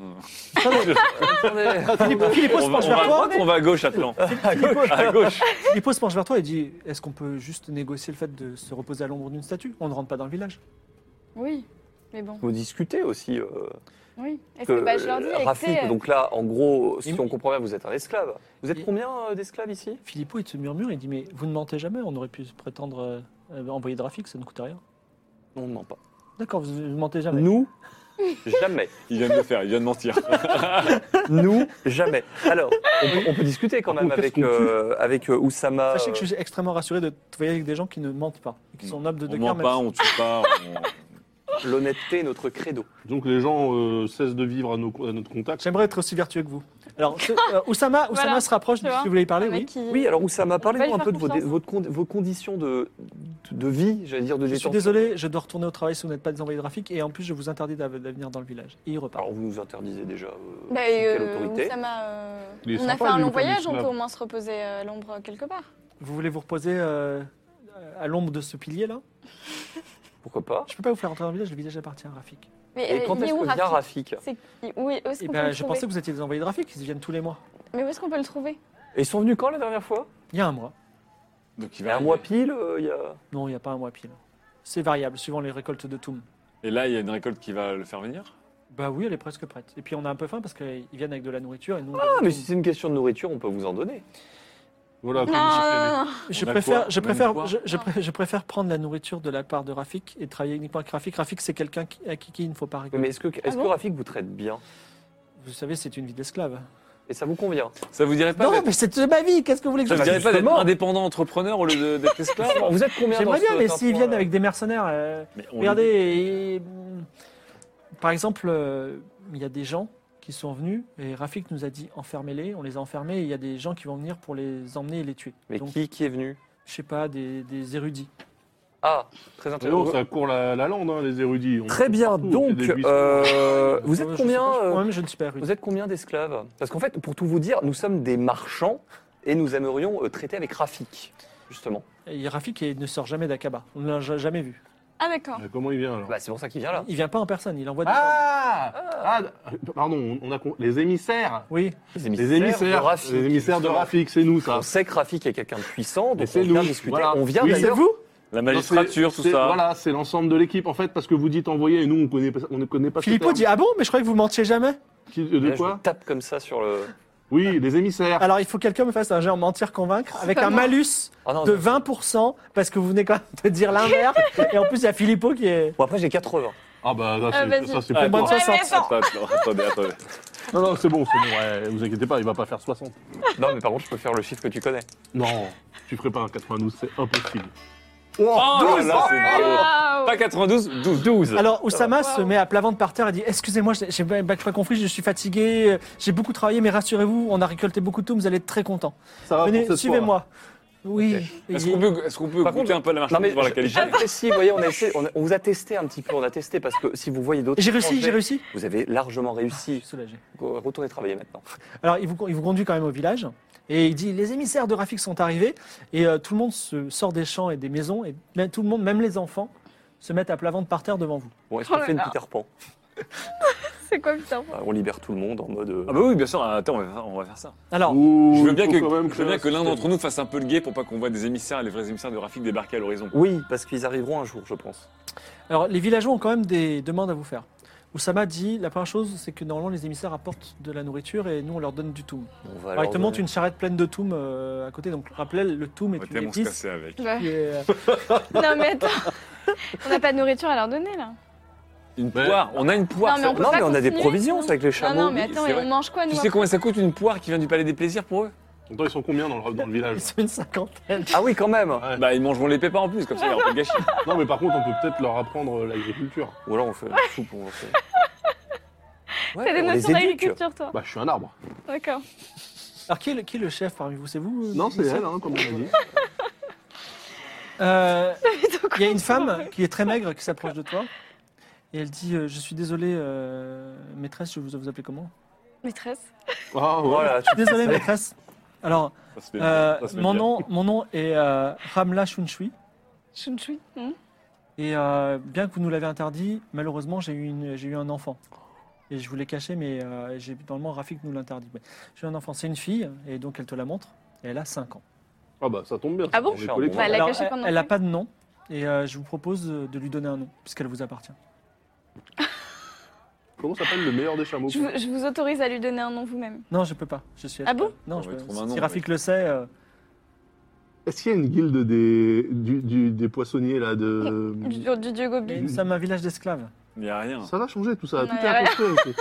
Attendez.
Attendez.
Philippot, Philippot se
On va,
penche
on va
vers
à
toi.
droite ou on va à gauche, Atlan
Philippot,
À gauche.
Philippot se penche vers toi et dit est-ce qu'on peut juste négocier le fait de se reposer à l'ombre d'une statue On ne rentre pas dans le village.
Oui. Mais bon,
Vous discutez aussi. euh,
oui. Est-ce
que
que, bah, je leur dis,
euh,
écoutez,
Rafik,
euh,
donc là, en gros, si
Il-
on comprend bien, vous êtes un esclave. Vous êtes
Il-
combien euh, d'esclaves ici
Philippot, il se murmure, il dit Mais vous ne mentez jamais, on aurait pu se prétendre euh, euh, envoyer de Rafik, ça ne coûte rien.
On ne ment pas.
D'accord, vous ne mentez jamais.
Nous, jamais.
Il vient de le faire, il vient de mentir.
Nous, jamais. Alors, on peut, on peut discuter quand
Par
même
contre,
avec,
qu'est-ce qu'on
euh, avec euh, Oussama.
Sachez
euh,
que je suis extrêmement rassuré de travailler avec des gens qui ne mentent pas, et qui sont nobles de
on
deux
ment
cœurs.
pas, on tue pas. on-
euh, L'honnêteté est notre credo.
Donc les gens euh, cessent de vivre à, nos, à notre contact.
J'aimerais être aussi vertueux que vous. Alors, ce- euh, Oussama, Oussama
Voilà,
se rapproche,
tu
si
vois,
vous voulez y parler,
un mec
oui.
qui-
Oui, alors Oussama,
peut lui
parlez-nous un
faire
peu de vos, dé-
confiance.
votre con- vos conditions de, de vie, j'allais dire de
Je suis
détention.
désolé, je dois retourner au travail si vous n'êtes pas des envoyés de Rafik, et en plus, je vous interdis d'av- d'avenir dans le village. Et il repart.
Alors, vous nous interdisez déjà. euh,
Bah,
sous quelle
euh,
autorité
Oussama, euh,
Il est
on a
sympa,
fait un
lui,
long
le fameux
voyage, on
esclave.
peut au moins se reposer euh, à l'ombre quelque part.
Vous voulez vous reposer euh, à l'ombre de ce pilier-là
Pourquoi pas
Je peux pas vous faire rentrer dans le village, le village appartient à Rafik.
Mais
Et
euh,
quand
il est
est-ce
où
que vient
Rafik
Rafik
C'est- il- où est- où est-ce
Eh
qu'on
ben,
peut le
je
trouver
pensais que vous étiez des envoyés de Rafik, ils viennent tous les mois.
Mais où est-ce qu'on peut le trouver
Ils sont venus quand la dernière fois
Il y a un mois.
Donc il
Il y a
va
un mois pile, euh, il y a...
Non, il n'y a pas un mois pile. C'est variable, suivant les récoltes de Toum.
Et là, il y a une récolte qui va le faire venir
Bah oui, elle est presque prête. Et puis on a un peu faim parce qu'ils viennent avec de la nourriture et nous. on
Ah,
donne
mais
tout.
si c'est une question de nourriture, on peut vous en donner.
Voilà. comme
Ah,
je
On a
préfère,
quoi
je
On a
préfère,
quoi
je, je pré- je préfère prendre la nourriture de la part de Rafik et travailler uniquement avec Rafik. Rafik, c'est quelqu'un qui- à qui, qui il ne faut pas rigoler.
Mais est-ce que, est-ce que
Ah bon
Rafik vous traite bien
Vous savez, c'est une vie d'esclave.
Et ça vous convient
Ça vous dirait pas
Non,
d'être-
mais c'est de ma vie. Qu'est-ce que vous voulez que
Ça
je
vous dirait
fasse
pas d'être
Justement,
indépendant entrepreneur au lieu de- d'être esclave
Alors, Vous êtes combien
J'aimerais
dans ce-
bien, mais
dans ce
s'ils
point,
viennent
là
avec des mercenaires, euh,
Mais on-
regardez. et, mm, par exemple, euh, il y a des gens qui sont venus et Rafik nous a dit enfermez-les. On les a enfermés. et Il y a des gens qui vont venir pour les emmener et les tuer.
Mais
Donc,
qui, qui est venu
je sais pas, des, des érudits.
Ah, très
tu fais. Eh oh,
intéressant.
ça court la, la lande, hein, les érudits. On-
Très bien,
partout, on fait
donc,
des buissons.
euh, vous
Euh,
êtes
je sais
combien
pas, je-
euh,
Moi-même, je ne suis pas érudit.
Vous êtes combien d'esclaves Parce qu'en fait, pour tout vous dire, nous sommes des marchands et nous aimerions euh, traiter avec Rafik, justement.
Et Rafik il ne sort jamais d'Akaba. On ne l'a ja- jamais vu.
ah d'accord.
Mais Comment il vient alors
Bah, c'est pour ça qu'il vient là.
Il vient pas en personne. Il envoie des.
Ah, Ah, d- Pardon, on a con- les émissaires.
Oui.
Les émissaires,
de Rafik.
les émissaires de
justement.
Rafik, c'est nous ça.
On sait que Rafik est quelqu'un de puissant,
Et
donc
c'est
on vient
nous,
discuter.
voilà.
On vient
Oui,
d'ailleurs.
vous
La
Non, c'est-
magistrature, tout
c'est-
ça.
Voilà, c'est l'ensemble de l'équipe en fait, parce que vous dites envoyer et nous on connaît pas, on ne connaît pas. ce
Philippot
terme.
dit Ah bon, mais je croyais que vous mentiez jamais.
Qui- euh,
Là,
de
je
quoi
me tape comme ça sur le.
Oui, les émissaires.
Alors, il faut que quelqu'un me fasse un jeu en mentir-convaincre avec
pas
un
moi.
malus
Ah non,
de
non.
20% parce que vous venez quand même de dire l'inverse. et en plus, il y a Philippot qui est.
Bon, après, j'ai 80.
Ah bah là,
Ah,
c'est-
vas-y.
ça c'est
Ah,
plus
Moins de
attends.
Ouais, mais
60.
attends.
Attends, attends, attendez, attendez.
Non, non, c'est bon, c'est bon. ouais, vous inquiétez pas, il va pas faire 60.
Non, mais par contre, je peux faire le chiffre que tu connais.
Non, tu ferais pas un 92, c'est impossible.
Oh, là
12,
là, c'est beau.
Ah,
Waouh.
Pas 92, 12. 12.
Alors, Oussama
Wow.
se met à plat ventre par terre et dit Excusez-moi, j'ai j'ai pas pas compris, je suis fatigué, euh, j'ai beaucoup travaillé, mais rassurez-vous, on a récolté beaucoup de tout, vous allez être très contents.
Ça va
Venez,
Ah, pour ce soir.
suivez-moi. Oui. Et
Est-ce
il-
qu'on peut, est-ce qu'on peut
Par
goûter
contre,
un peu la marche
Non, mais
voir la
je-
qualité
j'apprécie, vous voyez, on, a essayé- on a- on vous a testé un petit peu, on a testé parce que si vous voyez d'autres.
J'ai réussi, j'ai
étrangers,
réussi.
Vous avez largement
Je
réussi.
suis soulagé.
Go- Retournez travailler maintenant.
Alors, il vous, il vous conduit quand même au village. Et il dit, les émissaires de Rafik sont arrivés. Et euh, tout le monde se sort des champs et des maisons. Et même- tout le monde, même les enfants, se mettent à plat ventre par terre devant vous.
Bon, est-ce qu'on
Oh là
fait une
là.
Peter Pan
C'est quoi putain
Bah, On libère tout le monde en mode. euh,
Ah bah oui, bien sûr, attends, on va faire, on va faire ça.
Alors,
Ouh,
je veux bien
il
que,
faut quand même
je veux bien que l'un d'entre nous fasse un peu le guet pour pas qu'on voit des émissaires, les vrais émissaires de Rafik débarquer à l'horizon.
Oui, parce qu'ils arriveront un jour, je pense.
alors, les villageois ont quand même des demandes à vous faire. Oussama dit, la première chose, c'est que normalement, les émissaires apportent de la nourriture et nous, on leur donne du toum.
On va
Alors,
leur
Bah, Ah, il te montre
donner-
une charrette pleine de toum euh, à côté. Donc, rappelez, le toum
On
est
va
une
tellement se
épice.
casser avec.
Bah,
qui est, euh,
Non mais attends, on n'a pas de nourriture à leur donner là.
Une poire, on a une poire.
Non, mais on peut
Non,
pas
mais on a des
continuer,
provisions
sinon.
ça, avec les
Non
chameaux.
non mais
oui,
attends,
c'est
mais
vrai.
on mange quoi
Tu
nous
sais combien ça coûte une poire qui vient du Palais des Plaisirs pour eux
Attends, ils sont combien dans le, dans le
ils
village
sont une cinquantaine.
Ah oui, quand même.
Ouais.
Bah ils mangeront les pépins en plus, comme ça il n'y aura pas de gâchis.
Non, mais par contre, on peut peut-être leur apprendre euh, l'agriculture.
Ou alors on fait une soupe. On, fait... Ouais,
T'as
on
des notions
les éduque.
d'agriculture toi
Bah, je suis un arbre.
D'accord.
Alors, qui est, le, qui est le chef parmi vous C'est vous euh,
Non, c'est
monsieur
elle, hein, comme on a dit.
Euh,
donc,
Il y a une femme qui est très maigre qui s'approche de toi. Et elle dit euh, Je suis désolée, euh, maîtresse, je vous, vous appelez comment
Maîtresse.
Ah, voilà.
Voilà, tu...
Désolée, maîtresse. Alors,
Ça se fait-
euh,
ça se fait
mon,
bien.
nom, mon nom est euh, Ramla Shunshui.
Chun chun. Hum.
Et euh, bien que vous nous l'avez interdit, malheureusement, j'ai eu, une- j'ai eu un enfant. Et je voulais cacher, mais euh, j'ai- normalement, Rafik nous l'interdit. Mais J'ai eu un enfant, c'est une fille, et donc elle te la montre. Et elle a 5 ans.
Ah, bah, ça tombe bien.
Ah bon
On est
Bah,
collectif.
Elle l'a
Alors,
cachée pendant
elle n'a
cinq
pas de nom, et euh, je vous propose de lui donner un nom, puisqu'elle vous appartient.
Comment s'appelle le meilleur des chameaux
Je vous, je vous autorise à lui donner un nom vous-même.
Non, je peux pas. Je suis.
Ah bon
Non,
On
je
va
peux.
trouver un nom,
Si Rafik le sait, euh,
Est-ce qu'il y a une guilde des, du- du- des poissonniers là de.
Mm.
Du, du dieu Gobi.
nous sommes un village d'esclaves.
Il n'y a rien.
Ça va changer tout ça,
Non,
tout
mais
est à
voilà.
construire ici.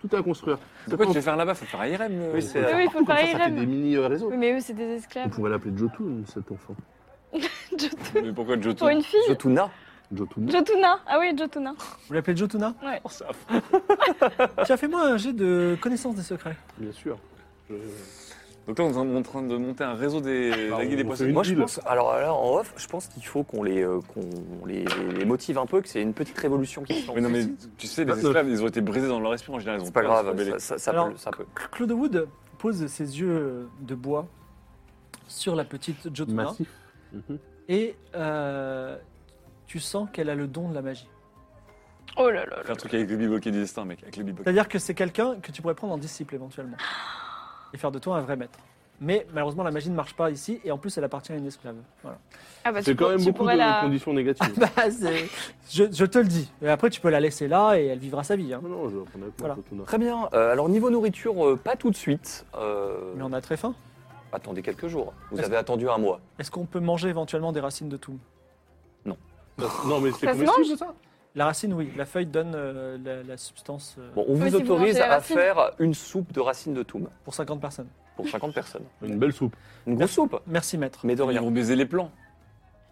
Tout est à construire.
Pourquoi tu veux faire là-bas Faut faire à IRM. euh,
Oui, c'est-
Oui, il faut
Comme ça,
faire
ça fait
IRM.
des mini-réseaux.
Oui, mais eux, c'est des
On
esclaves.
pourrait l'appeler Jotun, cet enfant.
Jotun-
Mais pourquoi Jotun
Pour une fille
Jotuna.
Jotun.
Jotuna. Ah oui, Jotuna.
Vous l'appelez Jotuna
Oh, c'est affreux.
Tiens, fais-moi un jet de connaissance des secrets.
Bien sûr. Je-
Donc là, on est en train de monter un réseau des
Ah,
Bah,
la guilde
on
des
fait
poissons.
une
Moi,
Moi, je
Ville.
pense. Alors là, en off, je pense qu'il faut qu'on les, euh, qu'on les, les motive un peu, que c'est une petite révolution qui se
je-
lance.
Mais non, mais tu sais, les
Pas de-
esclaves, ils ont été brisés dans leur esprit en général. ils ont
C'est pas
peur,
grave,
ils se
ça,
rebellent.
ça- ça
Alors-
peut, ça peut.
Claude Wood pose ses yeux de bois sur la petite Jotuna
Massif. Mhm.
et euh, tu sens qu'elle a le don de la magie.
Oh là là.
Faire un truc avec le biboquet du destin, mec. Avec le biboquet.
C'est-à-dire que c'est quelqu'un que tu pourrais prendre en disciple éventuellement et faire de toi un vrai maître. Mais malheureusement, la magie ne marche pas ici et en plus, elle appartient à une esclave. Voilà.
Ah bah,
C'est
tu
quand
pour-
même
tu
beaucoup
pourrais
de
la-
conditions négatives.
Bah, c'est- je, je te le dis. Et après, tu peux la laisser là et elle vivra sa vie. hein.
Non, non, je vais prendre avec moi
Voilà.
Jotuna.
Très bien. Euh, alors niveau nourriture, euh, pas tout de suite. Euh,
Mais on a très faim.
Attendez quelques jours. Vous
Est-ce-
avez attendu un mois.
Est-ce qu'on peut manger éventuellement des racines de tout
Ça- Non, mais c'est
Ça se
comestible,
mange
c'est ça
La racine, oui. La feuille donne euh, la, la substance euh,
Bon, on
Oui,
vous
si vous
autorise
mangez la
à
racine.
faire une soupe de racines de toum
pour 50 personnes.
pour 50 personnes.
Une belle soupe.
Une grosse soupe,
Merci, maître.
mais de
Ils
rien.
vont baiser les plans.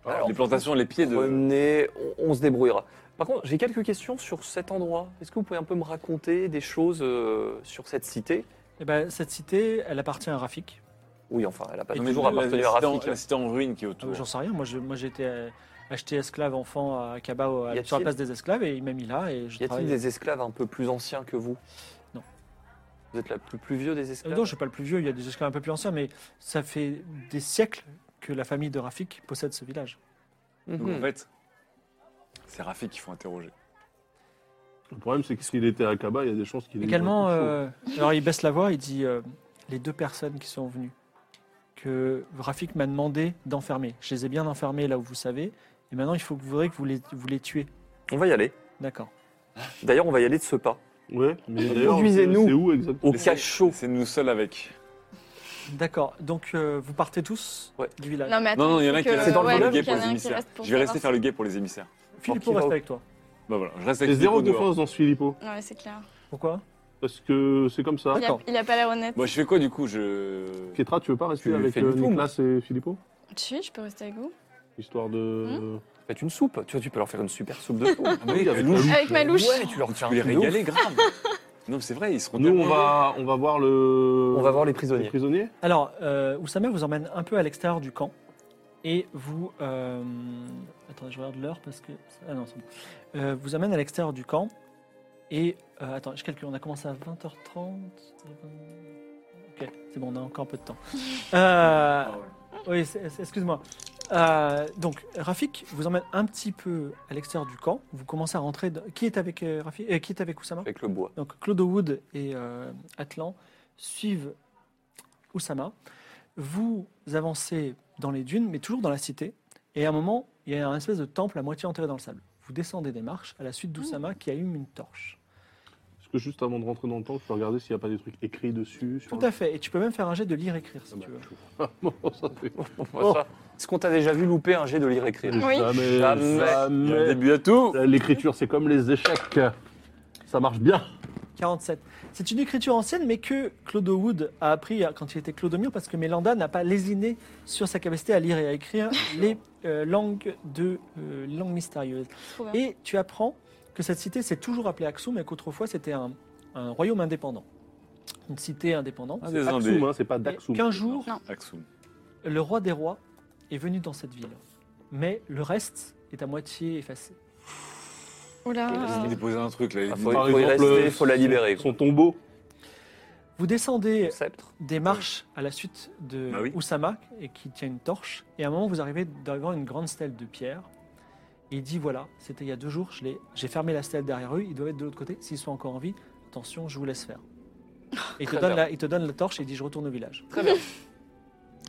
Alors,
les plantations, les pieds de.
Revenez, on, on se débrouillera. Par contre, j'ai quelques questions sur cet endroit. Est-ce que vous pouvez un peu me raconter des choses euh, sur cette cité
Eh ben, cette cité, elle appartient à Rafik.
Oui, enfin, elle n'a pas
Non, mais
toujours
la-
appartenu à
la cité en-
Rafik.
La cité en ruine qui est
Ah,
autour.
J'en sais rien. Moi, je- moi, j'ai été euh, acheté esclave enfant à Kaba au- à-
Y a-t-il-
sur la place des esclaves et il m'a mis là et je
Y a-t-il
travaille.
des esclaves un peu plus anciens que vous
Non.
Vous êtes la plus, plus vieux des
Euh,
esclaves
non, je suis pas le plus vieux. Il y a des esclaves un peu plus anciens, mais ça fait des siècles que la famille de Rafik possède ce village.
Mhm.
Donc en fait, c'est Rafik qu'il faut interroger.
Le problème, c'est que s'il était à Kaba, il y a des chances qu'il ait eu un
Également,
coup de chaud.
euh, alors il baisse la voix. Il dit euh, les deux personnes qui sont venues que Rafik m'a demandé d'enfermer. Je les ai bien enfermées là où vous savez. Et maintenant, il faut que vous voudrez que vous les, vous les tuez.
On va y aller.
D'accord.
D'ailleurs, on va y aller de ce pas.
Ouais, mais d'ailleurs, c'est
Conduisez-nous.
c'est où exactement
Au
Laissez-
cachot.
C'est nous seuls avec.
D'accord. Donc, euh, vous partez tous
Ouais.
du village.
Non, mais attends.
Non, non, il y en a
faut
un qui
que-
reste dans
ouais,
le
faut
guet
qu'il
pour
y en ait
les
un qui
émissaires.
reste pour
Je vais rester
savoir.
faire le guet pour les émissaires.
Philippe, on
Or, qui
reste
va-
avec toi.
Bah voilà, je reste
J'ai
avec
zéro
Nico dehors.
confiance dans ce Filippo,
Ouais, c'est clair.
Pourquoi
parce que c'est comme ça.
Il a,
D'accord.
il a pas l'air honnête.
Bon, je fais quoi du coup Je.
Pietra, tu veux pas rester
Tu
avec
fais du
euh,
tout,
Nicolas et Filippo
Tu sais, je peux rester avec vous
Histoire de...
Faites une soupe. Tu vois, tu peux leur faire une super soupe de toum.
Ah, oui, avec
la
Lou,
louche.
Avec ma louche.
Ouais, tu leur tiens
je vais les
un truc de ouf.
régaler grave. Non, mais c'est vrai, ils seront
Nous, on
tellement-
va, on va voir le...
Hmm On va voir les
les
prisonniers.
prisonniers.
Alors, euh, Oussama vous emmène un peu à l'extérieur du camp. Et vous. euh, attendez, je regarde l'heure parce que. Ah non, c'est bon. Euh, vous amène à l'extérieur du camp. Et. euh, attends, je calcule, on a commencé à 20h30. Ok, c'est bon, on a encore un peu de temps. Euh,
Ah ouais.
oui, c'est- c'est- excuse-moi. Euh, donc, Rafik vous emmène un petit peu à l'extérieur du camp. Vous commencez à rentrer. dans- Qui est avec euh, Rafik euh, Qui est avec Oussama
Avec le bois.
Donc Claude Wood et euh, Atlan suivent Oussama. Vous avancez dans les dunes, mais toujours dans la cité. Et à un moment, il y a un espèce de temple à moitié enterré dans le sable. Vous descendez des marches à la suite d'Oussama qui allume une torche.
Parce que juste avant de rentrer dans le temps, je peux regarder s'il n'y a pas des trucs écrits dessus. sur
Tout
le-
à fait. Et tu peux même faire un jet de lire-écrire si
Ah bah,
tu veux.
Bon, ça fait-
Bon, ça, Est-ce qu'on t'a déjà vu louper un jet de lire écrire
Oui.
Jamais,
Jamais.
Il y a un
jamais.
début à tout.
Euh, L'écriture, c'est comme les échecs. Ça marche bien.
47. C'est une écriture ancienne, mais que Claude Wood a appris quand il était Clodomir, parce que Mélanda n'a pas lésiné sur sa capacité à lire et à écrire les euh, langues de euh, langues mystérieuses.
Trop bien.
Et tu apprends que cette cité s'est toujours appelée Axum, mais qu'autrefois c'était un, un royaume indépendant. Une cité indépendante.
Ah, des
Daxum,
Indés.
hein, c'est pas
Mais
Daxum.
Qu'un jour,
Axum.
le roi des rois est venu dans cette ville. Mais le reste est à moitié effacé.
Oula.
Ils ont déposé un truc là.
Ah,
ils
faut-
disent-
faut y rester, faut la libérer.
euh, Son tombeau.
Vous descendez
Son sceptre.
des marches à la suite de
Bah oui.
Oussama, et qui tient une torche. Et à un moment, vous arrivez devant une grande stèle de pierre. Et il dit voilà, c'était il y a deux jours, je l'ai- j'ai fermé la stèle derrière eux, ils doivent être de l'autre côté. S'ils sont encore en vie, attention, je vous laisse faire. Et il, te
Très
donne
bien.
la, il te donne la torche et il dit je retourne au village.
Très bien.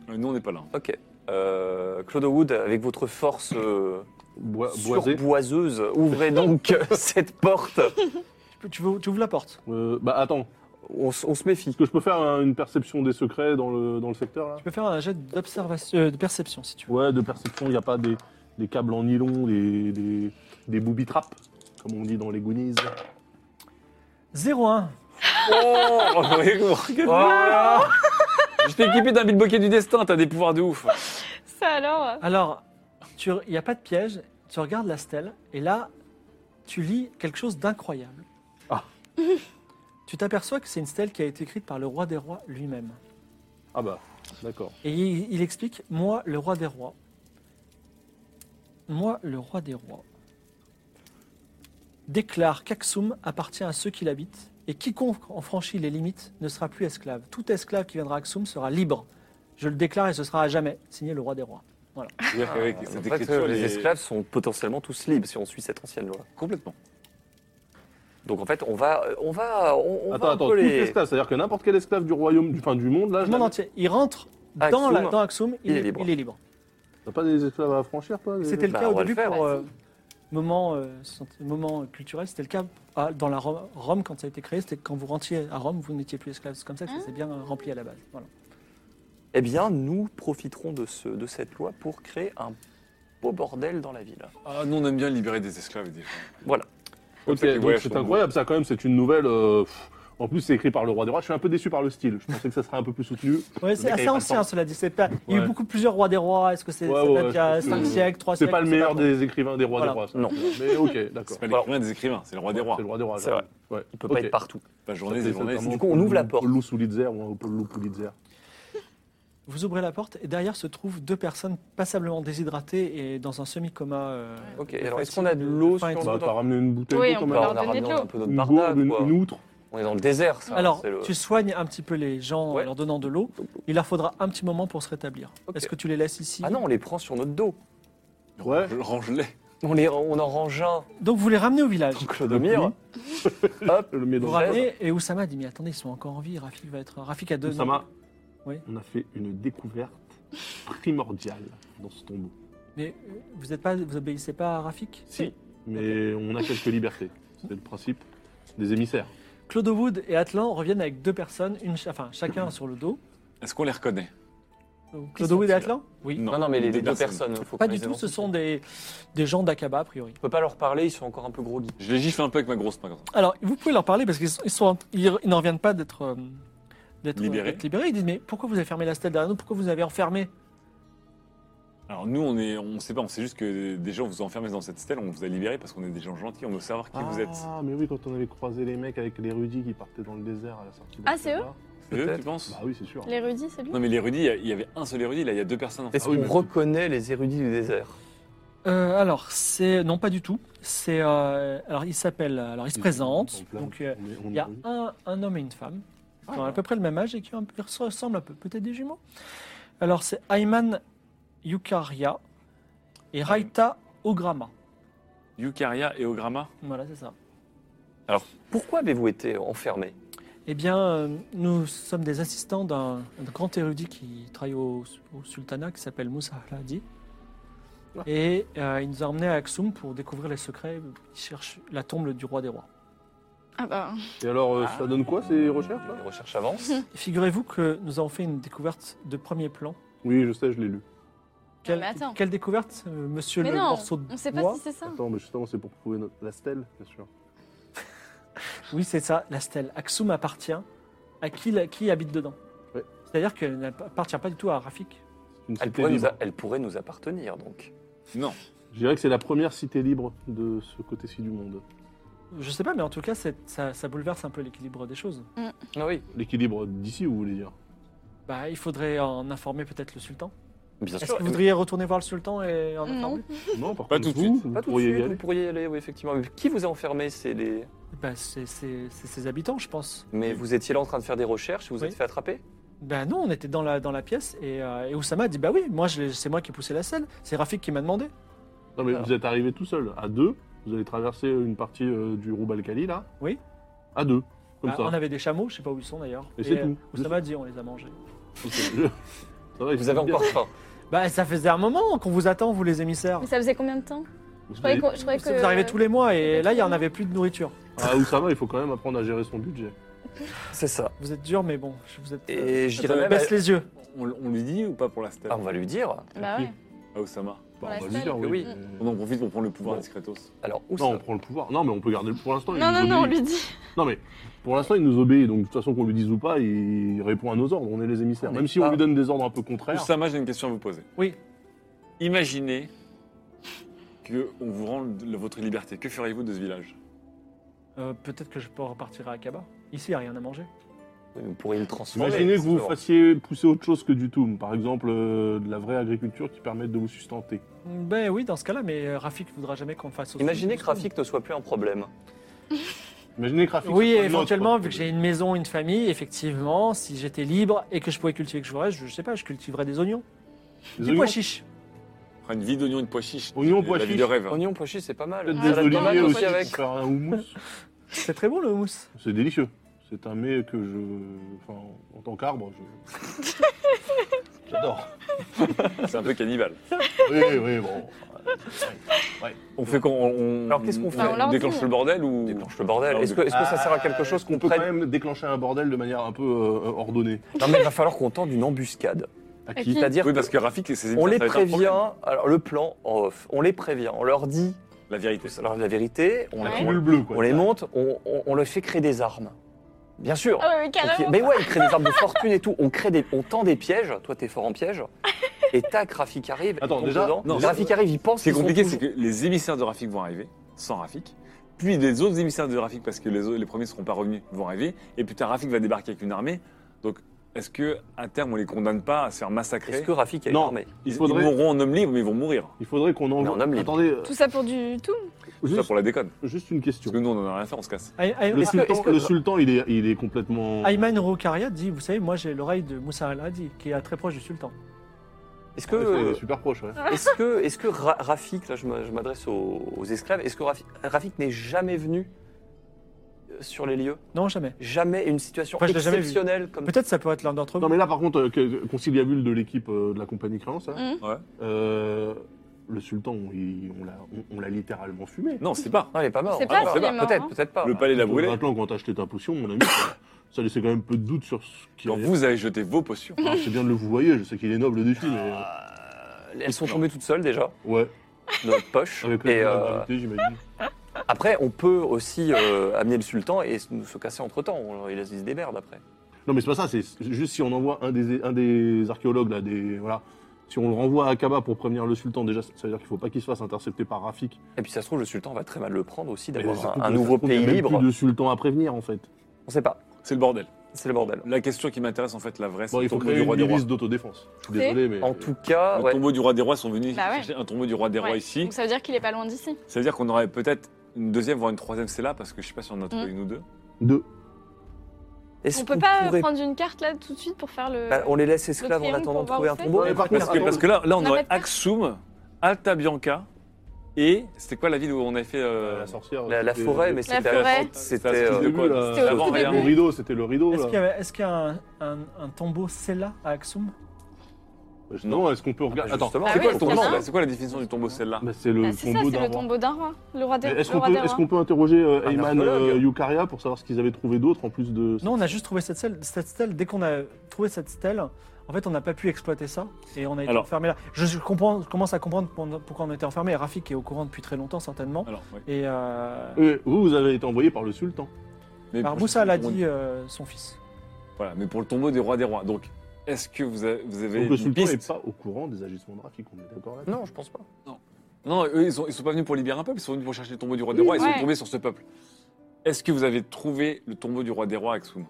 Euh, Nous, on n'est pas là.
Ok. Euh, Claude Wood, avec votre force euh,
Bois- boisé.
Surboiseuse, ouvrez donc cette porte.
Tu peux- Tu, veux- tu ouvres la porte.
Euh, bah attends,
On, s- on se méfie.
est-ce que je peux faire un- une perception des secrets dans le, dans le secteur là
Tu peux faire un jet d'observation, euh, de perception si tu veux.
Ouais, de perception, il n'y a pas des, des câbles en nylon, des, des, des booby traps, comme on dit dans les Goonies.
0-1.
Oh,
Oh
regardez-moi. Je t'ai équipé d'un bilboquet du destin, t'as des pouvoirs de ouf.
Ah,
Ça alors
Alors, tu- il n'y a pas de piège. Tu regardes la stèle et là, tu lis quelque chose d'incroyable.
Ah.
tu t'aperçois que c'est une stèle qui a été écrite par le roi des rois lui-même.
Ah bah, d'accord.
Et il, il explique Moi, le roi des rois. Moi, le roi des rois. Déclare qu'Aksum appartient à ceux qui l'habitent, et quiconque en franchit les limites ne sera plus esclave. Tout esclave qui viendra à Aksum sera libre. Je le déclare et ce sera à jamais. Signé le roi des rois.
C'est-à-dire
Ah,
qu'avec
En
cette
fait, euh,
écriture,
les
les-
esclaves sont potentiellement tous libres si on suit cette ancienne loi.
Complètement.
Donc en fait, on va, euh, on va, on, on
attends,
va un
attends,
peu
tous
les-
les esclaves, c'est-à-dire que n'importe quel esclave du royaume, du, enfin, du monde, là,
Le
je
monde
l'avais.
entier. Il rentre dans,
Aksum,
la, dans Aksum, il, est libre.
T'as pas des esclaves à affranchir, toi des-
C'était le
Bah,
cas
on
au
va le
début
faire,
pour
ouais.
euh, moment, euh, sent- moment culturel. C'était le cas à- dans la Ro- Rome quand ça a été créé. C'était que quand vous rentiez à Rome, vous n'étiez plus esclave. C'est comme ça que ça s'est bien euh, rempli à la base. Voilà.
Eh bien, nous profiterons de, ce, de cette loi pour créer un beau bordel dans la ville.
Ah, nous, on aime bien libérer des esclaves et des gens.
Voilà.
Comme
Ok,
ça que les
donc
voyages
c'est
sont
incroyable, ça quand même, c'est une nouvelle. euh, pff, en plus, c'est écrit par le roi des rois. Je suis un peu déçu par le style. Je pensais que ça serait un peu plus soutenu.
Ouais, c'est
mec avait
assez
pas le
ancien,
temps.
cela dit. C'est Pas... Il y a eu
Ouais.
beaucoup plusieurs rois des rois. Est-ce que c'est
Ouais,
ça
ouais,
date il y a
je pense
5
que
siècles, 3
C'est
siècles
pas le meilleur
trop.
des écrivains des rois
Voilà.
des rois. ça.
Non.
Mais ok, d'accord.
C'est pas l'écrivain des écrivains, c'est le roi des rois.
C'est le roi des rois.
C'est vrai.
Ouais.
On peut
Ok.
pas être partout.
La journée,
Ça,
c'est
c'est
journée.
vraiment
Du coup, on ouvre la porte.
Polo Pulitzer ou un Polo Pulitzer.
Vous ouvrez la porte et derrière se trouvent deux personnes passablement déshydratées et dans un semi-coma. euh,
Ok,
de
alors est-ce
fatigue,
qu'on a de l'eau sur
faim et
nous
tout.
Bah, t'as ramené une bouteille
Oui,
d'eau
on
quand
peut
Bah,
même.
leur
on a
donner de
ramené
l'eau.
un peu notre
Une,
barda,
gourde, une-
quoi.
une outre.
On est dans le désert, ça.
Alors,
c'est le-
tu soignes un petit peu les gens
Ouais.
en leur donnant de l'eau. Il leur faudra un petit moment pour se rétablir.
Ok.
Est-ce que tu les laisses ici
Ah non, on les prend sur notre dos.
Ouais.
Range-les.
On, les, on en range un
Donc vous les ramenez au village.
pour Clodomir. Hop.
Le mets
Vous
dans
Bravo.
ramenez et Oussama dit mais attendez ils sont encore en vie. Rafik va être Rafik a deux.
Oussama,
Oui.
on a fait une découverte primordiale dans ce tombeau.
Mais euh, vous êtes pas vous obéissez pas à Rafik
Si. Mais on a quelques libertés. C'est le principe des émissaires.
Claude Wood et Atlan reviennent avec deux personnes, une cha- enfin chacun sur le dos.
Est-ce qu'on les reconnaît
Donc, Claude Wood et
sont-ils
Atlan Oui.
Non, non, mais les, les deux personnes. faut
Pas
qu'on
du
les
tout, ce
identifie.
sont des, des gens d'Akaba a priori.
On peut pas leur parler, ils sont encore un peu gros guides.
Je les gifle un peu avec ma grosse main. comme ça.
Alors vous pouvez leur parler parce qu'ils sont, ils sont- ils- ils n'en reviennent pas d'être euh, d'être
Libérés.
d'être libérés. Ils disent mais pourquoi vous avez fermé la stèle derrière nous Pourquoi vous avez enfermé
Alors, nous, on est, on sait pas, on sait juste que des gens vous ont enfermés dans cette stèle, on vous a libérés parce qu'on est des gens gentils, on veut savoir qui vous êtes.
Ah, mais oui, quand on avait croisé les mecs avec les rudis qui partaient dans le désert à la sortie. de
Ah, c'est eux
Sahara.
C'est eux, tu
peut-être.
penses
Bah oui, c'est sûr.
L'érudit, c'est lui
Non, mais l'érudit, il y a- il y avait un seul érudit, là, il y a deux personnes en
Est-ce
face.
Ah oui,
qu'on
mais-
reconnaît les érudits du désert
Euh, alors, c'est non pas du tout. C'est euh, alors il s'appelle alors il se présente. Donc euh,
On est- on
il
est
y a
Mhm.
rudis.
un, un homme et une femme qui
Ah,
ont à peu près le même âge et qui ont un peu- se ressemblent un peu, peut-être des jumeaux. Alors c'est Ayman Yukaria et Raita Ograma.
Yukaria et Ograma
Voilà, c'est ça.
Pourquoi avez-vous été enfermés
Eh bien, euh, nous sommes des assistants d'un d'un grand érudit qui travaille au, au sultanat qui s'appelle Moussa Hladi. Et euh, il nous a emmenés à Aksum pour découvrir les secrets. Il cherche la tombe du roi des rois.
Ah bah.
Et alors, euh,
Ah.
ça donne quoi ces recherches là
Les recherches avancent.
Figurez-vous que nous avons fait une découverte de premier plan.
Oui, je sais, je l'ai lu.
Quelle,
Ah, mais attends.
quelle découverte, euh, monsieur
Mais
le
non,
morceau de
on sait
bois
pas si c'est ça.
Attends, mais justement, c'est pour prouver notre- la stèle, bien sûr.
Oui, c'est ça, la stèle. Aksum appartient à qui, la- qui habite dedans.
Ouais.
C'est-à-dire qu'elle n'appartient pas du tout à Rafik.
Une
Elle
cité
pourrait, nous
libre.
a- elle pourrait nous appartenir donc.
Non.
Je dirais que c'est la première cité libre de ce côté-ci du monde.
Je sais pas, mais en tout cas, c'est- ça, ça bouleverse un peu l'équilibre des choses.
Ah oui,
L'équilibre d'ici, vous voulez dire
Bah, il faudrait en informer peut-être le sultan.
bien
Est-ce
sûr.
que
euh,
vous voudriez retourner voir le sultan et en informer
Non, par
Pas
contre,
tout de
vous,
suite.
vous
Pas tout de
pourriez
suite,
y aller.
Vous pourriez y aller, oui, effectivement. Mais qui vous a enfermé C'est les.
Bah, c'est c'est- c'est ses habitants, je pense.
Mais vous étiez là en train de faire des recherches, vous vous
Oui.
êtes fait attraper
Bah non, on était dans la, dans la pièce et, euh, et Oussama a dit Bah oui, moi, je l'ai- c'est moi qui ai poussé la selle. C'est Rafik qui m'a demandé.
Non, mais
Ah.
Alors.
vous êtes arrivé tout seul, à deux. Vous avez traversé une partie euh, du Roubalkali, là.
Oui.
À deux, comme
Bah,
ça.
On avait des chameaux, je sais pas où ils sont d'ailleurs.
Et c'est
euh,
tout.
Oussama a dit On les a mangés.
Ok, je- Ça va, ils
Vous
sont
avez
bien.
encore faim.
Bah, ça faisait un moment qu'on vous attend, vous les émissaires.
Mais ça faisait combien de temps
Vous
Je croyais
savez-
qu'on- je croyais
Ça
que-
vous arrivez tous les mois et
Peut-être
là, il n'y en
vraiment.
avait plus de nourriture.
Ah, Oussama, il faut quand même apprendre à gérer son budget.
C'est ça.
Vous êtes dur, mais bon, je vous êtes. euh,
Et je dirais
Attends,
même.
baisse les yeux.
On, on lui dit ou pas pour la stèle
Ah, on va lui dire.
Bah ouais.
Ah, Oussama.
Pour Mm.
Bah,
la
on va lui
stèle,
dire, oui.
oui.
mais-
On en profite pour prendre le pouvoir
Bon.
discretos.
Alors, où
Non, on
ça
prend le pouvoir. Non, mais on peut garder le. Pour l'instant, il
Non,
nous
non, non, on
obéit.
lui dit.
Non, mais pour l'instant, il nous obéit. Donc, de toute façon, qu'on lui dise ou pas, il répond à nos ordres. On est les émissaires.
On
Même
est
si on
pas-
lui donne des ordres un peu contraires.
Oussama, j'ai une question à vous poser.
Oui.
Imaginez que on vous rende le- votre liberté. Que ferez-vous de ce village
euh, Peut-être que je peux repartir à Akaba. Ici, il n'y a rien à manger.
Vous pourriez le transformer.
Imaginez que vous
Alors,
fassiez pousser autre chose que du tout. Par exemple, euh, de la vraie agriculture qui permette de vous sustenter.
Ben oui, dans ce cas-là, mais euh, Rafik ne voudra jamais qu'on fasse autre
Imaginez
chose.
que Rafik ne soit plus un problème.
Imaginez que Rafik.
Oui,
soit
éventuellement,
notre-
vu que j'ai une maison, une famille, effectivement, si j'étais libre et que je pouvais cultiver que je voudrais, je, je sais pas, je cultiverais des oignons.
Des
Des
oignons.
pois chiches.
Enfin, Une vie d'oignons et de pois chiches.
Oignons,
C'est
pois
la vie
chiches.
de rêve. hein.
Oignon poché, c'est pas mal.
Peut-être
Ah,
Ça
des
va être pas mal
oliviers
tomate
aussi
aussi
pour
avec.
faire un houmous.
C'est très bon le houmous.
C'est délicieux. C'est un mets que je. Enfin, en tant qu'arbre, je. J'adore.
C'est un peu cannibale.
Oui, oui, bon.
On fait qu'on. on-
Alors, qu'est-ce qu'on fait
Bah, on leur
On déclenche
dit.
le bordel ou.
Déclenche le bordel. Est-ce que, est-ce que ça sert à quelque chose qu'on
Ah. On peut
prenne
quand même déclencher un bordel de manière un peu euh, ordonnée.
Non, mais il va falloir qu'on tente une embuscade.
À
Et
qui
puis-
C'est-à-dire
Oui, parce que Rafik, c'est
On les
ça va être un problème.
prévient, alors le plan en off, on les prévient, on leur dit
La vérité.
alors, la vérité, on,
La
Ouais.
cumule bleue, quoi.
on les monte, on, on- on leur fait créer des armes. Bien sûr.
Ah ouais, mais
Donc,
carrément.
mais ouais, ils créent des armes de fortune et tout. On, crée des, on tend des pièges, toi t'es fort en piège, et tac, Rafik arrive.
Attends,
il tombe
déjà-
dedans.
non,
Rafik arrive, il pense
C'est
qu'ils sont
compliqué, c'est
toujours-
que les émissaires de Rafik vont arriver, sans Rafik. Puis les autres émissaires de Rafik, parce que les, autres- les premiers ne seront pas revenus, vont arriver. Et plus tard, Rafik va débarquer avec une armée. Donc, est-ce que à terme, on les condamne pas à se faire massacrer
Est-ce que Rafik a une
Non.
armée
ils,
Il faudrait-
ils mourront en homme libre, mais ils vont mourir.
Il faudrait qu'on
Mais en homme
envoie.
libre.
Attendez, euh,
Tout ça pour du tout.
Ça,
juste,
pour la déconne.
juste une question.
Parce que nous, on n'en a rien à faire, on se casse.
Ay- Ay-
Le
que- est-ce
sultan,
que-
le sultan, il est, il est complètement.
Ayman Roukaria dit, vous savez, moi j'ai l'oreille de Moussa Al-Hadi, qui est très proche du sultan.
Est-ce
Ouais, c'est- il est
que,
super proche, ouais.
est-ce que, est-ce que Ra- Rafik, là je m'a- je m'adresse aux, aux esclaves, est-ce que Rafik, Rafik n'est jamais venu euh, sur les lieux
Non, jamais.
Jamais une situation
Enfin, je l'ai jamais vu.
exceptionnelle comme
Peut-être ça peut être l'un d'entre
Non,
vous.
mais là, par contre, euh, que- conciliabule de l'équipe euh, de la compagnie créance, là,
Mhm.
Ouais.
euh, le sultan, on, il- on l'a- on- on l'a littéralement fumé.
Non, c'est pas.
Non, il est pas mort.
C'est
Ah
pas
non,
s'il est mort,
Peut-être,
hein.
Ah,
peut-être pas.
Le palais l'a
Plutôt
brûlé.
Maintenant, quand t'as acheté ta potion, mon ami, ça, ça laissait quand même peu de doute sur ce qu'il
Quand
allait-
vous avez jeté vos potions.
hein.
Alors, C'est bien de le vous voyez, je sais qu'il est noble le défi, mais. euh,
Euh, Elles sont tombées toutes seules déjà
Ouais,
de notre poche.
avec la
et euh,
gravité, j'imagine.
après, on peut aussi euh, amener le sultan et se- nous se casser entre temps. Il se démerde après.
Non, mais c'est pas ça, c'est juste si on envoie un des, un des archéologues, là, des. Voilà. Si on le renvoie à Akaba pour prévenir le sultan, déjà, ça veut dire qu'il faut pas qu'il se fasse intercepter par Rafik.
Et puis ça se trouve, le sultan va très mal le prendre aussi
Mais
d'avoir
surtout
un,
que
un
ça se
nouveau
trouve, il y a
pays
même
libre.
plus de sultan à prévenir, en fait.
On sait pas.
C'est le bordel.
C'est le bordel.
Euh,
La question qui m'intéresse, en fait, la vraie, c'est
Bon,
le
il faut
tombeau
créer
du
une
roi des rois.
milice d'autodéfense. Je suis Désolé, mais.
En tout cas,
Le
ouais.
tombeau du roi des rois sont venus
Bah ouais.
chercher un tombeau du roi des rois
Ouais.
ici.
Donc ça veut dire qu'il est pas loin d'ici.
Ça veut dire qu'on aurait peut-être une deuxième, voire une troisième là parce que je sais pas si on en a trouvé
Mm.
une ou deux.
Deux.
est-ce
On peut
qu'on
pas euh,
pourrait-
prendre une carte là tout de suite pour faire le.
Bah, on les laisse esclaves en
triangle
attendant
pour
de
voir
trouver
où
un
c'est
tombeau.
Ouais, par
Parce que,
contre,
parce que là, là, on,
On a
aurait
pas de
Aksum, Alta Bianca et c'était quoi la ville où on avait fait euh,
La sorcière.
La, la
c'était-
forêt, mais c'était
forêt.
c'était,
C'était
euh,
Au début, là,
C'était
au tout
le
début.
rideau, c'était le rideau.
Est-ce
là.
qu'il y a, est-ce qu'il y a un, un- un tombeau Sella à Aksum
Non, est-ce qu'on peut regarder
bah,
Attends,
justement.
Ah
C'est
oui,
quoi le
c'est
tombeau
bien.
Sella C'est quoi la définition du tombeau celle-là
bah, c'est le
Bah, c'est ça,
tombeau
c'est
d'un
le
roi.
tombeau d'un roi, le roi des,
Mais Est-ce
le
qu'on
roi
peut,
des
est-ce
rois.
qu'on peut interroger euh,
Un
Ayman
archéologue.
euh, Yukaria pour savoir ce qu'ils avaient trouvé d'autre en plus de.
Non, on a juste trouvé cette stèle. Cette stèle dès qu'on a trouvé cette stèle, en fait, on n'a pas pu exploiter ça et on a été
Alors-
enfermé là. Je, je comprends, je commence à comprendre pour- pourquoi on était enfermé. Rafik est au courant depuis très longtemps, certainement.
Alors, ouais.
Et euh,
Euh, vous, vous avez été envoyé par le sultan.
Mais
alors,
pour-
Moussa l'a
pour-
dit, euh, son fils.
Voilà, mais pour le tombeau des rois des rois. Donc, est-ce que vous avez, vous avez
Donc le
une
sultan n'est
piste
pas au courant des agissements de Rafik, on est d'accord là
Non, je pense pas.
Non, eux, ils sont, ils sont pas venus pour libérer un peuple, ils sont venus pour chercher le tombeau du roi des rois, ils
Ouais.
sont tombés sur ce peuple. Est-ce que vous avez trouvé le tombeau du roi des rois à Aksum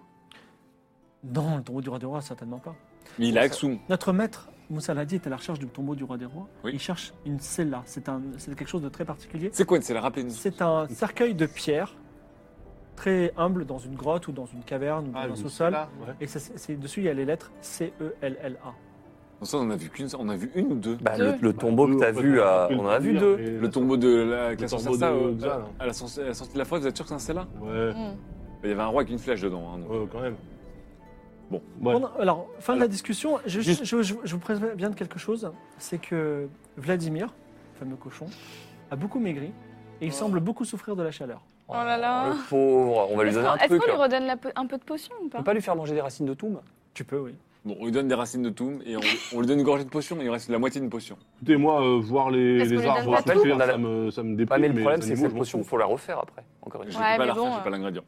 Non, le tombeau du roi des rois, certainement pas.
Mais il est à Aksum.
Notre maître, Moussa l'a dit, est à la recherche du tombeau du roi des rois.
Oui.
Il cherche une cella. C'est un- c'est quelque chose de très particulier.
C'est quoi une celle Rappelez-nous.
C'est un cercueil de pierre, très humble, dans une grotte ou dans une caverne ou dans
Ah,
un
oui,
sous-sol.
là, ouais.
Et ça, c'est- c'est- dessus, il y a les lettres E C-E-L-L-A.
Non, ça, on en a vu qu'une, ça, on a vu une ou deux.
Bah,
Deux.
le, le tombeau
Bah,
que t'as
deux,
vu,
en fait,
à-
on a
on en a
vu
vu
un,
deux.
mais-
Le tombeau de la, avec la
Le tombeau
sorcière,
de
euh,
Xa, là.
à, la sorcière- à la sortie de la forêt, vous êtes sûr que c'est un celle-là
Ouais,
Hmm.
Il y avait un roi avec une flèche dedans. hein, donc.
ouais, quand même.
Bon.
Ouais.
Bon, alors, fin de la discussion. Je,
Juste-
je- je- je vous préviens bien de quelque chose. C'est que Vladimir, le fameux cochon, a beaucoup maigri et il semble beaucoup souffrir de la chaleur.
Oh là là.
Le pauvre, on va lui
Est-ce
donner
qu'on
un
est-ce
truc.
qu'on lui
là.
redonne la po- un peu de potion ou
On
pas
peut pas lui faire manger des racines de toum
Tu peux, oui.
Bon, on lui donne des racines de toum et on, on lui donne une gorgée de potion et il reste la moitié d'une potion.
Écoutez-moi, euh, voir les,
Parce qu'on
les
lui donne
arbres
pas
tout.
souffrir,
On a la-
ça me, ça me déprime.
Ouais, mais le
les
problème, c'est que
animaux,
cette
j'en
potion,
fous.
faut la refaire après. Encore une
Je
fois.
peux pas
mais
la
bon,
refaire,
euh.
j'ai pas l'ingrédient.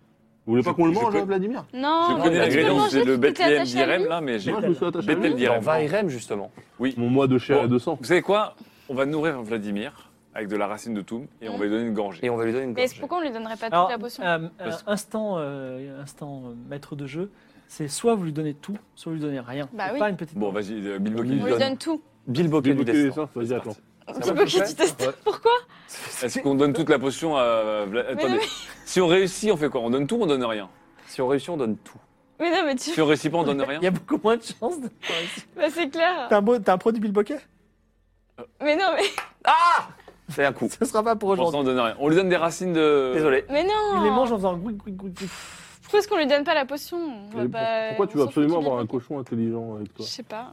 Vous voulez pas
Je-
qu'on le
je
mange,
peux-
hein, Vladimir
Non,
je
mais
tu peux
connais
tu
l'ingrédient,
manger
c'est le
si t'étais
Bethléem
attaché à lui.
d'Irem là, mais j'ai
Moi, je me suis attaché à
Bethel
lui.
d'Irem.
On va à Irem, justement.
Mon mois de chair
Bon.
et de sang.
Vous savez quoi On va nourrir Vladimir avec de la racine de toum et on va lui donner une gorgée.
Et on va lui donner une
Mais
gorgée.
pourquoi on lui donnerait pas toute
Alors,
la potion
euh, euh,
Parce-
instant, euh, instant euh, maître de jeu, c'est soit vous lui donnez tout, soit vous lui donnez rien.
Bah
Et
oui.
Pas une petite.
Bon, vas-y, euh, Bilbo
On
qui
lui
On
lui
lui
donne.
donne tout.
Bill Bokeh du
Bilbo qui
destin.
dessin, vas-y, attends.
Un
Ah, C'est
petit
un
peu
peu
que
fait.
tu testes.
Ouais.
Pourquoi
Est-ce qu'on donne toute la potion à euh, Vla-
Mais
Attendez.
non,
Si on réussit, on fait quoi On donne tout ou on donne rien
Si on réussit, on donne tout.
Mais non, mais tu.
Si on réussit pas, on donne rien
Il y a beaucoup moins de chances. De...
Bah, c'est clair.
T'as un, beau- t'as un produit Bill Bokeh
Mais non, mais.
C'est Ah euh, un coup.
Ce sera pas pour
Pour ça,
aujourd'hui.
on donne rien. On lui donne des racines de.
Désolé.
Mais non
Il les mange en faisant gouic, gouic, gouic, gouic.
Pourquoi est-ce qu'on lui donne pas la potion On va
Et pour-
pas-
Pourquoi tu veux
bah, on s'en
absolument
fout du
avoir un
Bill Bokeh.
cochon intelligent avec
Je
toi
sais pas.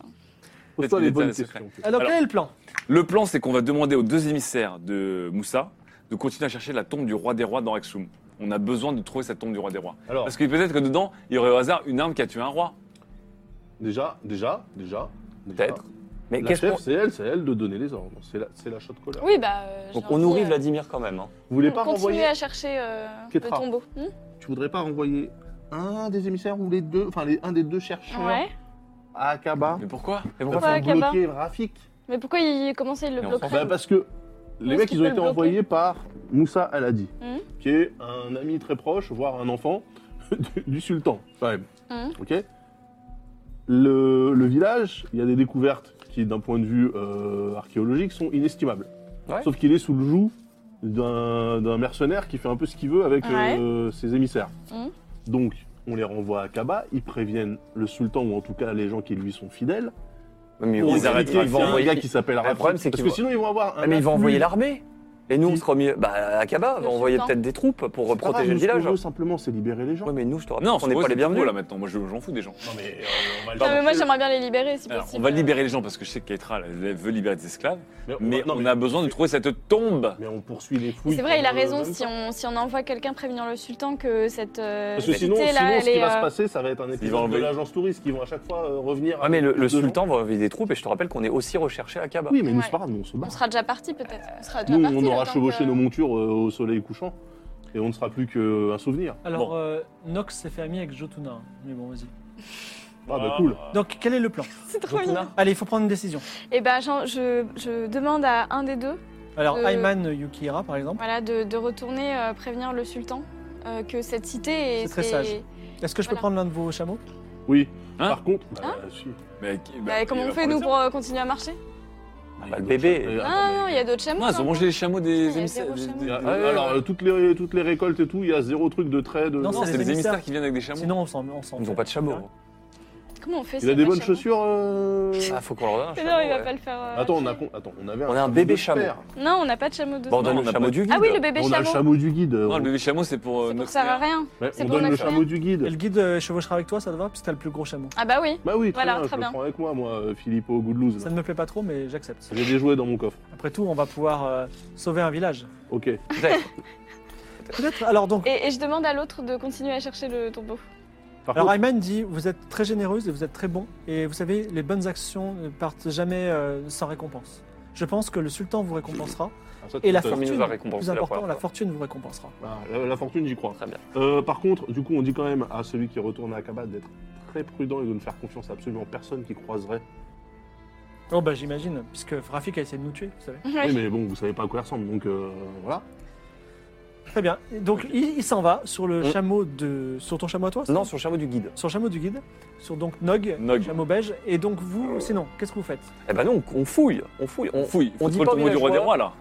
Pose-toi
Peut-être
les
qu'il
bonnes
était secret.
questions.
Alors,
Alors-
quel est le plan
Le plan, c'est qu'on va demander aux deux émissaires de Moussa de continuer à chercher la tombe du roi des rois dans Exum. On a besoin de trouver cette tombe du roi des rois.
Alors,
Parce que peut-être que dedans, il y aurait au hasard une arme qui a tué un roi.
déjà, déjà, déjà. déjà.
Peut-être. Mais
La
qu'est-ce qu'on.
chef, c'est elle, c'est elle de donner les ordres. C'est la, c'est la shot colère.
Oui, bah. euh,
Donc
j'ai
on
envie,
nourrit
euh,
Vladimir quand même. hein.
Vous voulez
on
pas
continue
renvoyer
à chercher euh, le
Ketra.
tombeau. Hmm
Tu voudrais pas renvoyer un des émissaires ou les deux, enfin les, un des deux chercheurs
ouais.
à Akaba
Mais pourquoi
Mais
pour
pourquoi
Pourquoi
faire
Akaba
bloquer Rafik
Mais pourquoi il commence à le
Mais on
bloquer
s'en
Bah, Parce que les
Est-ce
mecs,
qu'il
ils ont
peut
été
le bloquer
envoyés par Moussa Aladi,
Mhm.
qui est un ami très proche, voire un enfant du, du sultan, quand même.
Mhm.
Ok le, le village, il y a des découvertes qui, d'un point de vue euh, archéologique, sont inestimables.
Ouais.
Sauf qu'il est sous le joug d'un d'un mercenaire qui fait un peu ce qu'il veut avec
Ouais.
euh, ses émissaires.
Mhm.
Donc, on les renvoie à Kaba, ils préviennent le sultan, ou en tout cas les gens qui lui sont fidèles.
Mais
Pour
ils
ils
éviter
arrêtent
arrêtent
qu'il y
pas.
ait
Ils vont
un
envoyer.
gars qui s'appelle
Le
Rafik.
problème, c'est
Parce
qu'ils
que
vont-
sinon, ils vont avoir. un
Mais ils vont
afflux
envoyer l'armée. Et nous, on sera mieux. Bah, Akaba va
Le
envoyer
sultan.
peut-être des troupes pour
C'est pas grave,
protéger le
nous, ce qu'on
village.
veut simplement, c'est libérer les gens.
Ouais, mais nous, je te rappelle
Non,
qu'on n'est pas les bienvenus.
là maintenant. Moi, je- j'en fous des gens.
Non, mais euh, on va le
Non, mais
faire.
moi j'aimerais bien les libérer si
Alors,
possible.
on va libérer les gens parce que je sais que Keitra elle, elle veut libérer des esclaves, mais
non, Ah,
on a besoin de trouver cette tombe.
Mais on poursuit les
Mais
fouilles.
C'est vrai, il a
pendant le
raison.
même
Si
temps.
on, si on envoie quelqu'un prévenir le sultan que cette. euh,
Parce que
cité,
sinon, sinon
là, elle
ce qui
est,
va se
euh,
passer, ça va être un
Ils vont
épisode de
envoyer-
l'agence touriste qui vont à chaque fois euh, revenir.
Ouais, Ah, mais le,
avec
le
deux gens.
sultan va envoyer des troupes et je te rappelle qu'on est aussi recherché à Akaba.
Oui, mais nous,
Ouais.
c'est pas grave, nous, on se bat.
On sera déjà parti peut-être. On sera déjà
Nous,
partis,
on
le
aura
temps
chevauché
que-
nos montures euh, au soleil couchant et on ne sera plus qu'un souvenir.
Alors,
Bon.
euh, Nox s'est fait ami avec Jotuna. hein. Mais bon, vas-y.
Ah, bah cool.
Donc, quel est le plan
C'est trop
Jotuna.
mignon.
Allez, il faut prendre une décision.
Et ben, Jean, je, je demande à un des deux,
Alors,
Euh,
Ayman Yukihira, par exemple,
voilà, de, de retourner euh, prévenir le sultan euh, que cette cité est.
C'est très sage. est-ce que je peux
voilà.
prendre l'un de vos chameaux
Oui.
Hein
Par contre, bah, si.
Mais,
Bah, comment on fait nous pour euh, continuer à marcher
Ah, bah, le bébé.
Euh,
Non,
attends,
non,
mais-
non, il y a d'autres chameaux.
Non, ils ont
hein.
mangé les chameaux
Putain, il
des
y a
émissaires.
zéro
des-
chameau.
des-
Il y
Ah,
a-
Ouais, ouais,
Alors,
ouais.
euh, toutes les, toutes les récoltes et tout, il y a zéro truc de trait. De...
Non,
Non, c'est
les
des émissaires
émissaires
qui viennent avec des chameaux.
Sinon, on s'en on s'en
Ils n'ont
fait.
pas de
hein.
chameau.
Comment on
Il
fait
a
s'il
des
y pas
bonnes
de chameau
chaussures. euh, Ah,
Ah, faut qu'on leur donne un
Mais
chameau.
non, il va
ouais.
pas le faire. euh,
Attends, on a,
tuer.
con- attends, on avait un
On a un
chameau
bébé
de
chameau.
fer.
Non, on n'a pas de chameau de
Bon, on
Non,
donne
on
le
n'a
chameau
pas-
du vide.
Ah oui, le bébé
On a le
chameau.
chameau du guide.
Non, le
on
bébé chameau, c'est pour euh,
C'est pour que
notre
ça va rien.
Ouais,
c'est
on
pour
donne
notre
le
chien.
chameau du
Et le
guide.
guide euh, chevauchera avec toi, ça te va Parce que t'as le plus gros chameau.
Ah bah oui.
Bah oui, très
Voilà,
bien,
très
je
bien.
le prends avec moi, moi, euh, Philippot Goodloose.
Ça ne me plaît pas trop, mais j'accepte.
J'ai des jouets dans mon coffre.
Après tout, on va pouvoir euh, sauver un village.
Ok.
Peut-être. Alors, donc,
Et, et je demande à l'autre de continuer à chercher le tombeau.
Par
Alors
contre,
Ayman dit, vous êtes très généreuse et vous êtes très bon, et vous savez, les bonnes actions ne partent jamais euh, sans récompense. Je pense que le sultan vous récompensera,
Ah, ça, tu
et la
m'étonnes.
Comme il nous a
fortune,
récompensé
plus
la
important,
première
la
fois.
fortune vous récompensera.
Ah, la, la fortune, j'y crois.
Très bien.
Euh, par contre, du coup, on dit quand même à celui qui retourne à Akaba d'être très prudent et de ne faire confiance à absolument personne qui croiserait.
Oh bah j'imagine, puisque Rafik a essayé de nous tuer, vous savez.
Oui, mais bon, vous savez pas à quoi il ressemble, donc euh, voilà.
Très bien, Et donc il, il s'en va sur le
Mm.
chameau de... sur ton chameau à toi c'est
Non,
ça
sur le chameau du guide.
sur le chameau du guide, sur donc Nog,
Nog.
chameau beige, et donc
Euh,
vous, sinon, qu'est-ce que vous faites
Eh ben non, on fouille, on fouille.
On
On,
fouille.
on
On
dit
dit pas
pas
le tombeau du roi des
villageois.
rois là.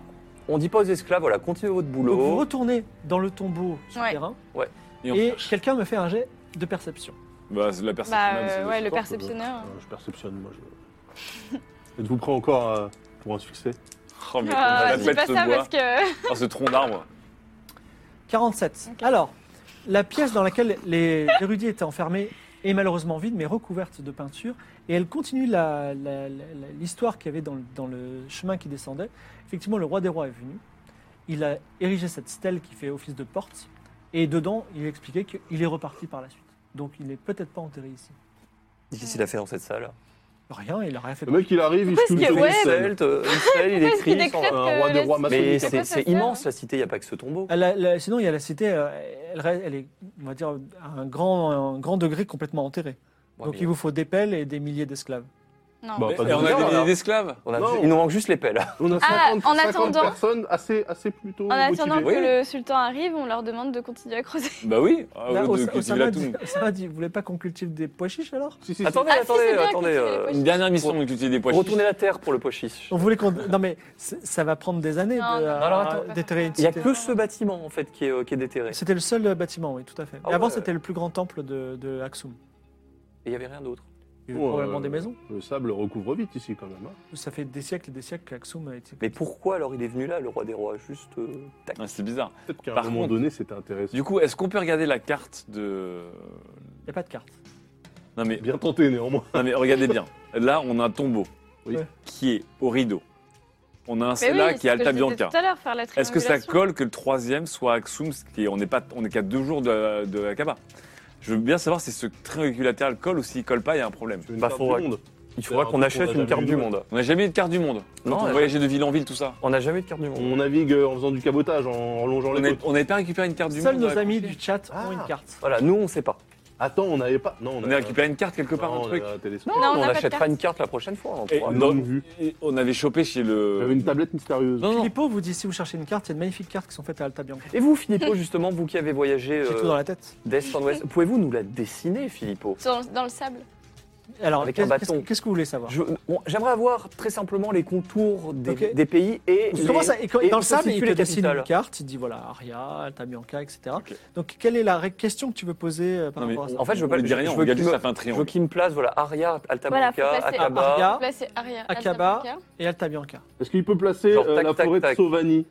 on dit pas aux esclaves, voilà, continuez votre
Donc vous
boulot.
retournez dans le tombeau souterrain,
Ouais.
Et on
et quelqu'un me fait un jet de perception.
Bah, c'est la personne.
Bah,
même,
euh,
c'est-
ouais, le
Sport,
perceptionneur.
euh, je perceptionne, moi. Je... Êtes-vous prêt encore euh, pour un succès
Oh, mais
Ah,
la
dis
bête
pas
se
ça
boit.
parce que.
Ah, ce tronc d'arbre.
47.
Ok.
Alors, la pièce dans laquelle les érudits étaient enfermés est malheureusement vide, mais recouverte de peinture. Et elle continue la- la- la- la- l'histoire qu'il y avait dans le, dans le chemin qui descendait. Effectivement, le roi des rois est venu. il a érigé cette stèle qui fait office de porte, et dedans, il expliquait qu'il est reparti par la suite. Donc il n'est peut-être pas enterré ici.
Qu'est-ce qu'il a fait dans cette salle
Rien, il n'a rien fait.
Le mec, il arrive, il
Pourquoi est-ce
sculpte
qu'il y a
une
web
stèle.
Celte, euh, une stèle, il
Pourquoi est-ce qu'il
écrit. sans-
décrète
un
que
roi des
la-
rois
Mais
maçonniques.
c'est
c'est
pas
c'est
ça,
immense
hein.
la cité, il n'y a pas que ce tombeau.
Elle a- la- sinon, il y a la cité, euh, elle, reste- elle est, on va dire, à un grand, un grand degré complètement enterrée.
Ouais,
Donc
mais
il vous faut des pelles et des milliers d'esclaves.
Non.
Bah,
Mais-
pas de
Et on a
bizarre,
des
alors.
milliers d'esclaves.
on a-
Non.
Il nous manque juste les pelles.
On a 50,
Ah, en
50
attendant-
personnes assez, assez plutôt
En attendant
motivées.
que le sultan arrive, on leur demande de continuer à creuser.
Bah oui, ah,
Là,
au lieu de
Osa-
cultiver
Osama
la
dit,
toune.
Osama dit, vous voulez pas qu'on cultive des pois chiches alors
Si, si, si.
Attendez,
Ah, si,
attendez,
c'est bien
attendez.
cultiver les
euh,
pois
Une dernière mission, on utilise des pois chiches.
Retournez la terre pour le pois chiche.
On voulait qu'on. Non mais c'est- ça va prendre des années
Non,
de-
non,
à-
non, attends,
à déterrer une
Il n'y a
cité.
que ce bâtiment en fait qui est, euh, qui est déterré. Et
C'était le seul euh, bâtiment, oui, tout à fait.
Ah
Mais avant,
ouais.
c'était le plus grand temple de, de Aksum.
il n'y avait rien d'autre.
Il y avait
Oh,
probablement
euh,
des maisons.
Le sable recouvre vite ici quand même. hein.
Ça fait des siècles et des siècles qu'Aksum a été.
Mais pourquoi alors il est venu là, le roi des rois Juste. euh, tac.
Ah, C'est bizarre.
Peut-être qu'à un
Par
moment
contre-
donné, c'était intéressant.
Du coup, est-ce qu'on peut regarder la carte de.
Il n'y a pas de carte.
Non mais,
Bien tenté néanmoins.
non mais regardez bien. Là, on a un tombeau
Oui.
qui est au rideau. On a un
Mais
cella
oui,
qui est
c'est ce que je
Alta
disais
Bianca.
Tout à l'heure, faire la
Est-ce que ça
triangulation.
colle que le troisième soit Axum, ce qui est- on n'est pas, on est qu'à deux jours de, de Akaba. Je veux bien savoir si ce triangle latéral colle ou s'il colle pas, il y a un problème.
Tu veux une
Bah,
carte
faudra-
du monde
Il faudra
C'est un
qu'on
truc
achète
qu'on a jamais
une carte
vu,
du
ouais.
monde.
On n'a jamais eu de carte du monde. Quand
Non,
on
elle-
voyageait de ville en ville, tout ça.
On n'a jamais eu de carte du monde.
On navigue euh, en faisant du cabotage, en longeant
On
les
n'avait
côtes.
on n'avait pas récupéré une carte du
Seuls
monde. on
nos
avait-
amis du chat
Ah.
ont une carte.
Voilà, nous on ne sait pas.
Attends, on n'avait pas. Non,
On a récupéré une carte quelque part,
non,
un truc.
On avait un télescope. Euh,
Non,
Non, on
on,
n'a pas de
achètera
carte.
une carte la prochaine fois. hein, on
Et
pourra-
une
dans-
longue vue.
et on avait chopé chez
J'avais
le.
une tablette mystérieuse.
Euh, Non, non.
Filippo vous dit si vous cherchez une carte, il y a de magnifiques cartes qui sont faites à Alta Bianca.
Et vous, Philippot, justement, vous qui avez voyagé
J'ai
euh,
tout dans la tête.
d'est en ouest, pouvez-vous nous la dessiner, Philippot
Sur- dans le sable.
Alors,
avec
qu'est-
un bâton.
qu'est-ce qu'est-ce que vous voulez savoir
Je- bon, J'aimerais avoir très simplement les contours des,
Ok.
des pays et.
Parce
les-
que comment ça- et quand-
et
dans
où
le sable,
se
il
situent
te
les
dessine
capitales.
une carte, il dit voilà, Aria, Alta Bianca, etc.
Ok.
Donc, quelle est la ré- question que tu veux poser euh, par
Non, mais
rapport à ça
En fait, je veux
on
pas
lui dit
je-
rien,
je
on
veux
regarde
qu'il
juste
me-
ça fait un
Je veux
triangle.
qu'il me place, voilà, Aria,
Voilà, faut
Altabanca,
placer
Akaba.
Aria. Ah.
Là, c'est Aria.
Akaba.
Alta Bianca.
Et Alta Bianca.
Est-ce qu'il peut placer
Genre,
euh,
tac,
la
tac,
forêt
tac.
de Sauvanie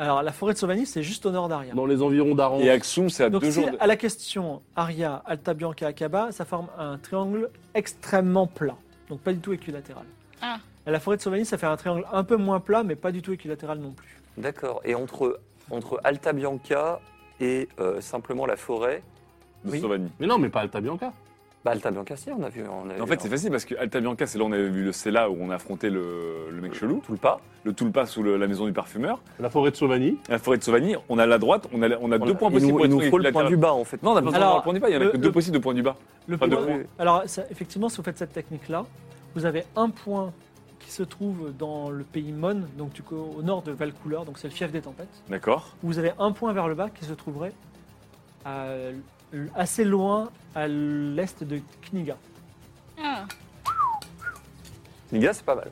Alors, la forêt de Sauvanie, c'est juste au nord d'Aria.
dans les environs d'Aran
Et Axum, c'est à
Donc,
deux
si
jours. de-
à la question Aria, Alta Bianca, Akaba, ça forme un triangle extrêmement plat, donc pas du tout équilatéral.
Ah.
À la forêt de Sauvanie, ça fait un triangle un peu moins plat, mais pas du tout équilatéral non plus.
D'accord. Et entre, entre Alta Bianca et euh, simplement la forêt,
de
Oui.
Sauvanie.
Mais non, mais pas Alta Bianca.
bah, Alta Bianca, si, on a vu. on a
En
vu hein.
fait, c'est facile parce que Alta Bianca, c'est là où on avait vu le Cella où on affrontait le, le mec chelou,
tout le pas.
le Tulpa sous le- la maison du parfumeur.
La forêt de Sauvanie.
La forêt de Sauvigny, on a la droite, on a, on a
On
deux
a-
points
il nous-
possibles pour
Il
être
nous faut le
latéral.
point du bas, en fait.
Non, on n'a pas besoin
Alors,
de point du bas, il y en a
le-
que
le-
deux possibles de points du bas.
Le
Enfin, de
point-
points.
Alors, ça- effectivement, si vous faites cette technique-là, vous avez un point qui se trouve dans le pays Mon, donc du coup, au nord de Valcouleur, donc c'est le fief des tempêtes.
D'accord.
Vous avez un point vers le bas qui se trouverait à l- assez loin à l'est de Kniga.
Ah.
Les gars, c'est pas mal.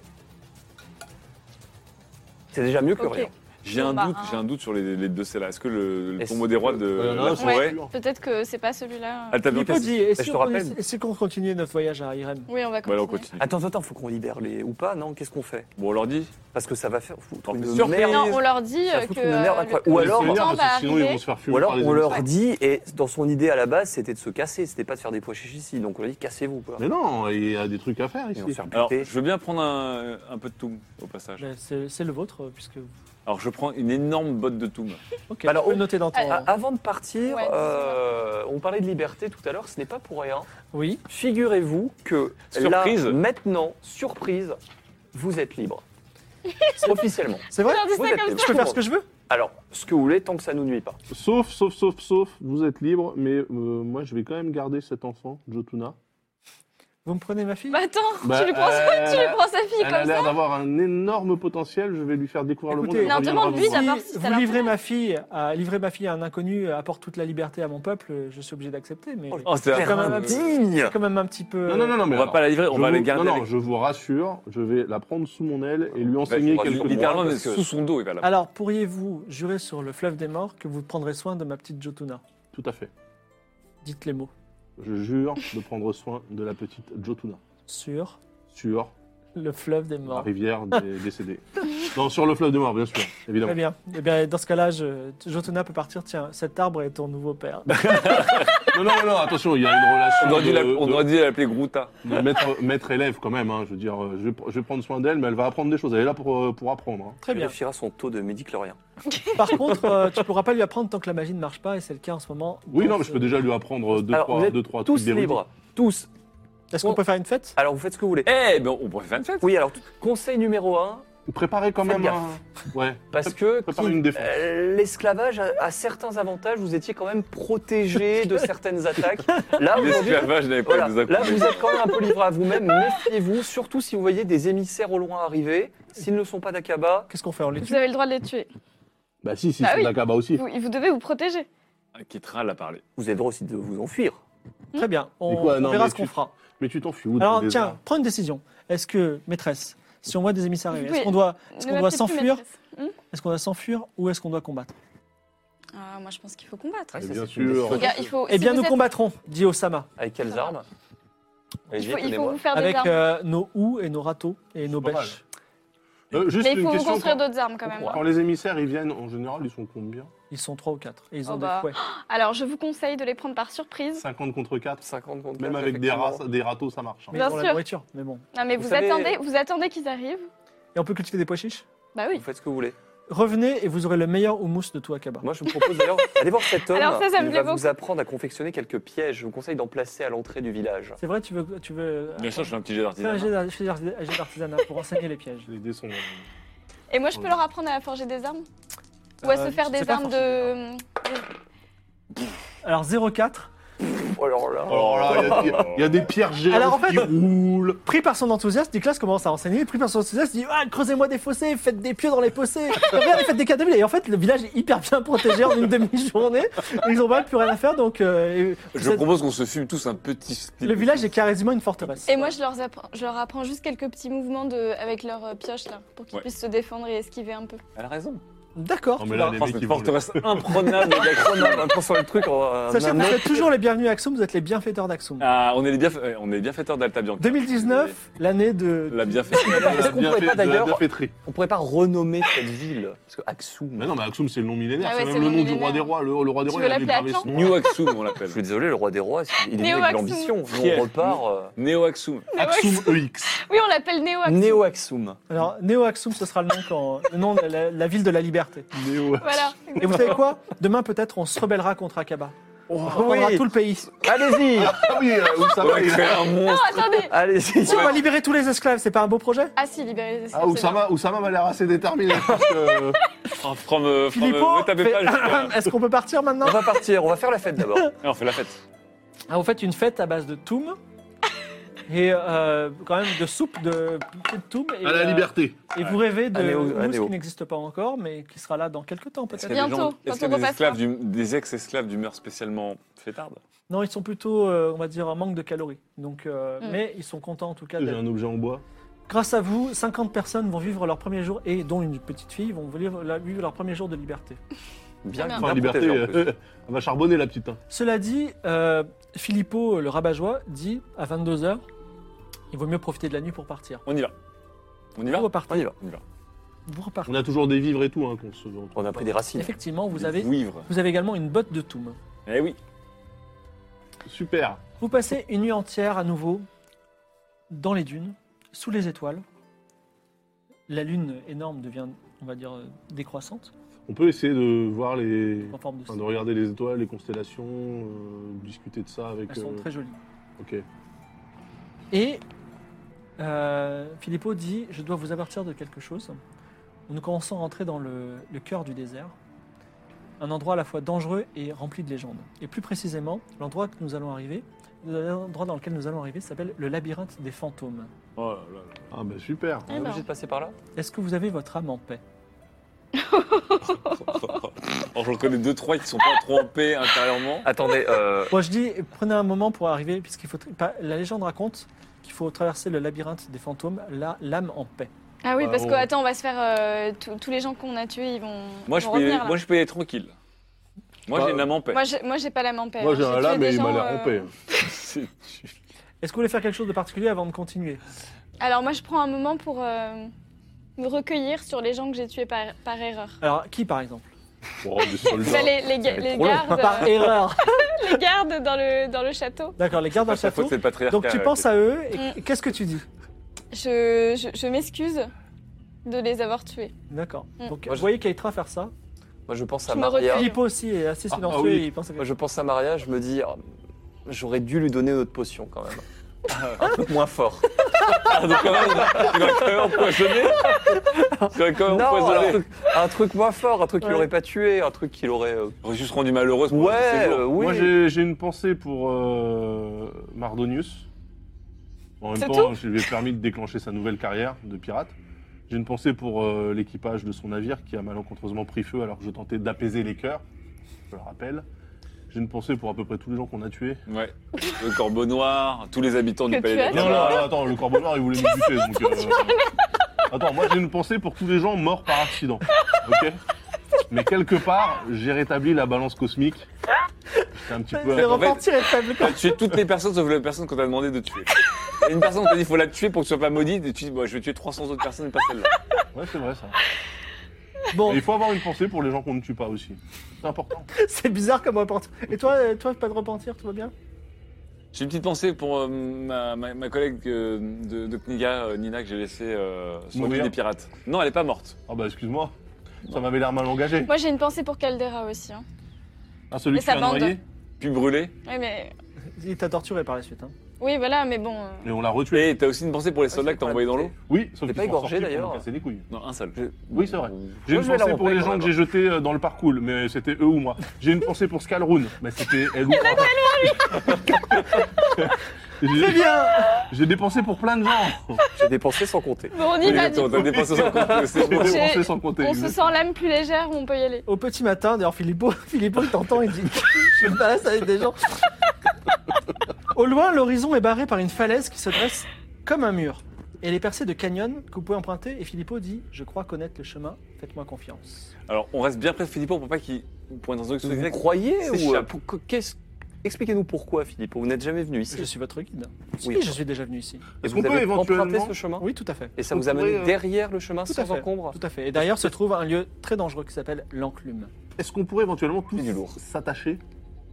C'est déjà mieux que
Ok.
rien.
J'ai
Bon,
un
bah,
doute,
un.
j'ai un doute sur les, les deux Cella. Est-ce que le, le
Est-ce
tombeau des rois de
Il y en a
la
un, c'est
forêt,
sûr.
Peut-être que c'est pas celui-là.
Alta
Filippo
Bianca, c'est-
dit, et
je
si
te
on
rappelle-
connaissait- et si on continuait notre voyage à Irem
Oui, on va
Voilà,
continuer.
on continue.
Attends, attends, faut qu'on libère les ou pas Non, qu'est-ce qu'on fait
Bon, on leur dit.
Parce que ça va faire foutre
On fait
une
surprise.
merde.
Non, on leur dit
Ça
euh,
fout
que
une merde
euh,
incroyable.
le-
Ou
le
alors-
C'est
sultan
énorme,
va
parce que sinon, ils
arriver.
vont se faire fumer.
Ou alors
par les
on leur
ennemis.
dit, et dans son idée à la base, c'était de se casser, c'était pas de faire des pois chiches ici. Donc on leur dit, cassez-vous. Quoi.
Mais non, il y a des trucs à faire
Et
ici.
on se fait
Alors,
buter.
je veux bien prendre un, un peu de toum au passage.
Ben, C'est c'est le vôtre, euh, puisque.
Alors, je prends une énorme botte de toum.
Ok,
Bah alors,
tu peux
on-
noter dans ton.
Ah, Avant de partir,
Ouais, dis-moi.
euh, on parlait de liberté tout à l'heure, ce n'est pas pour rien.
Oui.
Figurez-vous que
Surprise.
là, maintenant, surprise, vous êtes libre. Officiellement.
C'est vrai
leur dis
Vous
ça
êtes
comme
libre.
ça.
Je peux faire ce que je veux
Alors, ce que vous voulez, tant que ça nous nuit pas.
Sauf, sauf, sauf, sauf, vous êtes libre, mais euh, moi je vais quand même garder cet enfant, Jotuna.
Vous me prenez ma fille
Bah attends,
Bah,
tu, lui prends,
euh,
tu lui prends sa fille
Elle a
comme ça
l'air d'avoir un énorme potentiel, je vais lui faire découvrir
Écoutez,
le monde.
Non,
elle reviendra
demande-lui
vous voir.
d'abord si
Si
ça
vous
leur
livrez ma fille, à, livrez ma fille à un inconnu, apporte toute la liberté à mon peuple, euh, je suis obligé d'accepter, mais
Oh,
Oh, c'est
Faire
quand même
un
un petit-
digne
c'est quand même un petit peu.
Non, non, non, non,
On
mais
va
alors,
pas la livrer, on
je
va la
vous-
garder.
Non, non,
avec-
je vous rassure, je vais la prendre sous mon aile et lui enseigner
Bah, je
quelques
vous rassure,
mots.
Littéralement,
parce que-
sous son dos, il va là.
Alors, pourriez-vous jurer sur le fleuve des morts que vous prendrez soin de ma petite Jotuna
Tout à fait.
Dites les mots.
Je jure de prendre soin de la petite Jotuna
Sur
sur
le fleuve des
la
morts.
rivière des décédés. Non, sur le fleuve de mort, bien sûr, évidemment.
Très bien. Eh bien, dans ce cas-là, je- Jotuna peut partir. Tiens, cet arbre est ton nouveau père.
Bah, Non, non, non, attention, il y a une relation.
On aurait dû
de-
l'app- on
de-
aurait dû l'appeler Grouta.
de maître, maître élève quand même, hein, je veux dire, euh, je vais, pr- je vais prendre soin d'elle, mais elle va apprendre des choses, elle est là pour, euh, pour apprendre. hein.
Très
Elle
bien.
vérifiera son taux de médiclorien.
Par contre, euh, tu pourras pas lui apprendre tant que la magie ne marche pas, et c'est le cas en ce moment.
Oui,
Donc,
non, mais je peux
euh,
déjà lui apprendre deux,
Alors,
trois,
vous êtes
deux, trois
Tous
trucs d'érudit.
libres. Tous.
euh, Est-ce qu'on peut faire une fête
Alors vous faites ce que vous voulez.
Eh, ben on pourrait faire une fête.
Oui, alors t- conseil numéro un,
Préparez quand
Faites
même
gaffe.
un- Ouais.
parce que
Préparez
qui-
une défense.
euh, l'esclavage a, a certains avantages, vous étiez quand même protégé de certaines attaques. Là, aujourd'hui,
L'esclavage n'avait
Ah, Voilà.
pas des
Là, vous êtes quand même un peu livré à vous-même. Méfiez-vous, surtout si vous voyez des émissaires au loin arriver. S'ils ne sont pas d'Akaba,
Qu'est-ce qu'on fait On les
Vous
tue
avez le droit de les tuer.
Bah si, si,
Bah
c'est
oui.
Nakaba aussi.
Vous, vous devez vous protéger.
Kétra l'a parlé.
vous avez le droit aussi de vous enfuir.
Très bien. On,
Mais quoi, non,
on verra
mais
ce qu'on
tu-
fera.
Mais tu t'enfuis
Ah,
où dans
Alors,
le désert
tiens, prends une décision. Est-ce que, maîtresse, si on voit des émissaires arriver,
Vous pouvez-
est-ce qu'on doit,
Ne
est-ce qu'on
m'appelez
doit
plus
s'enfuir
maîtresse. Hmm
est-ce qu'on doit s'enfuir ou est-ce qu'on doit combattre
Ah, moi, je pense qu'il faut combattre.
Mais
ça,
Eh bien
c'est une
sûr.
décision.
Les gars, il faut.
Eh
si
bien,
vous
nous
êtes-
combattrons, dit Osama,
Avec quelles armes
Il faut, il faut
Tenez-moi.
vous faire des
avec
armes.
euh, nos houes et nos râteaux et nos
pas mal.
bêches.
Euh, Juste
Mais il
une
faut vous
question.
construire
quand-
d'autres armes quand même.
Quand les émissaires ils viennent, en général, ils sont combien
Ils sont trois ou quatre. Et ils
Oh
ont
bah.
des fouets.
Alors, je vous conseille de les prendre par surprise.
50 contre 4
50 contre
Même
quatre,
avec des,
effectivement.
rats, des râteaux, ça marche. hein.
Mais
Bien
pour la
sûr.
nourriture, mais bon.
Non, mais
Vous
vous,
savez-
attendez, vous attendez qu'ils arrivent.
Et on peut cultiver des pois chiches
Bah
Vous
oui.
faites ce que vous voulez.
Revenez et vous aurez le meilleur houmous de tout Akaba.
Moi, je vous propose d'ailleurs d'aller voir cet homme.
Alors ça, ça me
il
plaît
va vous
beaucoup.
apprendre à confectionner quelques pièges. Je vous conseille d'en placer à l'entrée du village.
C'est vrai, tu veux. Tu veux euh,
Bien sûr, je fais un petit jeu
Fais un
d'artisanat.
jet d'ar- fais un jet d'artisanat pour enseigner les pièges.
Les dés sont. euh,
Et moi, je peux
Ouais.
leur apprendre à forger des armes Ou à
Euh,
se faire
c'est
des
pas
armes
forger
de. euh,
Alors 04,
Oh alors là.
Oh là, il y a- il y, a- il y a des pierres
Alors, en
géantes
fait-
qui roulent.
pris par son enthousiasme, Nicolas commence à enseigner. Pris par son enthousiasme, il dit ah, creusez-moi des fossés, faites des pieux dans les fossés, regardez, faites des cadavres. Et en fait, le village est hyper bien protégé en une demi-journée. Ils ont pas plus rien à faire, donc euh, et-
Je
c'est-
propose qu'on se fume tous un petit.
le village est quasiment une forteresse.
Et moi, je leur, apprends, je leur apprends juste quelques petits mouvements de... avec leur euh, pioche là, pour qu'ils
Ouais.
puissent se défendre et esquiver un peu.
Elle a raison.
D'accord.
Non,
tu
mais là,
vois.
les
Force-
mecs, ils vont
forteresse
Imprenable, les gars, imprenable. On prend sur le truc. on va-
Sachez que
Non,
vous êtes toujours les bienvenus à Axum, vous êtes les bienfaiteurs d'Axum.
Ah, on est les bienfa- ouais, on est les bienfaiteurs d'Alta Bianca.
2019, l'année de.
La bienfaiteur.
non.
Bien
Est-ce qu'on pourrait
fait-
pas
de la
d'ailleurs,
bienfaiterie.
on pourrait pas renommer cette ville Parce que Aksum.
Mais non, mais Axum, c'est le nom millénaire,
Ah
c'est
ouais,
même
c'est
le
le
nom
nom
du roi
millénaire.
des rois. Le, le roi des
Tu
rois,
veux
il avait
l'appeler
gravé ce
Atlan
nom.
New Axum, on
Je suis
l'appelle.
désolé, le roi des rois, c'est- il est né avec
Néo
de
Aksum.
l'ambition. Nous,
Fier.
on repart. euh,
Néo Axum.
Axum EX.
Oui, on l'appelle Néo Axum.
Néo Aksum.
Alors, Néo Axum, ce sera le nom, quand... le nom de la- la ville de la liberté.
Néo.
Voilà.
Et vous savez quoi Demain, peut-être, on se rebellera contre Akaba. On reprendra
oui.
tout le pays.
Allez-y
Ah oui, euh,
On
Oussama,
va
il
créer un
Non,
monstre.
attendez
Allez-y
Si on va libérer tous les esclaves, c'est pas un beau projet
Ah si, libérez les esclaves.
Ah,
c'est bien.
Oussama, Oussama m'a l'air assez déterminé. parce que-
From, from, euh, from, euh,
Philippot,
ne tapez pas
fait-
jusqu'à-
est-ce qu'on peut partir maintenant
On va partir, on va faire la fête d'abord.
Ah, On fait la fête.
Ah, Vous faites une fête à base de toum. Et euh, quand même de soupe, de de toum. Et,
à la
euh,
liberté.
et vous rêvez de
Allez, au-
mousse
allez, au-
qui n'existe pas encore, mais qui sera là dans quelques temps peut-être.
Est-ce qu'il y a des
Bientôt,
gens- Est-ce
quand
qu'il y
on
a des,
repassera.
esclaves du- des ex-esclaves d'humeur spécialement fêtarde
Non, ils sont plutôt, euh, on va dire, en manque de calories. Donc, euh,
Mm.
Mais ils sont contents en tout cas.
J'ai
d'être-
un objet en bois.
Grâce à vous, 50 personnes vont vivre leur premier jour, et dont une petite fille, vont vivre la- vivre leur premier jour de liberté.
Bien,
Enfin,
Enfin,
bien
liberté,
protégé, en plus.
euh, elle va charbonner la petite. hein.
Cela dit, euh, Filippo, le rabat-joie, dit à 22h, il vaut mieux profiter de la nuit pour partir.
On y va. On y va
Oh.
Vous repartez.
On y va.
Vous repartez.
On a toujours des vivres et tout, hein, qu'on se. dont-
On a pris des racines.
Effectivement, vous avez,
Vivre.
vous avez également une botte de toum.
Eh oui.
Super.
Vous passez une nuit entière à nouveau dans les dunes, sous les étoiles. La lune énorme devient, on va dire, euh, décroissante,
On peut essayer de voir les.
en forme de
enfin, de regarder les étoiles, les constellations, euh, discuter de ça avec.
Elles sont
euh,
très jolies.
Ok.
Et euh, Filippo dit Je dois vous avertir de quelque chose. Nous commençons à rentrer dans le, le cœur du désert, un endroit à la fois dangereux et rempli de légendes. Et plus précisément, l'endroit que nous allons arriver, l'endroit dans lequel nous allons arriver s'appelle le labyrinthe des fantômes.
Oh là là là.
Ah bah super.
Eh ben.
On est obligé de passer par là
Est-ce que vous avez votre âme en paix
Alors, Oh, j'en connais deux, trois qui sont pas trop en paix intérieurement.
Attendez, euh,
Moi je dis prenez un moment pour arriver, puisqu'il faut. pas- La légende raconte qu'il faut traverser le labyrinthe des fantômes, là, l'âme en paix.
Ah oui,
Bah,
parce que
on-
attends, on va se faire. euh, tous- tous les gens qu'on a tués, ils vont.
Moi,
ils
je
vont
peux, y-
revenir, là.
moi, je peux y aller tranquille. Moi,
Bah,
j'ai une âme en paix.
Moi, j'ai- moi, j'ai pas la main en paix.
Moi
hein.
j'ai un
tué
là,
des
mais il m'a
gens,
l'air en
euh,
paix.
C'est-
Est-ce que vous voulez faire quelque chose de particulier avant de continuer
Alors moi je prends un moment pour, euh, me recueillir sur les gens que j'ai tués par, par erreur.
Alors, qui par exemple
Oh, des soldats.
Bah, les, les,
ça va être
les
trop long.
gardes,
Par
euh,
erreur
les gardes dans le, dans le château.
D'accord, les gardes dans
Pas
le
sa faute,
château.
c'est le patriarcat.
Donc tu
euh,
penses
qui-
à eux
Mm.
et qu'est-ce que tu dis
Je, je, je m'excuse de les avoir tués.
D'accord.
Mm. Ah,
Donc
Moi,
vous
je-
voyez Keitra faire ça.
Moi, je pense à
Je me
Maria.
recueille.
Filippo aussi est assez
Ah,
silencieux
ah oui.
et il pense à
Moi, je pense à Maria, je me dis, ah, j'aurais dû lui donner notre potion quand même. Un peu moins fort.
Ah, donc quand même, il aurait quand même empoisonné. Il aurait quand même
Non, un
empoisonné.
truc, un truc moins fort, un truc qui
Ouais.
l'aurait pas tué, un truc qui l'aurait. euh,
Il aurait juste rendu malheureuse pour le
Ouais,
séjour.
euh, oui.
Moi, j'ai j'ai une pensée pour euh, Mardonius. En même
C'est
temps, je lui ai permis de déclencher sa nouvelle carrière de pirate. J'ai une pensée pour euh, l'équipage de son navire qui a malencontreusement pris feu alors que je tentais d'apaiser les cœurs. Je le rappelle. J'ai une pensée pour à peu près tous les gens qu'on a tués.
Ouais. Le corbeau noir, tous les habitants
Que
du palais
tu as
des
Non, non,
Barbes.
non, attends, le corbeau noir, il voulait me buter. Donc, euh, Attends, moi j'ai une pensée pour tous les gens morts par accident. Ok Mais quelque part, j'ai rétabli la balance cosmique. J'étais un petit
Le
peu.
en fait-
repentir est faible.
T'as tué toutes les personnes sauf la personne qu'on t'a demandé de tuer. Il y a une personne qui t'a dit faut la tuer pour que tu sois pas maudite et tu dis bon, je vais tuer 300 autres personnes et pas celle-là.
Ouais, c'est vrai ça.
Oh.
Bon,
Et il faut avoir une pensée pour les gens qu'on ne tue pas aussi. C'est important.
c'est bizarre comme repentir. Et toi, euh, toi, pas de repentir, tout va bien
J'ai une petite pensée pour euh, ma, ma- ma collègue euh, de, de Kniga, euh, Nina, que j'ai laissée euh, sauver
Mourir.
des pirates. Non, elle est pas morte.
Ah bah excuse-moi, ça m'avait l'air mal engagé.
Moi, j'ai une pensée pour Caldera aussi. Hein.
Ah, celui
Mais
qui
ça
a
bande.
noyé
Puis brûlée.
Oui, mais...
Il t'a torturé par la suite. hein.
oui, voilà, mais bon. euh,
Et on l'a retué.
Et t'as aussi une pensée pour
Ah,
les soldats que t'as envoyés dans l'eau
Oui, sauf
T'es
qu'il
pas égorgé, d'ailleurs
C'est les couilles.
Non, un seul.
je-
Oui, c'est vrai. J'ai
Moi,
une
je vais la
pensée pour
rentrer,
les
quand
gens
même.
que j'ai jetés euh, dans le parcours, mais c'était eux ou moi. J'ai une pensée pour Scalroon, mais c'était elle ou moi.
Très
J'ai-
bien
J'ai des pensées pour plein de gens.
J'ai dépensé sans compter.
Bon, on y va. du
Exactement, t'as
coup.
des pensées sans compter au
J'ai
séjour.
des
J'ai-
pensées sans compter.
On se sent l'âme plus légère, on peut y aller.
Au petit matin, d'ailleurs, Filippo, Filippo il t'entend, il dit Je me balade avec des gens. Au loin, l'horizon est barré par une falaise qui se dresse comme un mur. Et elle est percée de canyons que vous pouvez emprunter. Et Filippo dit Je crois connaître le chemin, faites-moi confiance.
Alors, on reste bien près de Filippo pour pas qu'il. Pour une instruction
Vous
exacte.
croyez ou euh,
s'échappe.
pour- que- qu'est-ce- Expliquez-nous pourquoi, Philippe. Vous n'êtes jamais venu
Je
ici.
suis votre guide.
Oui.
Oui, je suis déjà venu ici.
Et
Est-ce
vous
qu'on peut
avez emprunté
éventuellement-
ce
Ah.
chemin
Oui, tout à fait.
Et ça
On
vous a
pourrait,
mené
euh,
derrière le chemin
tout à
sans
fait.
encombre
Tout à fait. Et derrière se trouve un lieu très dangereux qui s'appelle l'enclume.
Est-ce qu'on pourrait éventuellement tous
C'est du lourd.
s'attacher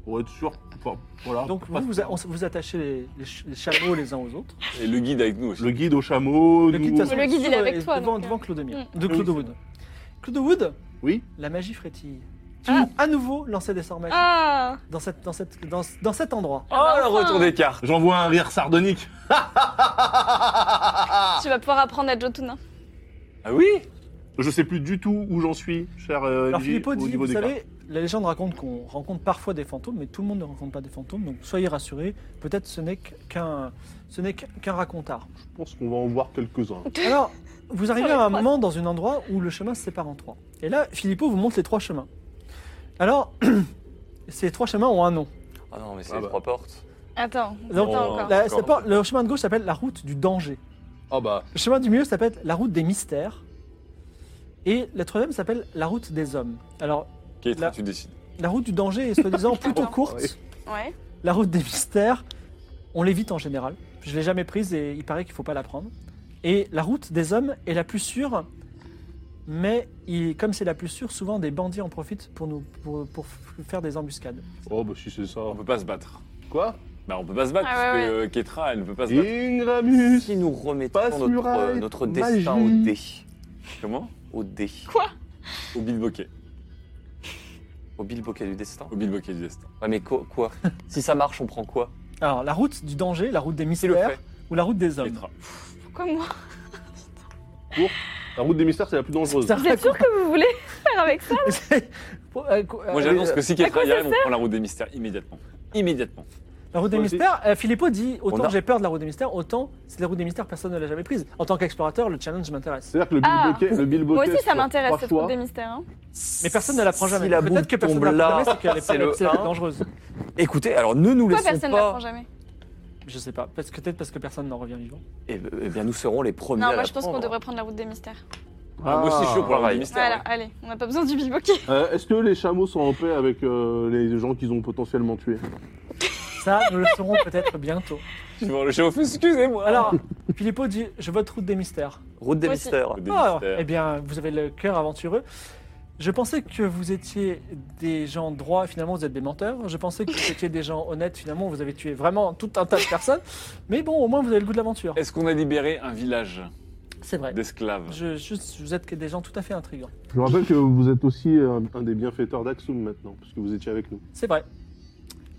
pour être sûr pour-
Ah,
voilà,
Donc
pour pas
vous, vous,
se-
a- on s- vous attachez les, les ch- les chameaux les uns aux autres.
Et le guide avec nous aussi.
Le guide au chameau,
Le
nous-
guide, de toute façon,
Le guide, il est
sur-
avec toi,
Devant,
donc,
devant
euh.
Claude Mire.
Mm.
De Claude Wood. Claude Wood,
Oui
la magie frétille.
Ah.
À nouveau, lancer des sorts magiques.
Ah
dans, cette, dans, cette, dans, dans cet
Euh,
endroit.
Oh, le retour des cartes
J'en vois un rire sardonique.
Tu vas pouvoir apprendre à Jotun. hein.
Ah oui
Je sais plus du tout où j'en suis, cher euh,
Alors
MJ,
Filippo
au
dit,
niveau
vous
des cartes.
savez, la légende raconte qu'on rencontre parfois des fantômes, mais tout le monde ne rencontre pas des fantômes, donc soyez rassurés, peut-être ce n'est qu'un ce n'est qu'un racontard.
Je pense qu'on va en voir quelques-uns.
Alors, vous arrivez
Ça va
à un
être
moment dans un endroit où le chemin se sépare en trois. Et là, Filippo vous montre les trois chemins. Alors, ces trois chemins ont un nom.
Ah non, mais c'est
Ah
les
bah.
trois portes.
Attends,
Donc,
attends encore.
Oh. La-
D'accord.
c'est pas- le chemin de gauche s'appelle la route du danger.
Ah bah.
Le chemin du milieu s'appelle la route des mystères. Et la troisième s'appelle la route des hommes. Alors,
Keitra,
Là.
tu décides.
La route du danger est soi-disant plutôt
Attends.
courte.
Ouais.
La route des mystères, on l'évite en général. Je l'ai jamais prise et il paraît qu'il faut pas la prendre. Et la route des hommes est la plus sûre, mais il- comme c'est la plus sûre, souvent des bandits en profitent pour nous pour, pour f- faire des embuscades.
Oh bah si c'est ça.
On peut pas se battre.
Quoi
Bah, on peut pas se battre,
Ah,
parce
ouais,
que euh, Keitra, elle ne peut pas se battre.
Ingramus
Si nous
Passe
remettons notre,
muraille,
euh, notre destin au dé,
magie.
Comment
au dé,
Au bilboquet.
au bilboquet du destin.
Au bilboquet du destin.
Ouais, mais quoi, quoi Si ça marche, on prend quoi
Alors la route du danger, la route des
Qui le
mystères
fait
ou la route des hommes.
Keitra.
Pourquoi moi
La route des mystères, c'est la plus dangereuse.
C'est un
Vous êtes sûr que vous voulez faire avec ça
Pour- euh, co-
Moi
euh,
j'annonce que si
quoi
Keitra y
ça
arrive, on prend la route des mystères immédiatement. Immédiatement.
La route des
Moi aussi.
mystères, euh, Filippo dit
On
autant
a-
j'ai peur de la route des mystères, autant c'est la route des mystères, personne ne l'a jamais prise. En tant qu'explorateur, le challenge m'intéresse.
C'est-à-dire que le
Ah.
bilboquet, le bilboquet
Moi aussi,
sur
ça m'intéresse
trois
cette
choix,
route des mystères. hein.
Mais personne ne l'apprend
Si
jamais.
la boule
Peut-être que personne ne
tombe
l'apprend
là,
jamais, c'est qu'elle est,
c'est
pas-
le
c'est la plus
un.
dangereuse.
Écoutez, alors ne nous
Pourquoi
laissons
personne ne l'apprend
pas.
jamais
Je sais pas, parce que- peut-être parce que personne n'en revient vivant.
Eh ben- eh bien, nous serons les premiers.
Non,
à
moi je pense
l'apprendre.
qu'on devrait prendre la route des mystères.
Ah, moi aussi je suis chaud pour la route des
pareil.
mystères.
Voilà, allez, on n'a pas besoin du bilboquet.
Euh, Est-ce que les chameaux sont en paix avec euh, les gens qu'ils ont potentiellement tués
Ça, nous le saurons peut-être bientôt.
Je vais voir le chef, excusez-moi.
Alors, Filippo dit Je vote route des mystères.
Route des
Moi aussi.
mystères.
Des
Ah,
mystères.
eh bien, vous avez le cœur aventureux. Je pensais que vous étiez des gens droits, finalement vous êtes des menteurs. Je pensais que vous étiez des gens honnêtes, finalement vous avez tué vraiment tout un tas de personnes. Mais bon, au moins vous avez le goût de l'aventure.
Est-ce qu'on a libéré un village
C'est vrai.
d'esclaves
Je, juste, vous êtes des gens tout à fait intrigants.
Je vous rappelle que vous êtes aussi euh, un, des bienfaiteurs d'Axum maintenant, puisque vous étiez avec nous.
C'est vrai.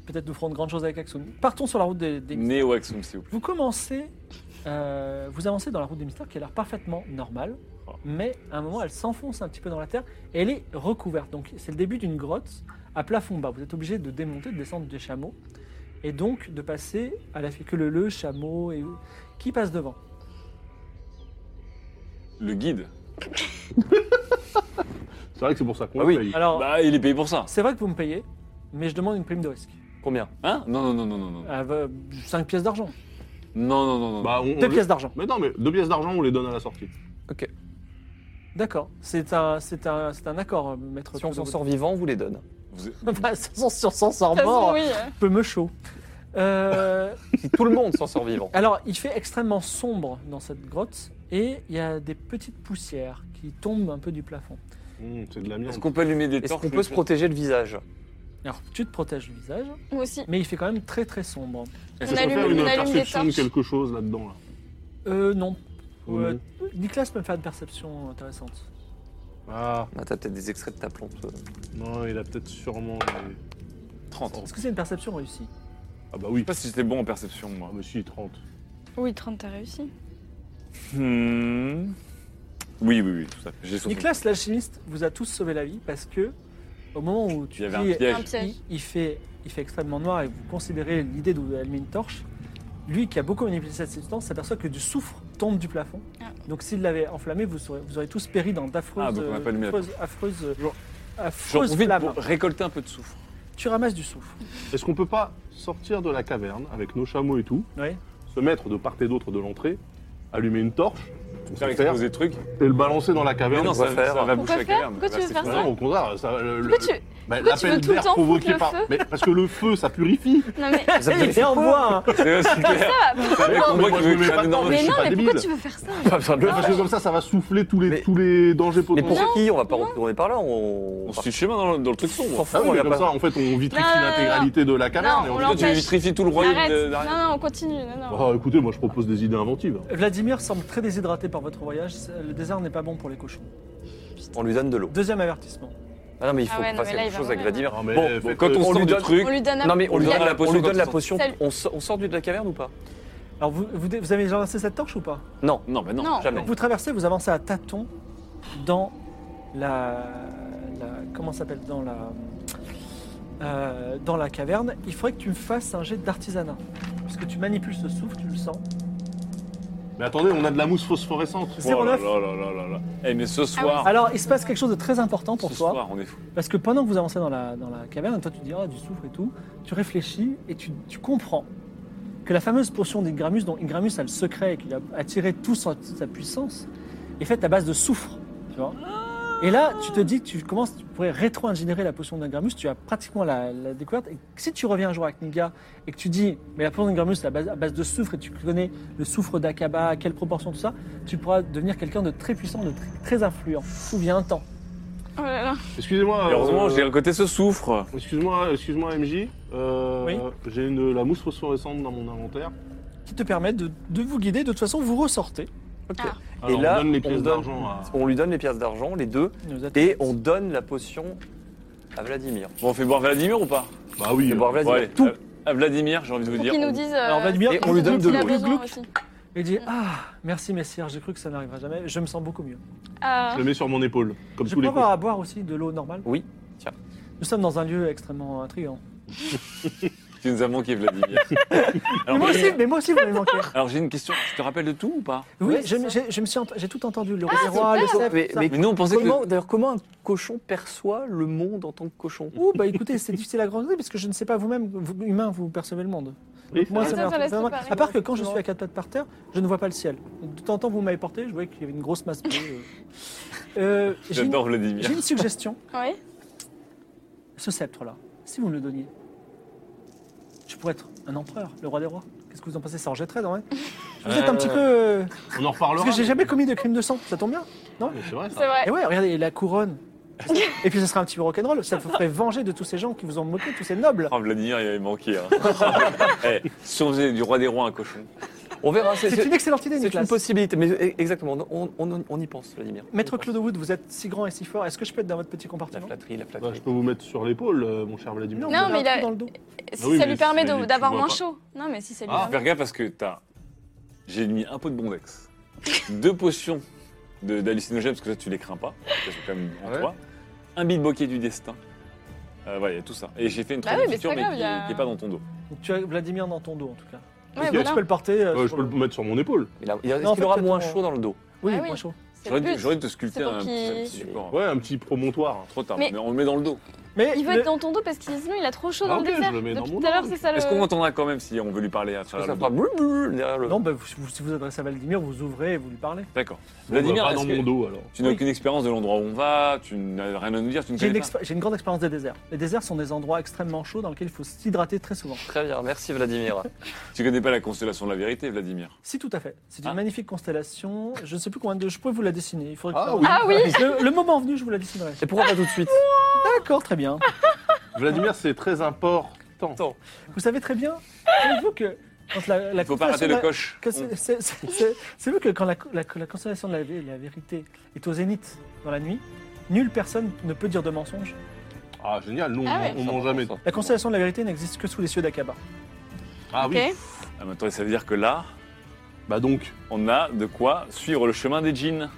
Peut-être nous ferons de grandes choses avec Axon. Partons sur la route des, des
Néo Axum, s'il vous plaît.
Vous commencez, euh, vous avancez dans la route des mystères qui a l'air parfaitement normale, mais à un moment elle s'enfonce un petit peu dans la terre et elle est recouverte. Donc c'est le début d'une grotte à plafond bas. Vous êtes obligé de démonter, de descendre des chameaux et donc de passer à la que le le chameau et qui passe devant.
Le guide.
C'est vrai que c'est pour ça qu'on
Ah oui.
paye.
Alors
Bah, il est payé pour ça.
c'est vrai que vous me payez, mais je demande une prime de risque.
Combien
Hein Non, non, non, non, non, non.
5 pièces d'argent.
Non, non, non, non.
Bah, on- on
2
les-
pièces d'argent.
Mais non, mais deux pièces d'argent, on les donne à la sortie.
D'accord. C'est un, c'est un, c'est un accord, euh, maître.
Si on s'en sort vivant, on vous les donne.
Vous êtes-
Bah, si on s'en sort
De toute façon,
mort,
oui.
peu me chaud. Euh,
Si tout le monde s'en sort vivant.
Alors, il fait extrêmement sombre dans cette grotte et il y a des petites poussières qui tombent un peu du plafond.
Hum, c'est de la merde.
Est-ce qu'on peut allumer des
Est-ce
torches
qu'on peut se protéger le visage
Alors, tu te protèges le visage,
Moi aussi.
mais il fait quand même très très sombre.
Est-ce
On
qu'on peut
allume-
faire une
on allume des
perception de
torches.
quelque chose là-dedans là Mmh.
Euh, non.
Ou
Euh,
non
Nicolas peut me faire une perception intéressante.
Ah,
Ah, T'as peut-être des extraits de ta plante. euh.
non, il a peut-être sûrement. les-
30.
Est-ce que c'est une perception réussie
Ah bah
Je sais
oui.
pas si j'étais bon en perception, moi.
Ah bah si, 30.
Oui, 30, t'as réussi.
Hmm. Oui, oui, oui, tout à fait. J'ai sauté.
Nicolas, l'alchimiste, vous a tous sauvé la vie parce que au moment où
Il y
tu
avait un
dis-
Un
piège.
piège.
il, il fait, il fait extrêmement noir et vous considérez l'idée d'allumer une torche. Lui qui a beaucoup manipulé cette substance s'aperçoit que du soufre tombe du plafond.
Ah.
Donc s'il l'avait enflammé, vous, serez- vous aurez tous péri dans
Ah,
d'affreuses
donc on n'a pas allumé la
affreuses, affreuses,
Genre- J'en
affreuses
profite
flammes.
pour récolter un peu de soufre.
Tu ramasses du soufre.
Est-ce qu'on peut pas sortir de la caverne avec nos chameaux et tout,
Oui.
se mettre de part et d'autre de l'entrée, allumer une torche,
Pour
faire
faire exploser des trucs.
et le balancer dans la
Mais
caverne
non,
doit
ça,
faire.
ça va
Pourquoi
boucher la
faire
caverne.
Pourquoi
Là,
tu veux
c'est
faire
fou.
Ouais,
ça
au contraire, ça, le, le-
Pourquoi tu...
bah,
pourquoi tu veux
l'appel
tout le
d'air
temps foutre
provoqué
le
par.
feu
Mais parce que le feu, ça purifie.
Non mais,
Ça me
Il est
fait
en bois hein.
C'est c'est clair. C'est vrai qu'on voit
Moi,
qu'il
je
veut
me mets
créer
pas
un
dedans,
énorme-
je
mais
suis
non,
pas
mais pourquoi
débile.
tu veux faire ça
pas besoin de le
Parce
faire.
que comme ça, ça va souffler tous les,
Mais-
tous les dangers
Mais
potentiels.
pour
Non,
qui On va pas retourner par là. On,
On se suit le chemin dans le, dans le truc
S'en
sombre.
fout,
Ah oui,
on
mais
va
comme
pas-
ça, en fait, on vitrifie
Non, non, non,
l'intégralité de la caverne.
Non,
et
on
on
Toi,
dit- bah,
tu
l'empêche.
vitrifies tout le royaume
Arrête
de-
Non, non, on continue. Non, non.
Ah, écoutez, moi, je propose des idées inventives.
Vladimir semble très déshydraté par votre voyage. Le désert n'est pas bon pour les cochons.
on lui donne de l'eau.
Deuxième avertissement.
Ah non, mais il
Ah
faut
ouais,
qu'on
non,
fasse
mais là,
quelque
il va
chose avec
vraiment-
Vladimir.
Ah
Non, mais
Bon,
faites- euh,
Quand on,
on
sort
lui
du
donne-
truc,
On lui donne un...
Non, mais on lui donne
donne
la
la potion
on lui
quand
donne la
on
potion.
sort. Salut.
On so- on sort du de la caverne ou pas
Alors vous, vous, vous avez déjà lancé cette torche ou pas
Non.
non, mais non.
Non.
Jamais.
Vous traversez, vous avancez à tâtons dans la, la- comment ça s'appelle dans la euh, dans la caverne. Il faudrait que tu me fasses un jet d'artisanat parce que tu manipules ce souffle, tu le sens.
Mais attendez, on a de la mousse phosphorescente.
Oh là
09.
là là là là là. Eh, mais
Ah
ce soir,
Alors il se passe quelque chose de très important pour
ce
toi
soir, on est fou.
parce que pendant que vous avancez dans la dans la caverne, toi tu dis ah du souffle et tout, tu réfléchis et tu, tu comprends que la fameuse potion d'Ingramus dont Ingramus a le secret et qu'il a attiré toute sa, toute sa puissance est faite à base de soufre. Tu vois et là, tu te dis, tu commences, tu pourrais rétro-ingénérer la potion d'Ingramus, tu as pratiquement la, la découverte. Et si tu reviens un jour avec Niga et que tu dis, mais la potion d'Ingramus c'est à base, à base de soufre et tu connais le soufre d'Akaba, à quelle proportion, tout ça, tu pourras devenir quelqu'un de très puissant, de très, très influent. Tout vient un temps.
Oh là là.
Excusez-moi.
Et heureusement,
euh,
j'ai un côté ce soufre.
Excuse-moi, excuse-moi MJ, euh,
Oui.
j'ai une- la mousse phosphorescente dans mon inventaire.
Qui te permet de, de vous guider, de toute façon, vous ressortez.
Alors,
et là,
on donne les
on,
pièces
donne-
d'argent à...
on lui donne les pièces d'argent, les deux,
Vous êtes-
et on donne la potion à Vladimir.
Bon, on fait boire Vladimir ou pas
Bah oui,
Et boire
Bon,
Vladimir.
allez, à- à Vladimir, j'ai envie de vous
Pour
dire.
qu'ils
on-
nous disent...
Alors, Vladimir,
et on lui donne de
Il a
l'eau.
besoin aussi.
Il dit, ah, merci messire, j'ai cru que ça n'arriverait jamais, je me sens beaucoup mieux.
Ah,
je le mets sur mon épaule, comme
Je
tous
peux
les
avoir
coups.
à boire aussi de l'eau normale
Oui, tiens.
Nous sommes dans un lieu extrêmement intrigant.
Tu nous as manqué, Vladimir.
Mais
alors,
moi aussi,
Vladimir,
mais moi aussi, vous m'avez manqué.
alors, j'ai une question. Tu te rappelles de tout ou pas
Oui,
Ouais,
je,
c'est
me-
ça.
j'ai- je me suis ent- j'ai tout entendu. Le roi, le
super.
chef,
Mais-
tout ça.
mais-
Mais nous, on pensait que.
Comment- D'ailleurs, comment un cochon perçoit le monde en tant que cochon
Ouh, bah écoutez, c'est difficile à grandir parce que je ne sais pas vous-même, vous, humain, vous percevez le monde.
Oui,
Moi,
Ah,
ça
ça,
m'a-
ça laisse
ça m'a-
séparer.
À part que quand je suis à quatre pattes par terre, je ne vois pas le ciel. Donc, De temps en temps, vous m'avez porté, je voyais qu'il y avait une grosse masse bleue. Euh, j'ai une-
J'adore Vladimir.
j'ai une suggestion.
ouais.
Ce sceptre-là, si vous me le donniez, je pour être un empereur, le roi des rois. Qu'est-ce que vous en pensez Ça en jetterait, non ouais Vous êtes un petit peu. euh,
On en reparlera. Ah,
Parce que j'ai jamais commis de crime de sang, ça tombe bien.
Mais C'est vrai, ça.
C'est vrai.
Et ouais, regardez, la couronne. Et puis ça serait un petit peu rock'n'roll, ça vous ferait venger de tous ces gens qui vous ont moqué, tous ces nobles.
Ah, Vladimir, il avait manqué. Hein. Eh, si on faisait du roi des rois un cochon.
On verra.
C'est une excellente idée,
c'est
Nicolas.
une possibilité, mais e- exactement, on, on- on y pense, Vladimir.
Maître Claude Wood, vous êtes si grand et si fort, est-ce que je peux être dans votre petit
La
compartiment
flatterie, la
Bah, je
flatterie.
peux vous mettre sur l'épaule, euh, mon cher Vladimir.
Non,
vous
mais
avez
il
un
a-
trou dans le dos.
Si
Ah oui,
ça
mais
lui
c'est-
permet
tu
de- d'avoir
vois
moins
pas.
chaud. Non, mais si ça lui
Faut
permet.
Faire gaffe parce que t'as. J'ai mis un pot de bondex, deux potions de- d'hallucinogènes parce que toi tu les crains pas, parce que c'est quand même en
Ouais.
toi, un bit bokeh du destin. Euh, voilà, il y a tout ça. Et j'ai fait une
Bah
très
oui, mais c'est
mais,
pas grave,
qui
il y a-
qui est pas dans ton dos.
Donc tu as Vladimir dans ton dos en tout cas.
Ouais,
Ok,
Donc, Tu peux
voilà.
le porter. euh,
Ouais, je
sur
peux le
le-
mettre sur mon épaule.
Il a- il a-
Non, en
Est-ce
fait,
qu'il aura
c'est
moins
ton-
chaud dans le dos
Oui,
Ah oui.
moins chaud.
C'est le
J'aurais dû,
but.
j'aurais dû te sculpter
C'est pour
un,
qu'il-
petit- un petit support.
Ouais, un petit promontoire.
Trop tard,
Mais-
mais... on le met dans le dos.
Mais
Il veut
le-
être dans ton dos parce qu'il sinon il a trop chaud
Ah,
dans
ok,
le désert.
je le mets dans
Depuis
mon
tout à l'heure,
dos.
c'est ça le.
Est-ce qu'on entendra quand même si on veut lui parler hein, à travers
Ça
le
fera
dos
boum, boum derrière le.
Non, bah, vous- vous- si vous vous adressez à Vladimir, vous ouvrez et vous lui parlez.
D'accord.
Bon, bah,
Vladimir,
pas dans
est-ce que
mon dos alors.
tu n'as
Oui.
aucune expérience de l'endroit où on va, tu n'as rien à nous dire, tu ne
J'ai une,
connais
expé-
pas.
j'ai une grande expérience des déserts. Les déserts sont des endroits extrêmement chauds dans lesquels il faut s'hydrater très souvent.
Très bien, merci Vladimir.
Tu connais pas la constellation de la vérité, Vladimir.
Si, tout à fait. C'est une
Ah.
magnifique constellation. Je ne sais plus combien de. Je pourrais vous la dessiner. Il faudrait que-
Ah oui.
Ah oui.
le, le moment venu, je vous la dessinerai. Ah.
Et pourquoi pas tout de suite
D'accord, très bien.
Vladimir, c'est très important.
Attends,
Vous savez très bien, savez-vous que quand la, la
Il faut pas
constellation
rater le
de la-
coche.
que c'est- c'est- c'est- c'est- savez-vous que quand la, la- la constellation de la, vé- la vérité est au zénith dans la nuit, nulle personne ne peut dire de mensonge.
Ah, génial, nous,
Ah ouais.
on- on ment jamais.
La constellation de la vérité n'existe que sous les cieux d'Akaba.
Ah oui.
Ok.
Ah, mais attendez, ça veut dire que là,
Bah donc,
on a de quoi suivre le chemin des djinns.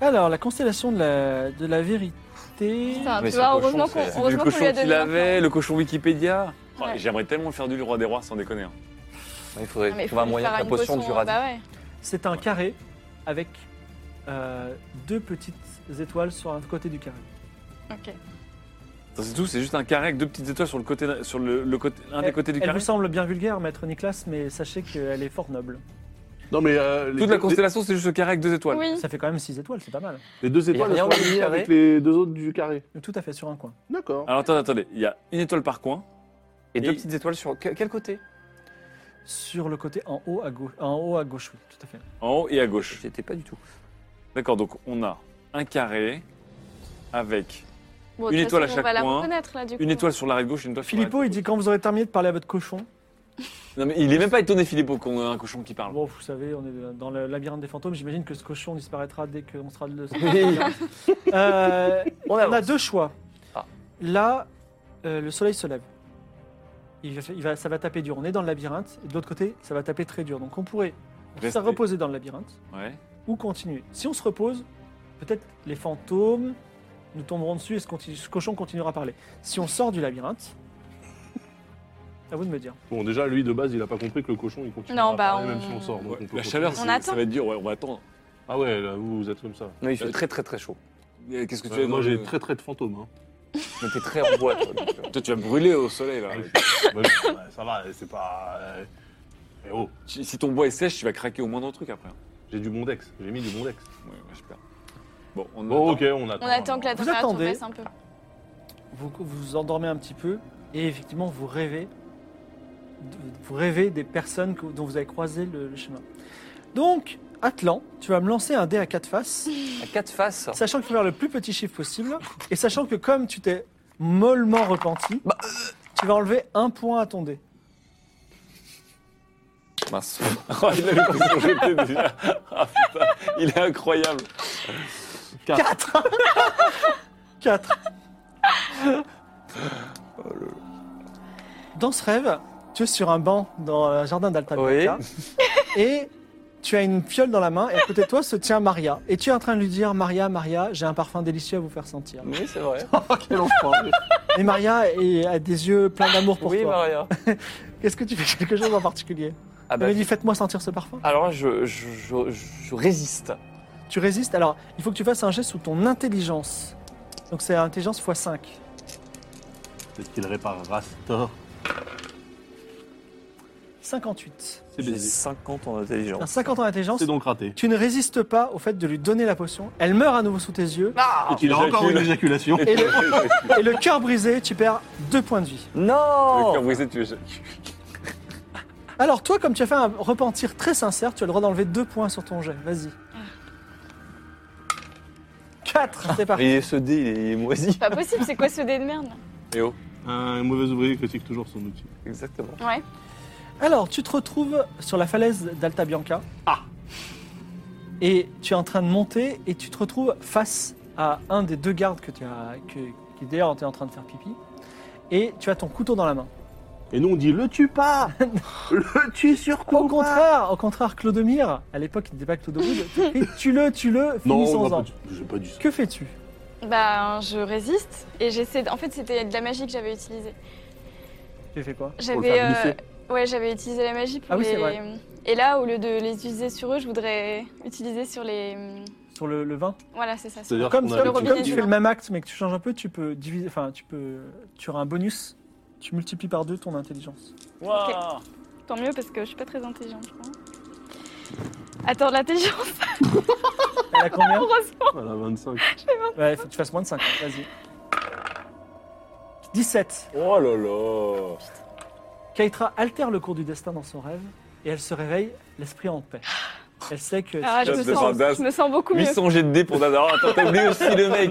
Alors, la constellation de la, de la vérité.
Putain,
Mais
tu
ce
vois,
cochon,
heureusement
c'est-
qu'on
c'est
heureusement
du
qu'on lui a
cochon qu'il
donné. maintenant.
avait, le cochon Wikipédia. Oh,
Ouais.
J'aimerais tellement le faire du roi des rois sans déconner. hein.
il faudrait
Ah, mais il faut
trouver un
lui
moyen
faire
que la
une
potion du radis.
Bah ouais.
C'est un carré avec euh, deux petites étoiles sur un côté du carré.
Ok.
Ça, C'est tout, c'est juste un carré avec deux petites étoiles sur, le côté, sur le, le côté, un des
Elle-
côtés du
Elle
carré.
vous semble bien vulgaire, maître Nicolas, mais sachez qu'elle est fort noble.
non mais euh, les,
Toute la
les-
constellation, c'est juste le carré avec deux étoiles.
Oui.
Ça fait quand même six étoiles, c'est pas mal.
les deux étoiles
Il y
elles
a rien
sont
au
alignées
milieu,
avec
ouais.
les deux autres du carré. Ah,
Donc, Tout à fait, sur un coin.
D'accord.
Alors attendez, attendez, il y a une étoile par coin.
Et deux
Et-
petites étoiles sur. que- Quel côté
Sur le côté en haut à gauche. En haut à gauche, oui, tout à fait.
En haut et à gauche.
J'étais pas du tout.
D'accord, donc on a un carré avec
Bon,
Une
de toute
étoile à
façon,
chaque
on va la
coin.
reconnaître là du coup.
une étoile sur l'arrière gauche et une étoile sur
Philippot,
l'arrière
il dit quand vous aurez terminé de parler à votre cochon.
gauche. Non mais il est même pas étonné, Philippot, qu'on a un cochon qui parle.
Bon, vous savez, on est dans le labyrinthe des fantômes. J'imagine que ce cochon disparaîtra dès qu'on sera de le.
Oui.
Euh,
On
on a
avance.
deux choix.
Ah.
Là, euh, le soleil se lève. Il va, il va- ça va taper dur. On est dans le labyrinthe. Et de l'autre côté, ça va taper très dur. Donc on pourrait se
Rester.
reposer dans le labyrinthe
Ouais.
ou continuer. Si on se repose, peut-être les fantômes nous tomberont dessus et ce, continu- ce cochon continuera à parler. Si on sort du labyrinthe, à vous de me dire.
Bon déjà lui de base il a pas compris que le cochon il continue
Non,
à
bah,
parler,
on-
même si on sort. donc
Ouais,
on peut
La chaleur,
continuer.
On
c'est-
attend.
ça va être dur, ouais, on va attendre.
Ah ouais, là, vous vous êtes comme ça.
Non, il fait très très très chaud.
Euh, Qu'est-ce que tu
Ouais,
as
moi
dans
j'ai
le-
très très de fantômes. Hein.
Mais t'es très en bois, toi. donc, euh,
Toi, tu vas brûler au soleil là.
Ouais, je- ouais, ça va, c'est pas. euh, eh oh,
Si si ton bois est sèche, tu vas craquer au moindre truc après. hein.
j'ai du bondex, j'ai mis du bondex.
Ouais, ouais, j'espère. Bon, on
Bon
attend.
ok, on attend.
On attend que la
Vous
température
attendez.
baisse un peu.
Vous vous endormez un petit peu et effectivement vous rêvez, de- vous rêvez des personnes que- dont vous avez croisé le, le chemin. Donc, Atlan, tu vas me lancer un dé à quatre faces,
À quatre faces.
sachant qu'il faut faire le plus petit chiffre possible et sachant que comme tu t'es mollement repenti, tu vas enlever un point à ton dé.
Mince.
Oh, il a le cochon jeté déjà. Ah putain, il est incroyable.
4 4 Dans ce rêve, tu es sur un banc dans le jardin d'Altabianca et tu as une fiole dans la main et à côté de toi se tient Maria. Et tu es en train de lui dire Maria, Maria, j'ai un parfum délicieux à vous faire sentir.
Oui, c'est vrai.
Quel enfant
Et Maria est- a des yeux pleins d'amour pour
oui,
toi.
Maria.
Qu'est-ce que tu fais quelque chose en particulier
Ah
Elle
bah,
lui dit Faites-moi sentir ce parfum.
alors là, je, je, je, je résiste.
Tu résistes. Alors, il faut que tu fasses un geste sous ton intelligence. Donc, c'est intelligence x5.
Peut-être qu'il réparera ce tort.
58.
C'est
J'ai
baisé.
50 en
Un
intelligence.
50 en intelligence.
C'est donc raté.
Tu ne résistes pas au fait de lui donner la potion. Elle meurt à nouveau sous tes yeux.
Ah
Il a
j'éjacule.
encore une éjaculation.
Et le, et le cœur brisé, tu perds deux points de vie.
Le
Non
cœur brisé, tu es.
Alors, toi, comme tu as fait un repentir très sincère, tu as le droit d'enlever deux points sur ton jet. Vas-y. 4, c'est parti.
Et ce dé, Ah, il est moisi.
Pas possible, c'est quoi ce dé de merde
Et oh.
Un mauvais ouvrier critique toujours son outil.
Exactement.
Ouais.
Alors, tu te retrouves sur la falaise d'Alta Bianca.
Ah.
Et tu es en train de monter et tu te retrouves face à un des deux gardes que tu as, que- qui d'ailleurs était en train de faire pipi. Et tu as ton couteau dans la main.
Et nous, on dit le tue pas Le tue surtout
Au
pas
contraire, au contraire, Clodomir, à l'époque il n'était pas Clodomir, tue-le, tue-le,
Non, on
finissons-en.
n'a pas dit- j'ai pas dit ça.
Que fais-tu
Bah, je résiste et j'essaie. de- En fait, c'était de la magie que j'avais utilisée.
Tu fais quoi
Pour le
J'avais.
faire glisser.
euh, Ouais, j'avais utilisé la magie pour
Ah oui, c'est
les.
vrai.
Et là, au lieu de les utiliser sur eux, je voudrais utiliser sur les.
Sur le, le vin
Voilà, c'est ça.
C'est-à-dire
Comme,
qu'on a
comme-
le
comme
robinet
tu
du
fais le
vin.
même acte mais que tu changes un peu, tu peux diviser, enfin tu peux, tu auras un bonus, tu multiplies par deux ton intelligence.
Waouh
Tant mieux parce que je suis pas très intelligente, je crois. Attends, l'intelligence,
Elle a combien
heureusement.
Elle a 25.
Ouais, faut que tu fasses moins de 5, vas-y. 17.
Oh là là
Kaitra altère le cours du destin dans son rêve et elle se réveille l'esprit en paix. Elle sait que...
Ah, je me,
Just de Sardas.
sens, je me sens beaucoup mieux.
800 jets de dés pour Dazar. Oh, Attends, t'as oublié aussi le mec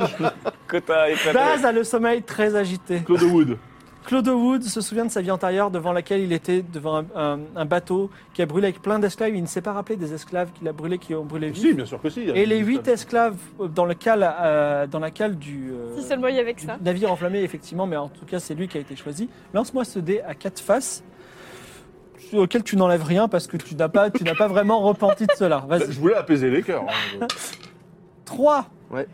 que t'as éclaté.
Daz a le sommeil très agité.
Claude Wood.
Claude Wood se souvient de sa vie antérieure devant laquelle il était devant un, un- un bateau qui a brûlé avec plein d'esclaves. Il ne s'est pas rappelé des esclaves qu'il a brûlés, qui ont brûlé
si,
vifs.
bien sûr que si.
Et les huit esclaves dans le cale, euh, dans la cale du, euh,
Si seulement il y avait que
du
ça.
navire enflammé, effectivement, mais en tout cas, c'est lui qui a été choisi. Lance-moi ce dé à quatre faces sur- auquel tu n'enlèves rien parce que tu n'as pas, tu n'as pas vraiment repenti de cela. Vas-y.
Je voulais apaiser les cœurs. hein.
3
Ouais.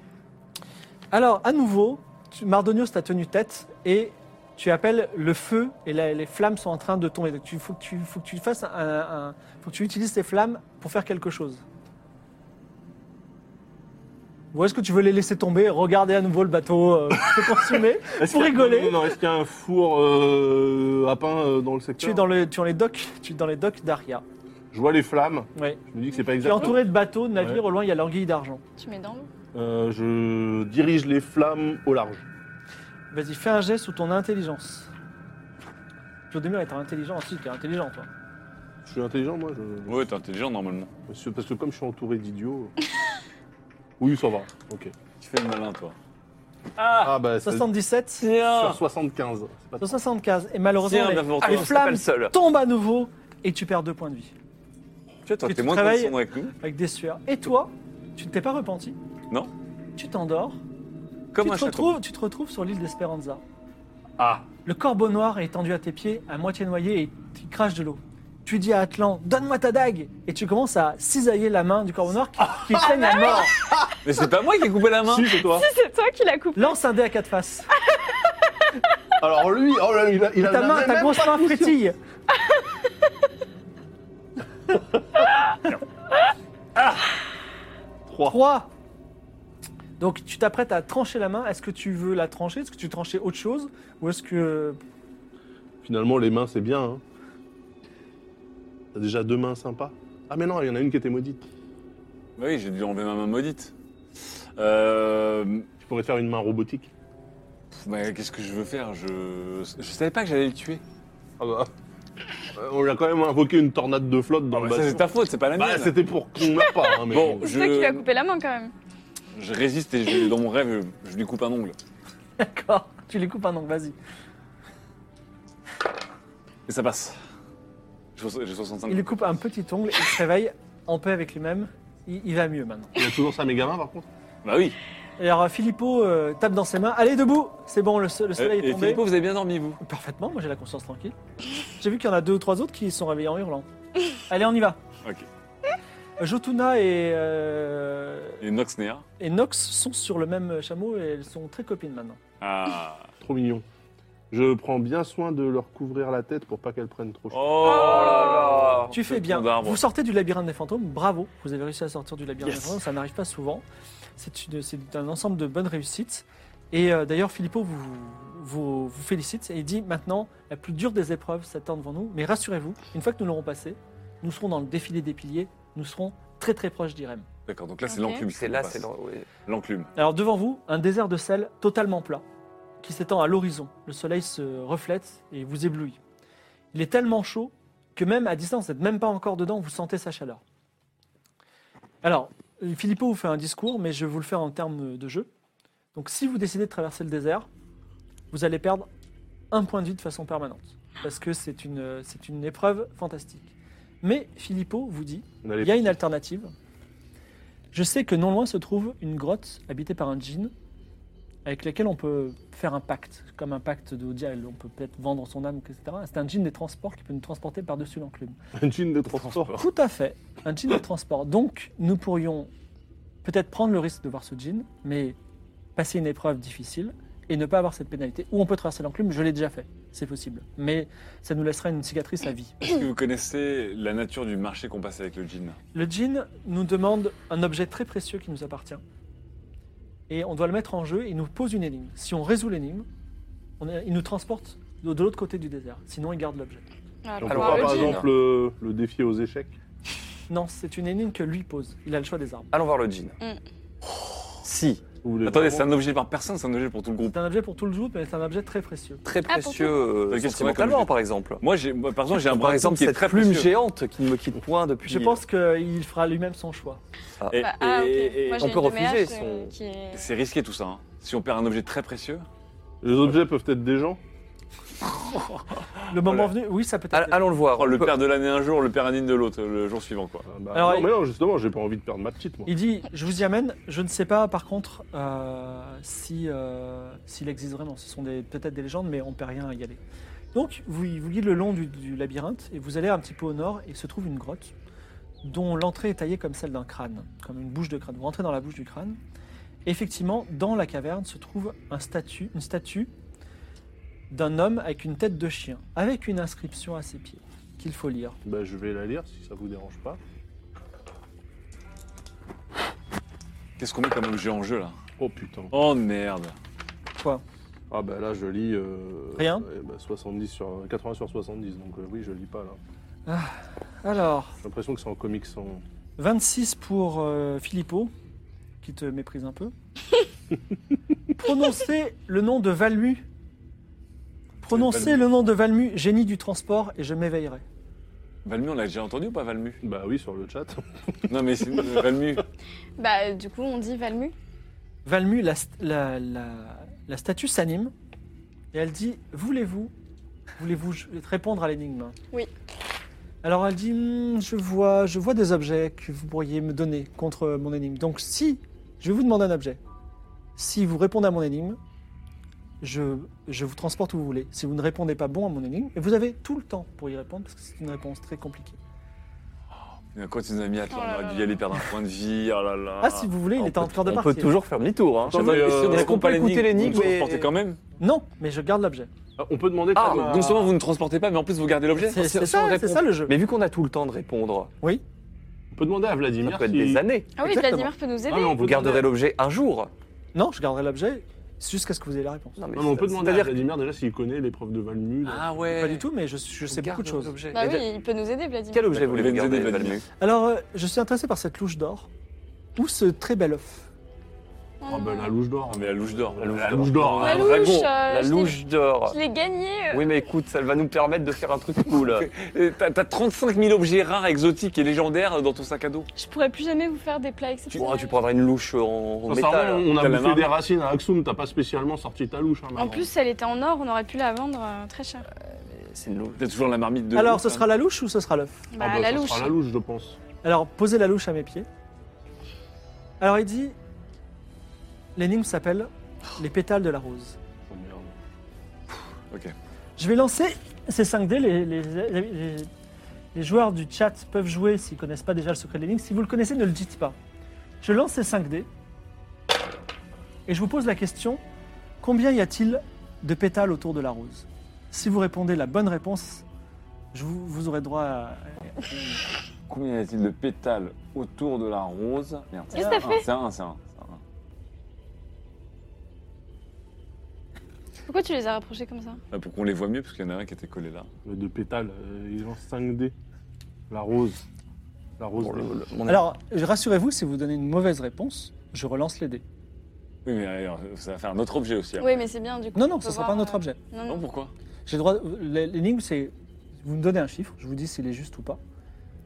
Alors, à nouveau, tu- Mardonios t'a tenu tête et tu appelles le feu et la- les flammes sont en train de tomber. Donc, il faut que tu, faut que tu fasses un, un- faut que tu utilises tes flammes pour faire quelque chose. Ou est-ce que tu veux les laisser tomber, regarder à nouveau le bateau euh, se consumer
Est-ce
Pour
qu'il y a-
rigoler.
Non, non, est-ce qu'il y a un four euh, à pain euh, dans le secteur
Tu es dans le, tu es dans les docks, tu es dans les docks d'Aria.
Je vois les flammes.
Ouais.
Je me dis que c'est pas
Tu es
exactement.
entouré de bateaux, de navires. Au loin, il y a l'anguille d'argent.
Tu mets dans l'eau.
Euh, je dirige les flammes au large.
Vas-y, fais un geste sous ton intelligence. Claudemir est intelligent aussi, tu es intelligent toi.
Je suis intelligent, moi. je-
Ouais, t'es intelligent normalement.
Monsieur, parce que comme je suis entouré d'idiots. euh, oui, ça va. Ok.
Tu fais le malin, toi.
Ah, bah, c'est
77
sur 75. C'est pas
sur 75. Et malheureusement,
Tiens,
les,
bien pour
Ah, les
toi.
Pas
flammes
le seul.
tombent à nouveau et tu perds deux points de vie
Tu vois, toi,
Tu
t'es moins
travailles-
de avec nous.
avec des sueurs. Et toi, tu ne t'es pas repenti
Non.
Tu t'endors.
Comme
Tu
un
te,
chat.
retrouves, tu te retrouves sur l'île d'Esperanza.
Ah.
Le corbeau noir est étendu à tes pieds, à moitié noyé et il crache de l'eau. Tu dis à Atlan, donne-moi ta dague Et tu commences à cisailler la main du corbeau noir qui,
Ah.
qui saigne à mort.
Mais c'est pas moi qui ai coupé la main.
Si, c'est toi.
C'est toi qui l'as coupé.
Lance un dé à quatre faces.
Alors lui, oh là, il a, il a
Ta
la
main,
même-
ta grosse main frétille.
Trois.
3. Donc tu t'apprêtes à trancher la main. Est-ce que tu veux la trancher Est-ce que tu veux trancher autre chose Ou est-ce que...
Finalement, les mains, c'est bien. Hein. T'as déjà deux mains sympas. Ah, mais non, il y en a une qui était maudite.
Bah oui, j'ai dû enlever ma main maudite. Euh,
Tu pourrais te faire une main robotique.
pff, bah, qu'est-ce que je veux faire je... je savais pas que j'allais le tuer.
Ah bah. Euh, On a quand même invoqué une tornade de flotte dans
Bah,
le
ça,
bassin.
c'est ta faute, c'est pas la
Bah,
mienne.
c'était pour qu'on meure pas. hein, mais...
Bon,
C'est
je-
toi qui lui as coupé la main quand même.
je résiste et je- dans mon rêve, je, je lui coupe un ongle.
D'accord, tu les coupes un ongle, vas-y.
Et ça passe. J'ai soix- j'ai 65.
Il lui coupe un petit ongle, il se réveille en paix avec lui-même. Il, il va mieux maintenant.
Il y a toujours ça, mes gamins, par contre.
Bah oui.
Alors Filippo euh, tape dans ses mains. Allez, debout C'est bon, le, so- le
Euh,
soleil est
et
tombé.
Filippo, vous avez bien dormi, vous
Parfaitement, moi j'ai la conscience tranquille. J'ai vu qu'il y en a deux ou trois autres qui se sont réveillés en hurlant. Allez, on y va.
Ok.
Jotuna et, euh,
Et Noxnea
et Nox sont sur le même chameau et elles sont très copines maintenant.
Ah.
Trop mignon. Je prends bien soin de leur couvrir la tête pour pas qu'elles prennent trop chaud.
Oh là là
Tu fais
Le
bien.
tronc d'arbre.
Vous sortez du labyrinthe des fantômes, bravo. Vous avez réussi à sortir du labyrinthe
Yes.
des fantômes, ça n'arrive pas souvent. C'est une- c'est un ensemble de bonnes réussites. Et euh, d'ailleurs, Filippo vous, vous, vous félicite et il dit maintenant, la plus dure des épreuves s'attend devant nous. Mais rassurez-vous, une fois que nous l'aurons passé, nous serons dans le défilé des piliers, nous serons très très proches d'Irem.
D'accord, donc là, c'est
Ok.
l'enclume.
C'est
qui
là,
passe.
c'est dans. ouais.
l'enclume.
Alors devant vous, un désert de sel totalement plat, qui s'étend à l'horizon. Le soleil se reflète et vous éblouit. Il est tellement chaud que même à distance, vous n'êtes même pas encore dedans, vous sentez sa chaleur. Alors, euh, Filippo vous fait un discours, mais je vais vous le faire en termes de jeu. Donc, si vous décidez de traverser le désert, vous allez perdre un point de vie de façon permanente. Parce que c'est une, euh, c'est une épreuve fantastique. Mais Filippo vous dit
On a les
il y a une alternative. Je sais que non loin se trouve une grotte habitée par un djinn avec laquelle on peut faire un pacte, comme un pacte de Odial. On peut peut-être vendre son âme, etc. C'est un djinn des transports qui peut nous transporter par-dessus l'enclume.
Oh.
un jean de transport.
Tout à fait, un djinn de transport. Donc, nous pourrions peut-être prendre le risque de voir ce djinn, mais passer une épreuve difficile et ne pas avoir cette pénalité. Ou on peut traverser l'enclume, je l'ai déjà fait, c'est possible. Mais ça nous laissera une cicatrice à vie.
Est-ce que vous connaissez la nature du marché qu'on passe avec le jean
Le djinn nous demande un objet très précieux qui nous appartient. Et on doit le mettre en jeu et il nous pose une énigme. Si on résout l'énigme, on est- il nous transporte de, de l'autre côté du désert. Sinon, il garde l'objet.
Ah,
Et On peut
Alors,
pas,
le
par
jean.
exemple, le, le défier aux échecs.
Non, c'est une énigme que lui pose. Il a le choix des armes.
Allons voir le jean.
Mm.
Si,
Vous voulez
Attendez, c'est
vraiment-
un objet par personne, c'est un objet pour tout le groupe.
C'est un objet pour tout le groupe, mais c'est un objet très précieux.
très
Ah, pour
précieux
tout.
euh,
Qu'est-ce qu'on a comme
sentimentalement,
objet
par exemple.
Moi, j'ai, moi, par exemple, j'ai un
Par
bras
exemple,
qui est
cette
très
plume
précieux.
géante qui ne me quitte point depuis. euh,
Je pense qu'il fera lui-même son choix.
Et-
Bah, ah, ok.
et- et-
Moi, j'ai
on
une
peut
de mes
refuser
haches,
son-
euh, qui est-
C'est risqué tout ça. hein. Si on perd un objet très précieux,
Les objets peuvent être des gens.
Le moment
là.
venu, oui, ça peut être.
Allons allons le voir.
oh, le
On peut-
père de l'année un jour, le père Anine de l'autre, le jour suivant quoi.
Ah, bah,
Alors,
non,
il-
mais non, justement, j'ai pas envie de perdre ma petite, moi.
Il dit Je vous y amène, je ne sais pas par contre euh, si, euh, s'il existe vraiment. Ce sont des- peut-être des légendes, mais on ne perd rien à y aller. Donc, vous, il vous guide le long du, du labyrinthe et vous allez un petit peu au nord et se trouve une grotte dont l'entrée est taillée comme celle d'un crâne, comme une bouche de crâne. Vous rentrez dans la bouche du crâne. Effectivement, dans la caverne se trouve un statue, une statue d'un homme avec une tête de chien, avec une inscription à ses pieds qu'il faut lire.
Bah, je vais la lire si ça vous dérange pas.
Qu'est-ce qu'on met comme objet en jeu là
Oh putain.
Oh merde.
Ah bah là, je lis. euh,
Rien
eh bah, 70 sur 80 sur 70, donc euh, oui, je lis pas là.
Alors,
J'ai l'impression que c'est en comics sans.
26 pour euh, Filippo, qui te méprise un peu. Prononcez le nom de Valmu. Prononcez
Valmu.
le nom de Valmu, génie du transport, et je m'éveillerai.
Valmu, on l'a déjà entendu ou pas Valmu
Bah oui, sur le chat.
Non mais c'est euh, Valmu.
Bah, du coup, on dit Valmu.
Valmu, la, st- la- la- la statue s'anime, et elle dit Voulez-vous Voulez-vous j- répondre à l'énigme
Oui.
Alors elle dit Hmm, je, vois, je vois des objets que vous pourriez me donner contre mon énigme. Donc si je vais vous demander un objet, si vous répondez à mon énigme, je, je vous transporte où vous voulez. Si vous ne répondez pas bon à mon énigme, et vous avez tout le temps pour y répondre parce que c'est une réponse très compliquée.
Mais Quoi tu nous as mis à
Oh là
On aurait dû y
là.
aller perdre un point de vie. Oh là là.
Ah, si vous voulez, il
on
est en
peut-
train de
on
partir.
peut toujours faire demi-tour. Hein.
Non, mais,
Attendez,
si on
euh,
répond
qu'on peut
pas à l'énigme,
écouter l'énigme
Vous nous
et-
transportez quand même
Non, mais je garde l'objet.
Ah, on peut demander
Ah,
comme à-
Donc seulement vous ne transportez pas, mais en plus vous gardez l'objet
C'est
si-
c'est
si on
ça, c'est
répond-
ça le jeu.
Mais vu qu'on a tout le temps de répondre,
on peut demander à Vladimir.
ça peut être
si-
des années.
Ah oui,
Exactement.
Vladimir peut nous
Non,
aider.
mais on
Vous
peut
garderez
demander-
l'objet un jour.
Non, je garderai l'objet jusqu'à ce que vous ayez la réponse.
Non, mais
Non, mais on peut
c'est-
demander à
c'est-à-dire-
Vladimir déjà s'il connaît l'épreuve de Valmu.
Ah ouais.
Pas du tout, mais je, je sais
on garde
beaucoup de choses.
l'objet.
Bah
Et-
oui, il peut nous aider, Vladimir.
Quel objet
D'accord,
voulez-vous
Bah, il va nous
garder,
aider, Vladimir.
Valmu
Alors, euh, je suis intéressé par cette louche d'or ou ce très bel œuf.
Oh
Ah
non.
bah la louche d'or.
Mais la louche d'or.
La louche d'or.
La
un
louche,
dragon.
euh,
La
je l'ai-
louche d'or.
Je l'ai gagné. euh,
Oui, mais écoute, ça va nous permettre de faire un truc
euh.
cool.
Et T'as t'as 35 000 objets rares, exotiques et légendaires dans ton sac à dos.
Je pourrais plus jamais vous faire des plats
Tu,
exceptionnels.
oh, tu prendras une louche en, en
Sincèrement,
métal. hein.
on
T'as
a
la
bouffé
marque.
des racines à Axum, t'as pas spécialement sorti ta louche. hein,
En
maman.
plus, elle était en or, on aurait pu la vendre euh, très cher.
C'est une louche.
T'as toujours la marmite de.
hein.
hein.
Alors, ce sera la louche ou ce sera l'œuf
Ah
Bah,
bah,
la
ça
louche.
sera la louche, je pense.
Alors, posez la louche à mes pieds. Alors, il dit l'énigme s'appelle
Oh.
Les pétales de la rose.
Oh, merde.
Je vais lancer ces 5 dés. Les, les- les- les joueurs du chat peuvent jouer s'ils connaissent pas déjà le secret de l'énigme. Si vous le connaissez, ne le dites pas. Je lance ces 5 dés et je vous pose la question combien y a-t-il de pétales autour de la rose Si vous répondez la bonne réponse, je vous, vous aurez droit à.
Combien y a-t-il de pétales autour de la rose Merde.
Qu'est-ce que t'as
Ah,
fait
C'est un, c'est un. c'est un.
Pourquoi tu les as rapprochés comme ça
Ah, Pour qu'on les voit mieux, parce qu'il y en a un qui était collé là.
Le de pétales, euh, il est en 5D. La rose. La rose.
Pour le- le- mon-
Alors, rassurez-vous, si vous donnez une mauvaise réponse, je relance les dés.
Oui, mais alors, ça va faire un autre objet aussi. après.
Oui, mais c'est bien du coup.
Non,
on
non,
peut euh,
ce ne sera
voir,
pas un autre
euh,
objet.
Non,
Non,
non.
pourquoi
J'ai le droit. L'énigme, c'est Vous me donnez un chiffre, je vous dis s'il est juste ou pas.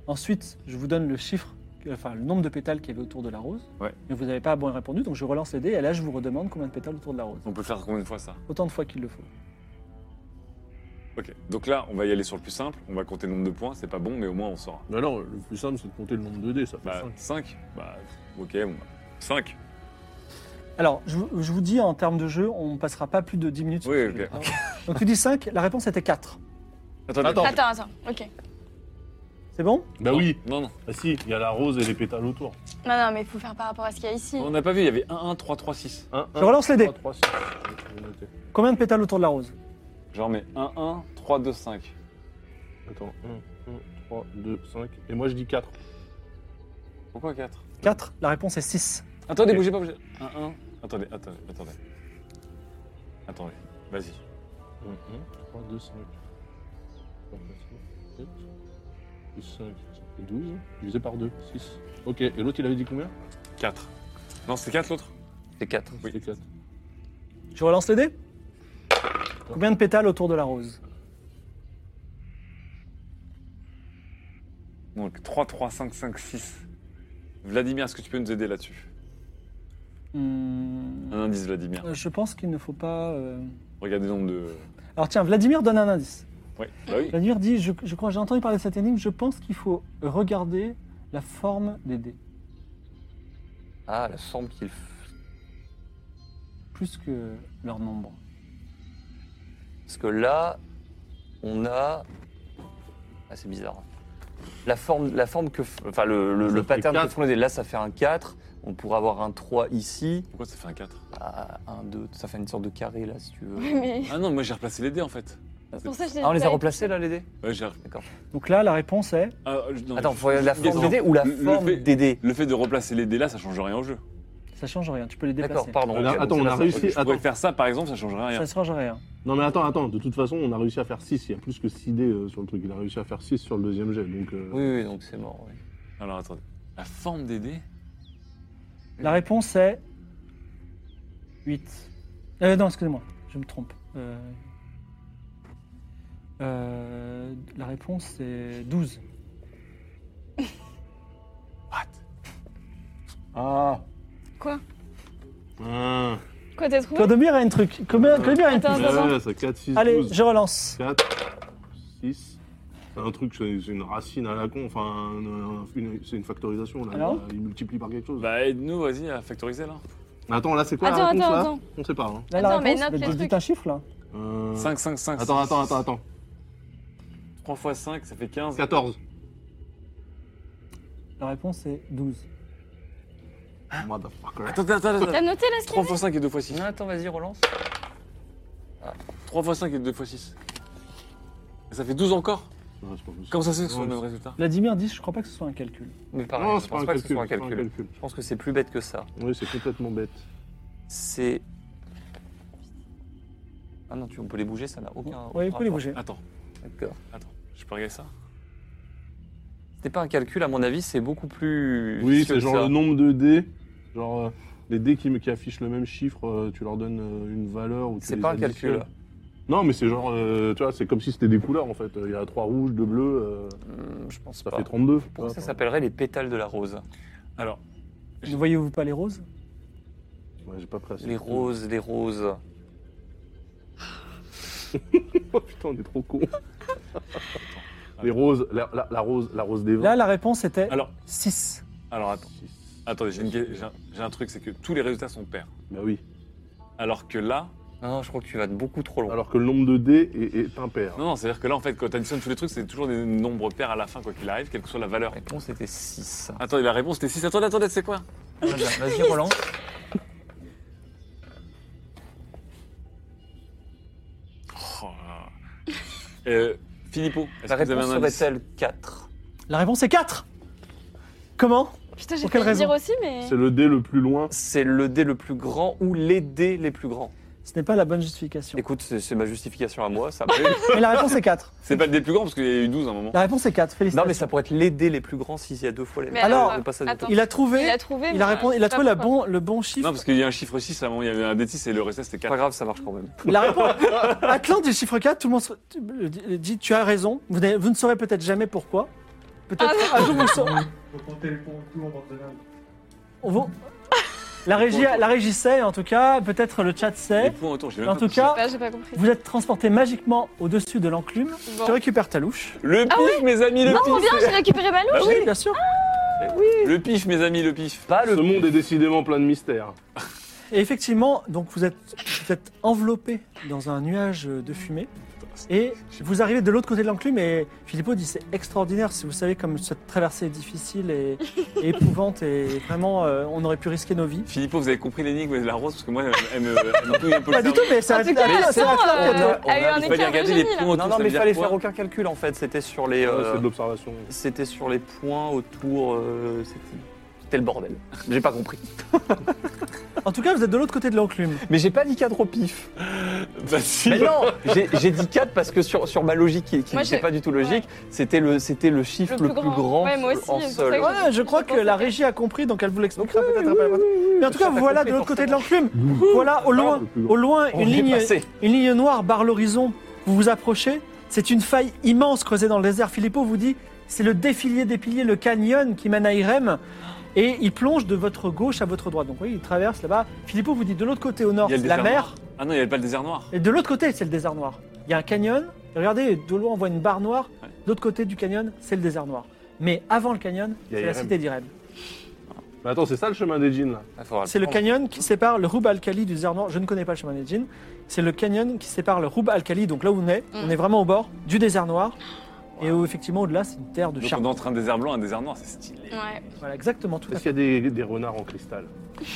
Ensuite, je vous donne le chiffre, enfin le nombre de pétales qu'il y avait autour de la rose.
Ouais.
Mais vous n'avez pas bon répondu, donc je relance les dés et là je vous redemande combien de pétales autour de la rose.
On peut faire combien de fois ça
Autant de fois qu'il le faut.
Ok. Donc là, on va y aller sur le plus simple. On va compter le nombre de points. C'est pas bon, mais au moins on saura.
Bah non, le plus simple, c'est de compter le nombre de dés, ça fait
Bah,
cinq.
5 Bah, ok, bon. 5
Alors, je, vous- je vous dis en termes de jeu, on ne passera pas plus de 10 minutes. sur
Oui,
ce
ok.
jeu. Donc tu dis 5, la réponse était 4.
Attends,
Attends.
Attends, attends, ok.
C'est bon
Bah oui,
Non, non.
ah si, il y a la rose et les pétales autour.
Non, non, mais il faut faire par rapport à ce qu'il y a ici.
On n'a pas vu, il y avait 1, 1, 3, 3, 6.
Un,
Je relance les dés.
3, 3, 6. Je vais noter.
Combien de pétales autour de la rose
Genre, mais 1, 1, 3, 2, 5.
Attends, 1, 1, 3, 2, 5. Et moi, je dis 4.
Pourquoi 4
4, la réponse est 6.
Attendez,
Ok.
bougez pas, bougez. 1, 1. Attendez, attendez, attendez. Attendez, vas-y.
1, 1, 3, 2, 5. 7, plus 5, ça fait 12. Divisé par 2, 6. Ok, et l'autre, il avait dit combien
4. Non, c'est 4 l'autre
C'est 4.
Oui.
C'était 4.
Je relance les dés Combien de pétales autour de la rose
Donc 3, 3, 5, 5, 6. Vladimir, est-ce que tu peux nous aider là-dessus
Hmm,
Un indice, Vladimir.
Je pense qu'il ne faut pas... euh,
Regardez le nombre de.
Alors tiens, Vladimir donne un indice.
Oui, bah oui.
Vladimir dit, je, je crois, j'ai entendu parler de cette énigme, je pense qu'il faut regarder la forme des dés.
Ah, il semble qu'il. f-
Plus que leur nombre.
Parce que là, on a. Ah, c'est bizarre. La forme, la forme que. f- Enfin, le, le-
Ça
le
fait
pattern que
quatre.
font les dés. Là, ça fait un 4. On pourrait avoir un 3 ici.
Pourquoi ça fait un 4
Ah, un 2. Ça fait une sorte de carré, là, si tu
Oui,
veux.
mais
Ah non, moi j'ai replacé les dés en fait.
c'est pour ça que je l'ai
Ah, on les
pas
a
eu.
replacés, là, les dés
Ouais, j'ai.
Donc là, la réponse est...
Ah, je- non,
Attends,
je-
faut regarder la
je-
forme
non.
des dés ou la
Le- le
forme
fait-
des dés
Le fait de replacer les dés là, ça change rien au jeu.
Ça change rien, tu peux les
D'accord,
déplacer.
pardon.
On a-
ok,
attends,
donc
on
c'est
a
la-
réussi.
Je
attends.
pourrais faire ça par exemple, ça change rien.
Ça ne change rien.
Non, mais attends, attends. De toute façon, on a réussi à faire 6. Il y a plus que 6 dés euh, sur le truc. Il a réussi à faire 6 sur le deuxième jet. Donc, euh,
Oui, oui, donc c'est mort. oui.
Alors attendez. La forme des dés
La réponse est 8. Euh, non, excusez-moi, je me trompe. Euh, euh, la réponse est 12.
What
Ah
Quoi
Hum.
Quoi, t'as trouvé
Clodomir a un truc. Combien- Clodomir a une
Attends,
Ouais,
piste.
attends.
ouais, ça 4, 6,
Ah, Allez,
12.
je relance.
4, 6. C'est un truc, c'est c'est une racine à la con. Enfin, un- un- une- c'est une factorisation. Là,
Alors
il multiplie par quelque chose.
Bah aide-nous, vas-y, à factoriser là.
Attends, là, c'est quoi hein,
Attends,
la réponse
attends,
là
attends.
On sait pas. Hein.
Là, la
Attends, mais
réponse,
note
mais
les
dites
trucs.
un chiffre là.
Euh,
5, 5, 5.
Attends, attends, attends, attends.
3 x 5, ça fait 15.
14.
La réponse est 12.
Ah.
Motherfucker.
Attends, attends, attends.
T'as noté là ce qu'il y
3
avait
x 5 et 2 x 6.
Non, attends, vas-y, relance.
3 x 5 et 2 x 6. Ça fait 12 encore
Non, c'est pas possible.
Comment ça c'est que ce soit
Ouais,
le même résultat
Vladimir dit, je crois pas que ce soit un calcul.
Mais pareil,
Non,
je pense pas que ce soit un
c'est pas
calcul. Je pense que c'est plus bête que ça.
Oui, c'est complètement bête.
C'est. Ah non, tu, on peut les bouger, ça n'a aucun.
Oui, vous pouvez les
rapport.
bouger.
Attends,
D'accord.
attends. Je peux regarder ça
C'était pas un calcul, à mon avis, c'est beaucoup plus.
Oui,
vicieux
c'est
que
genre
ça.
le nombre de dés. Genre, euh, les dés qui, qui affichent le même chiffre, euh, tu leur donnes euh, une valeur ou tu
C'est
les
pas un
additionnes.
calcul.
Non, mais c'est genre, euh, tu vois, c'est comme si c'était des couleurs en fait. Il y a trois rouges, deux bleus, euh,
Hum, je pense
ça
pas.
fait 32.
Pourquoi ça
Ouais,
s'appellerait les pétales de la rose
Alors,
Ne voyez-vous pas les roses
Ouais, j'ai pas pris assez.
Les roses, les roses.
Oh putain, on est trop con. les roses, la, la- la rose, la rose des vents.
Là, la réponse était
alors,
6.
alors attends. Attendez, j'ai, une que- j'ai un, j'ai un truc, c'est que tous les résultats sont pairs.
Bah oui.
Alors que là,
Non, je crois que tu vas beaucoup trop loin.
Alors que le nombre de dés est, est impair.
non, non, c'est-à-dire que là, en fait, quand t'additionnes tous les trucs, c'est toujours des nombres pairs à la fin, quoi qu'il arrive, quelle que soit la valeur.
La réponse était 6.
Attendez, la réponse était 6. Attendez, attendez, c'est quoi
Ah, Vas-y, relance.
oh, là là. euh, Philippot, est-ce
La
que vous avez
réponse
un indice
serait-elle 4
La réponse est 4 Comment
Putain, j'ai
Pour
fait
quelle
le dire
raison
aussi, mais.
C'est le dé le plus loin.
C'est le dé le plus grand ou les dés les plus grands
Ce n'est pas la bonne justification.
Écoute, c'est c'est ma justification à moi, ça me plaît.
Et la réponse est 4.
C'est pas le des plus grands parce qu'il y a eu 12 à un moment.
La réponse est 4. Félicitations.
Non, mais ça pourrait être l'aider les plus grands s'il y a deux fois les
Mais
mêmes.
alors,
ne pas ça
attends.
Il a trouvé,
Il
il
a
a,
trouvé.
répondu, il a trouvé la bon, le bon chiffre.
Non, parce qu'il y a un chiffre 6 avant, il y avait un D6 et le reste c'était
Pas
4.
grave, ça marche quand même.
La réponse. Atlante dit le chiffre 4, tout le monde se- tu- le- dit Tu as raison, vous, n'avez- vous ne saurez peut-être jamais pourquoi. Peut-être
Ah
un jour vous le saurez.
Faut compter le pont tout en bande de dingue.
On vous- La régie, la régie sait, en tout cas, peut-être le chat
Les
sait.
points autour, j'ai même
En
pas
tout
pensé.
cas,
Bah, j'ai pas compris.
vous êtes transporté magiquement au-dessus de l'enclume.
Bon.
Tu récupères ta louche.
Le pif, mes amis, le
Ah Non, trop
pif
bien, j'ai récupéré ma louche.
Bah oui, bien sûr.
Le pif, mes amis, le pif.
Pas
Ce
le
monde est décidément plein de mystères.
Et effectivement, donc vous êtes, vous êtes enveloppé dans un nuage de fumée. Et vous arrivez de l'autre côté de l'enclume et Philippot dit c'est extraordinaire si vous savez comme cette traversée est difficile et, et éprouvante et vraiment euh, on aurait pu risquer nos vies.
Philippot, vous avez compris l'énigme de la rose parce que moi, elle, elle me elle me touille un peu
Pas
le
du tout
cerveau.
mais c'est
En tout cas,
Atlan-
le
c'est
son,
Atlan qui a
euh,
trouvé.
a eu un
Il fallait
éclair de
regarder les
génie.
points
là.
autour.
Non,
ça
non,
veut
mais il
dire
fallait
quoi
faire aucun calcul en fait. C'était sur les,
Ouais,
euh,
C'est de l'observation.
c'était sur les points autour. euh, c'était- c'était le bordel. J'ai pas compris.
En tout cas vous êtes de l'autre côté de l'enclume.
Mais j'ai pas dit 4 au pif.
Bah, si.
Mais non, j'ai j'ai dit 4 parce que sur, sur ma logique qui qui
Moi,
n'était
j'ai-
pas du tout logique, c'était le c'était le chiffre le, plus grand,
Ouais, moi aussi,
en
c'est pour
seul.
ça que
Ouais, je crois que la régie a compris donc elle vous l'expliquera peut-être après la partie. Mais en tout cas vous voilà de l'autre côté de l'enclume. Voilà au loin, au loin
On
une
est
ligne,
passé.
Une ligne noire barre l'horizon. Vous vous approchez. C'est une faille immense creusée dans le désert. Philippot vous dit c'est le défilé des piliers, le canyon qui mène à Irem. Et il plonge de votre gauche à votre droite. Donc oui, il traverse là-bas. Philippot vous dit de l'autre côté au nord,
Il y a le
c'est la
désert
mer.
noir. Ah non, il n'y avait pas le désert noir.
Et de l'autre côté, c'est le désert noir. Il y a un canyon. Et regardez, de loin, on voit une barre noire.
Ouais.
De l'autre côté du canyon, c'est le désert noir. Mais avant le canyon,
Il y a
c'est la
Irem.
cité d'Irem.
Mais attends, c'est ça le chemin des jeans là
Ah, faudra
C'est le
prendre.
canyon qui sépare le Roub Al-Khali du désert noir. Je ne connais pas le chemin des djinns. C'est le canyon qui sépare le Roub Al-Khali, donc là où on est, on est vraiment au bord du désert noir. Et où, effectivement, au-delà, c'est une terre de
Donc on est
charbon.
entre un désert blanc et un désert noir, c'est stylé.
Ouais.
Voilà, exactement tout à
Est-ce
fait.
qu'il y a des, des renards en cristal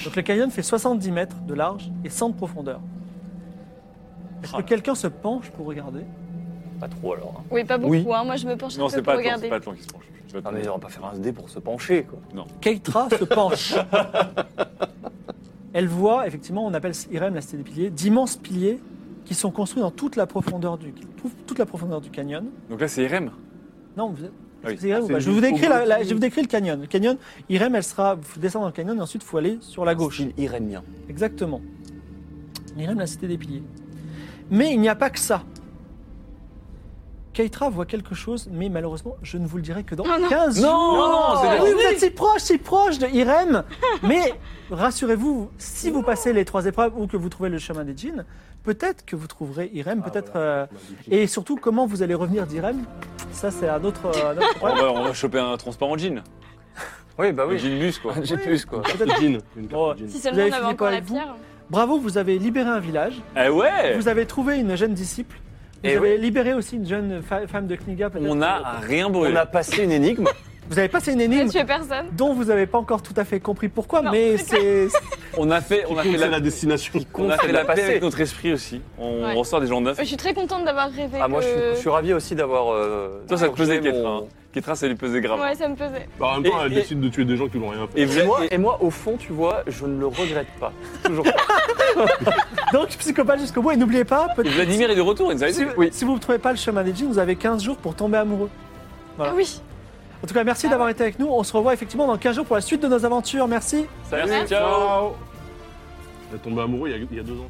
Donc le canyon fait 70 mètres de large et 100 de profondeur. Est-ce
Oh
que
là.
quelqu'un se penche pour regarder
Pas trop alors. hein.
Oui, pas beaucoup,
Oui.
hein. Moi, je me penche
Non,
un peu
c'est
pour
pas Atlan,
regarder.
c'est pas Atlan qui se penche. Je vais
Ah,
pas te-
mais on va pas faire un dé pour se pencher quoi.
Keitra se penche. Elle voit, effectivement, on appelle Irem la cité des piliers, d'immenses piliers qui sont construits dans toute la profondeur du, toute la profondeur du canyon.
Donc là, c'est Irem.
Non, vous êtes.
Ah oui.
c'est Irem
Ah,
ou
c'est
pas je,
juste
vous décris
au
la- la-
bout.
je vous décris le canyon. Le canyon, Irem, elle sera. Vous descendez dans le canyon et ensuite, il faut aller sur la gauche.
Style irénien.
Exactement. Irem, la cité des piliers. Mais il n'y a pas que ça. Keitra voit quelque chose, mais malheureusement, je ne vous le dirai que dans
Oh non.
15 jours.
non, c'est
Oui,
bien.
vous êtes si proche, si proche de Irem. Mais rassurez-vous, si vous passez les trois épreuves ou que vous trouvez le chemin des djinns, peut-être que vous trouverez Irem,
Ah,
peut-être.
voilà.
euh, et surtout, comment vous allez revenir d'Irem Ça, c'est un autre, un autre
On
problème.
va, on va choper un transparent jean.
Oui, bah
Un
oui.
jean bus, quoi.
J'ai plus quoi.
Des jeans, une carte
Oh,
de jeans.
Si
Vous
seulement
avez
on avait
fini
encore la
avec vous
pierre.
Bravo, vous avez libéré un village.
Eh ouais
Vous avez trouvé une jeune disciple. Vous
Eh
avez libéré aussi une jeune fa- femme de Kniga. peut-être.
On a rien
On
brûlé.
a passé une énigme.
Vous avez passé une
J'ai
énigme
tué personne.
dont vous n'avez pas encore tout à fait compris pourquoi,
Non.
mais c'est
On a fait, on a fait
C'est
la,
la destination.
on a
c'est
fait
de
la
la
paix
passer.
avec notre esprit aussi. On
Ouais.
ressort des gens neufs.
Je suis très contente d'avoir rêvé.
Ah moi je suis,
que-
je suis ravi aussi d'avoir. euh,
Toi, ça te pesait,
continué
Kétra.
mon-
hein. Kétra, ça lui pesait grave.
Ouais, ça me pesait.
Bah, en même temps,
Et-
elle
et-
décide de tuer des gens qui n'ont rien fait.
Et
Et
vous-
moi,
et-
et moi, au fond, tu vois, je ne le regrette pas. Toujours.
donc psychopathe jusqu'au bout. Et n'oubliez pas, peut-
et Vladimir est de retour, il nous a dit.
si, si vous ne trouvez pas le chemin des jeans, vous avez 15 jours pour tomber amoureux. Voilà.
Ah oui.
En tout cas, merci
Ah
d'avoir été avec nous. On se revoit effectivement dans 15 jours pour la suite de nos aventures. Merci.
Merci, ciao.
Elle est tombée amoureuse il y a- il y a deux ans.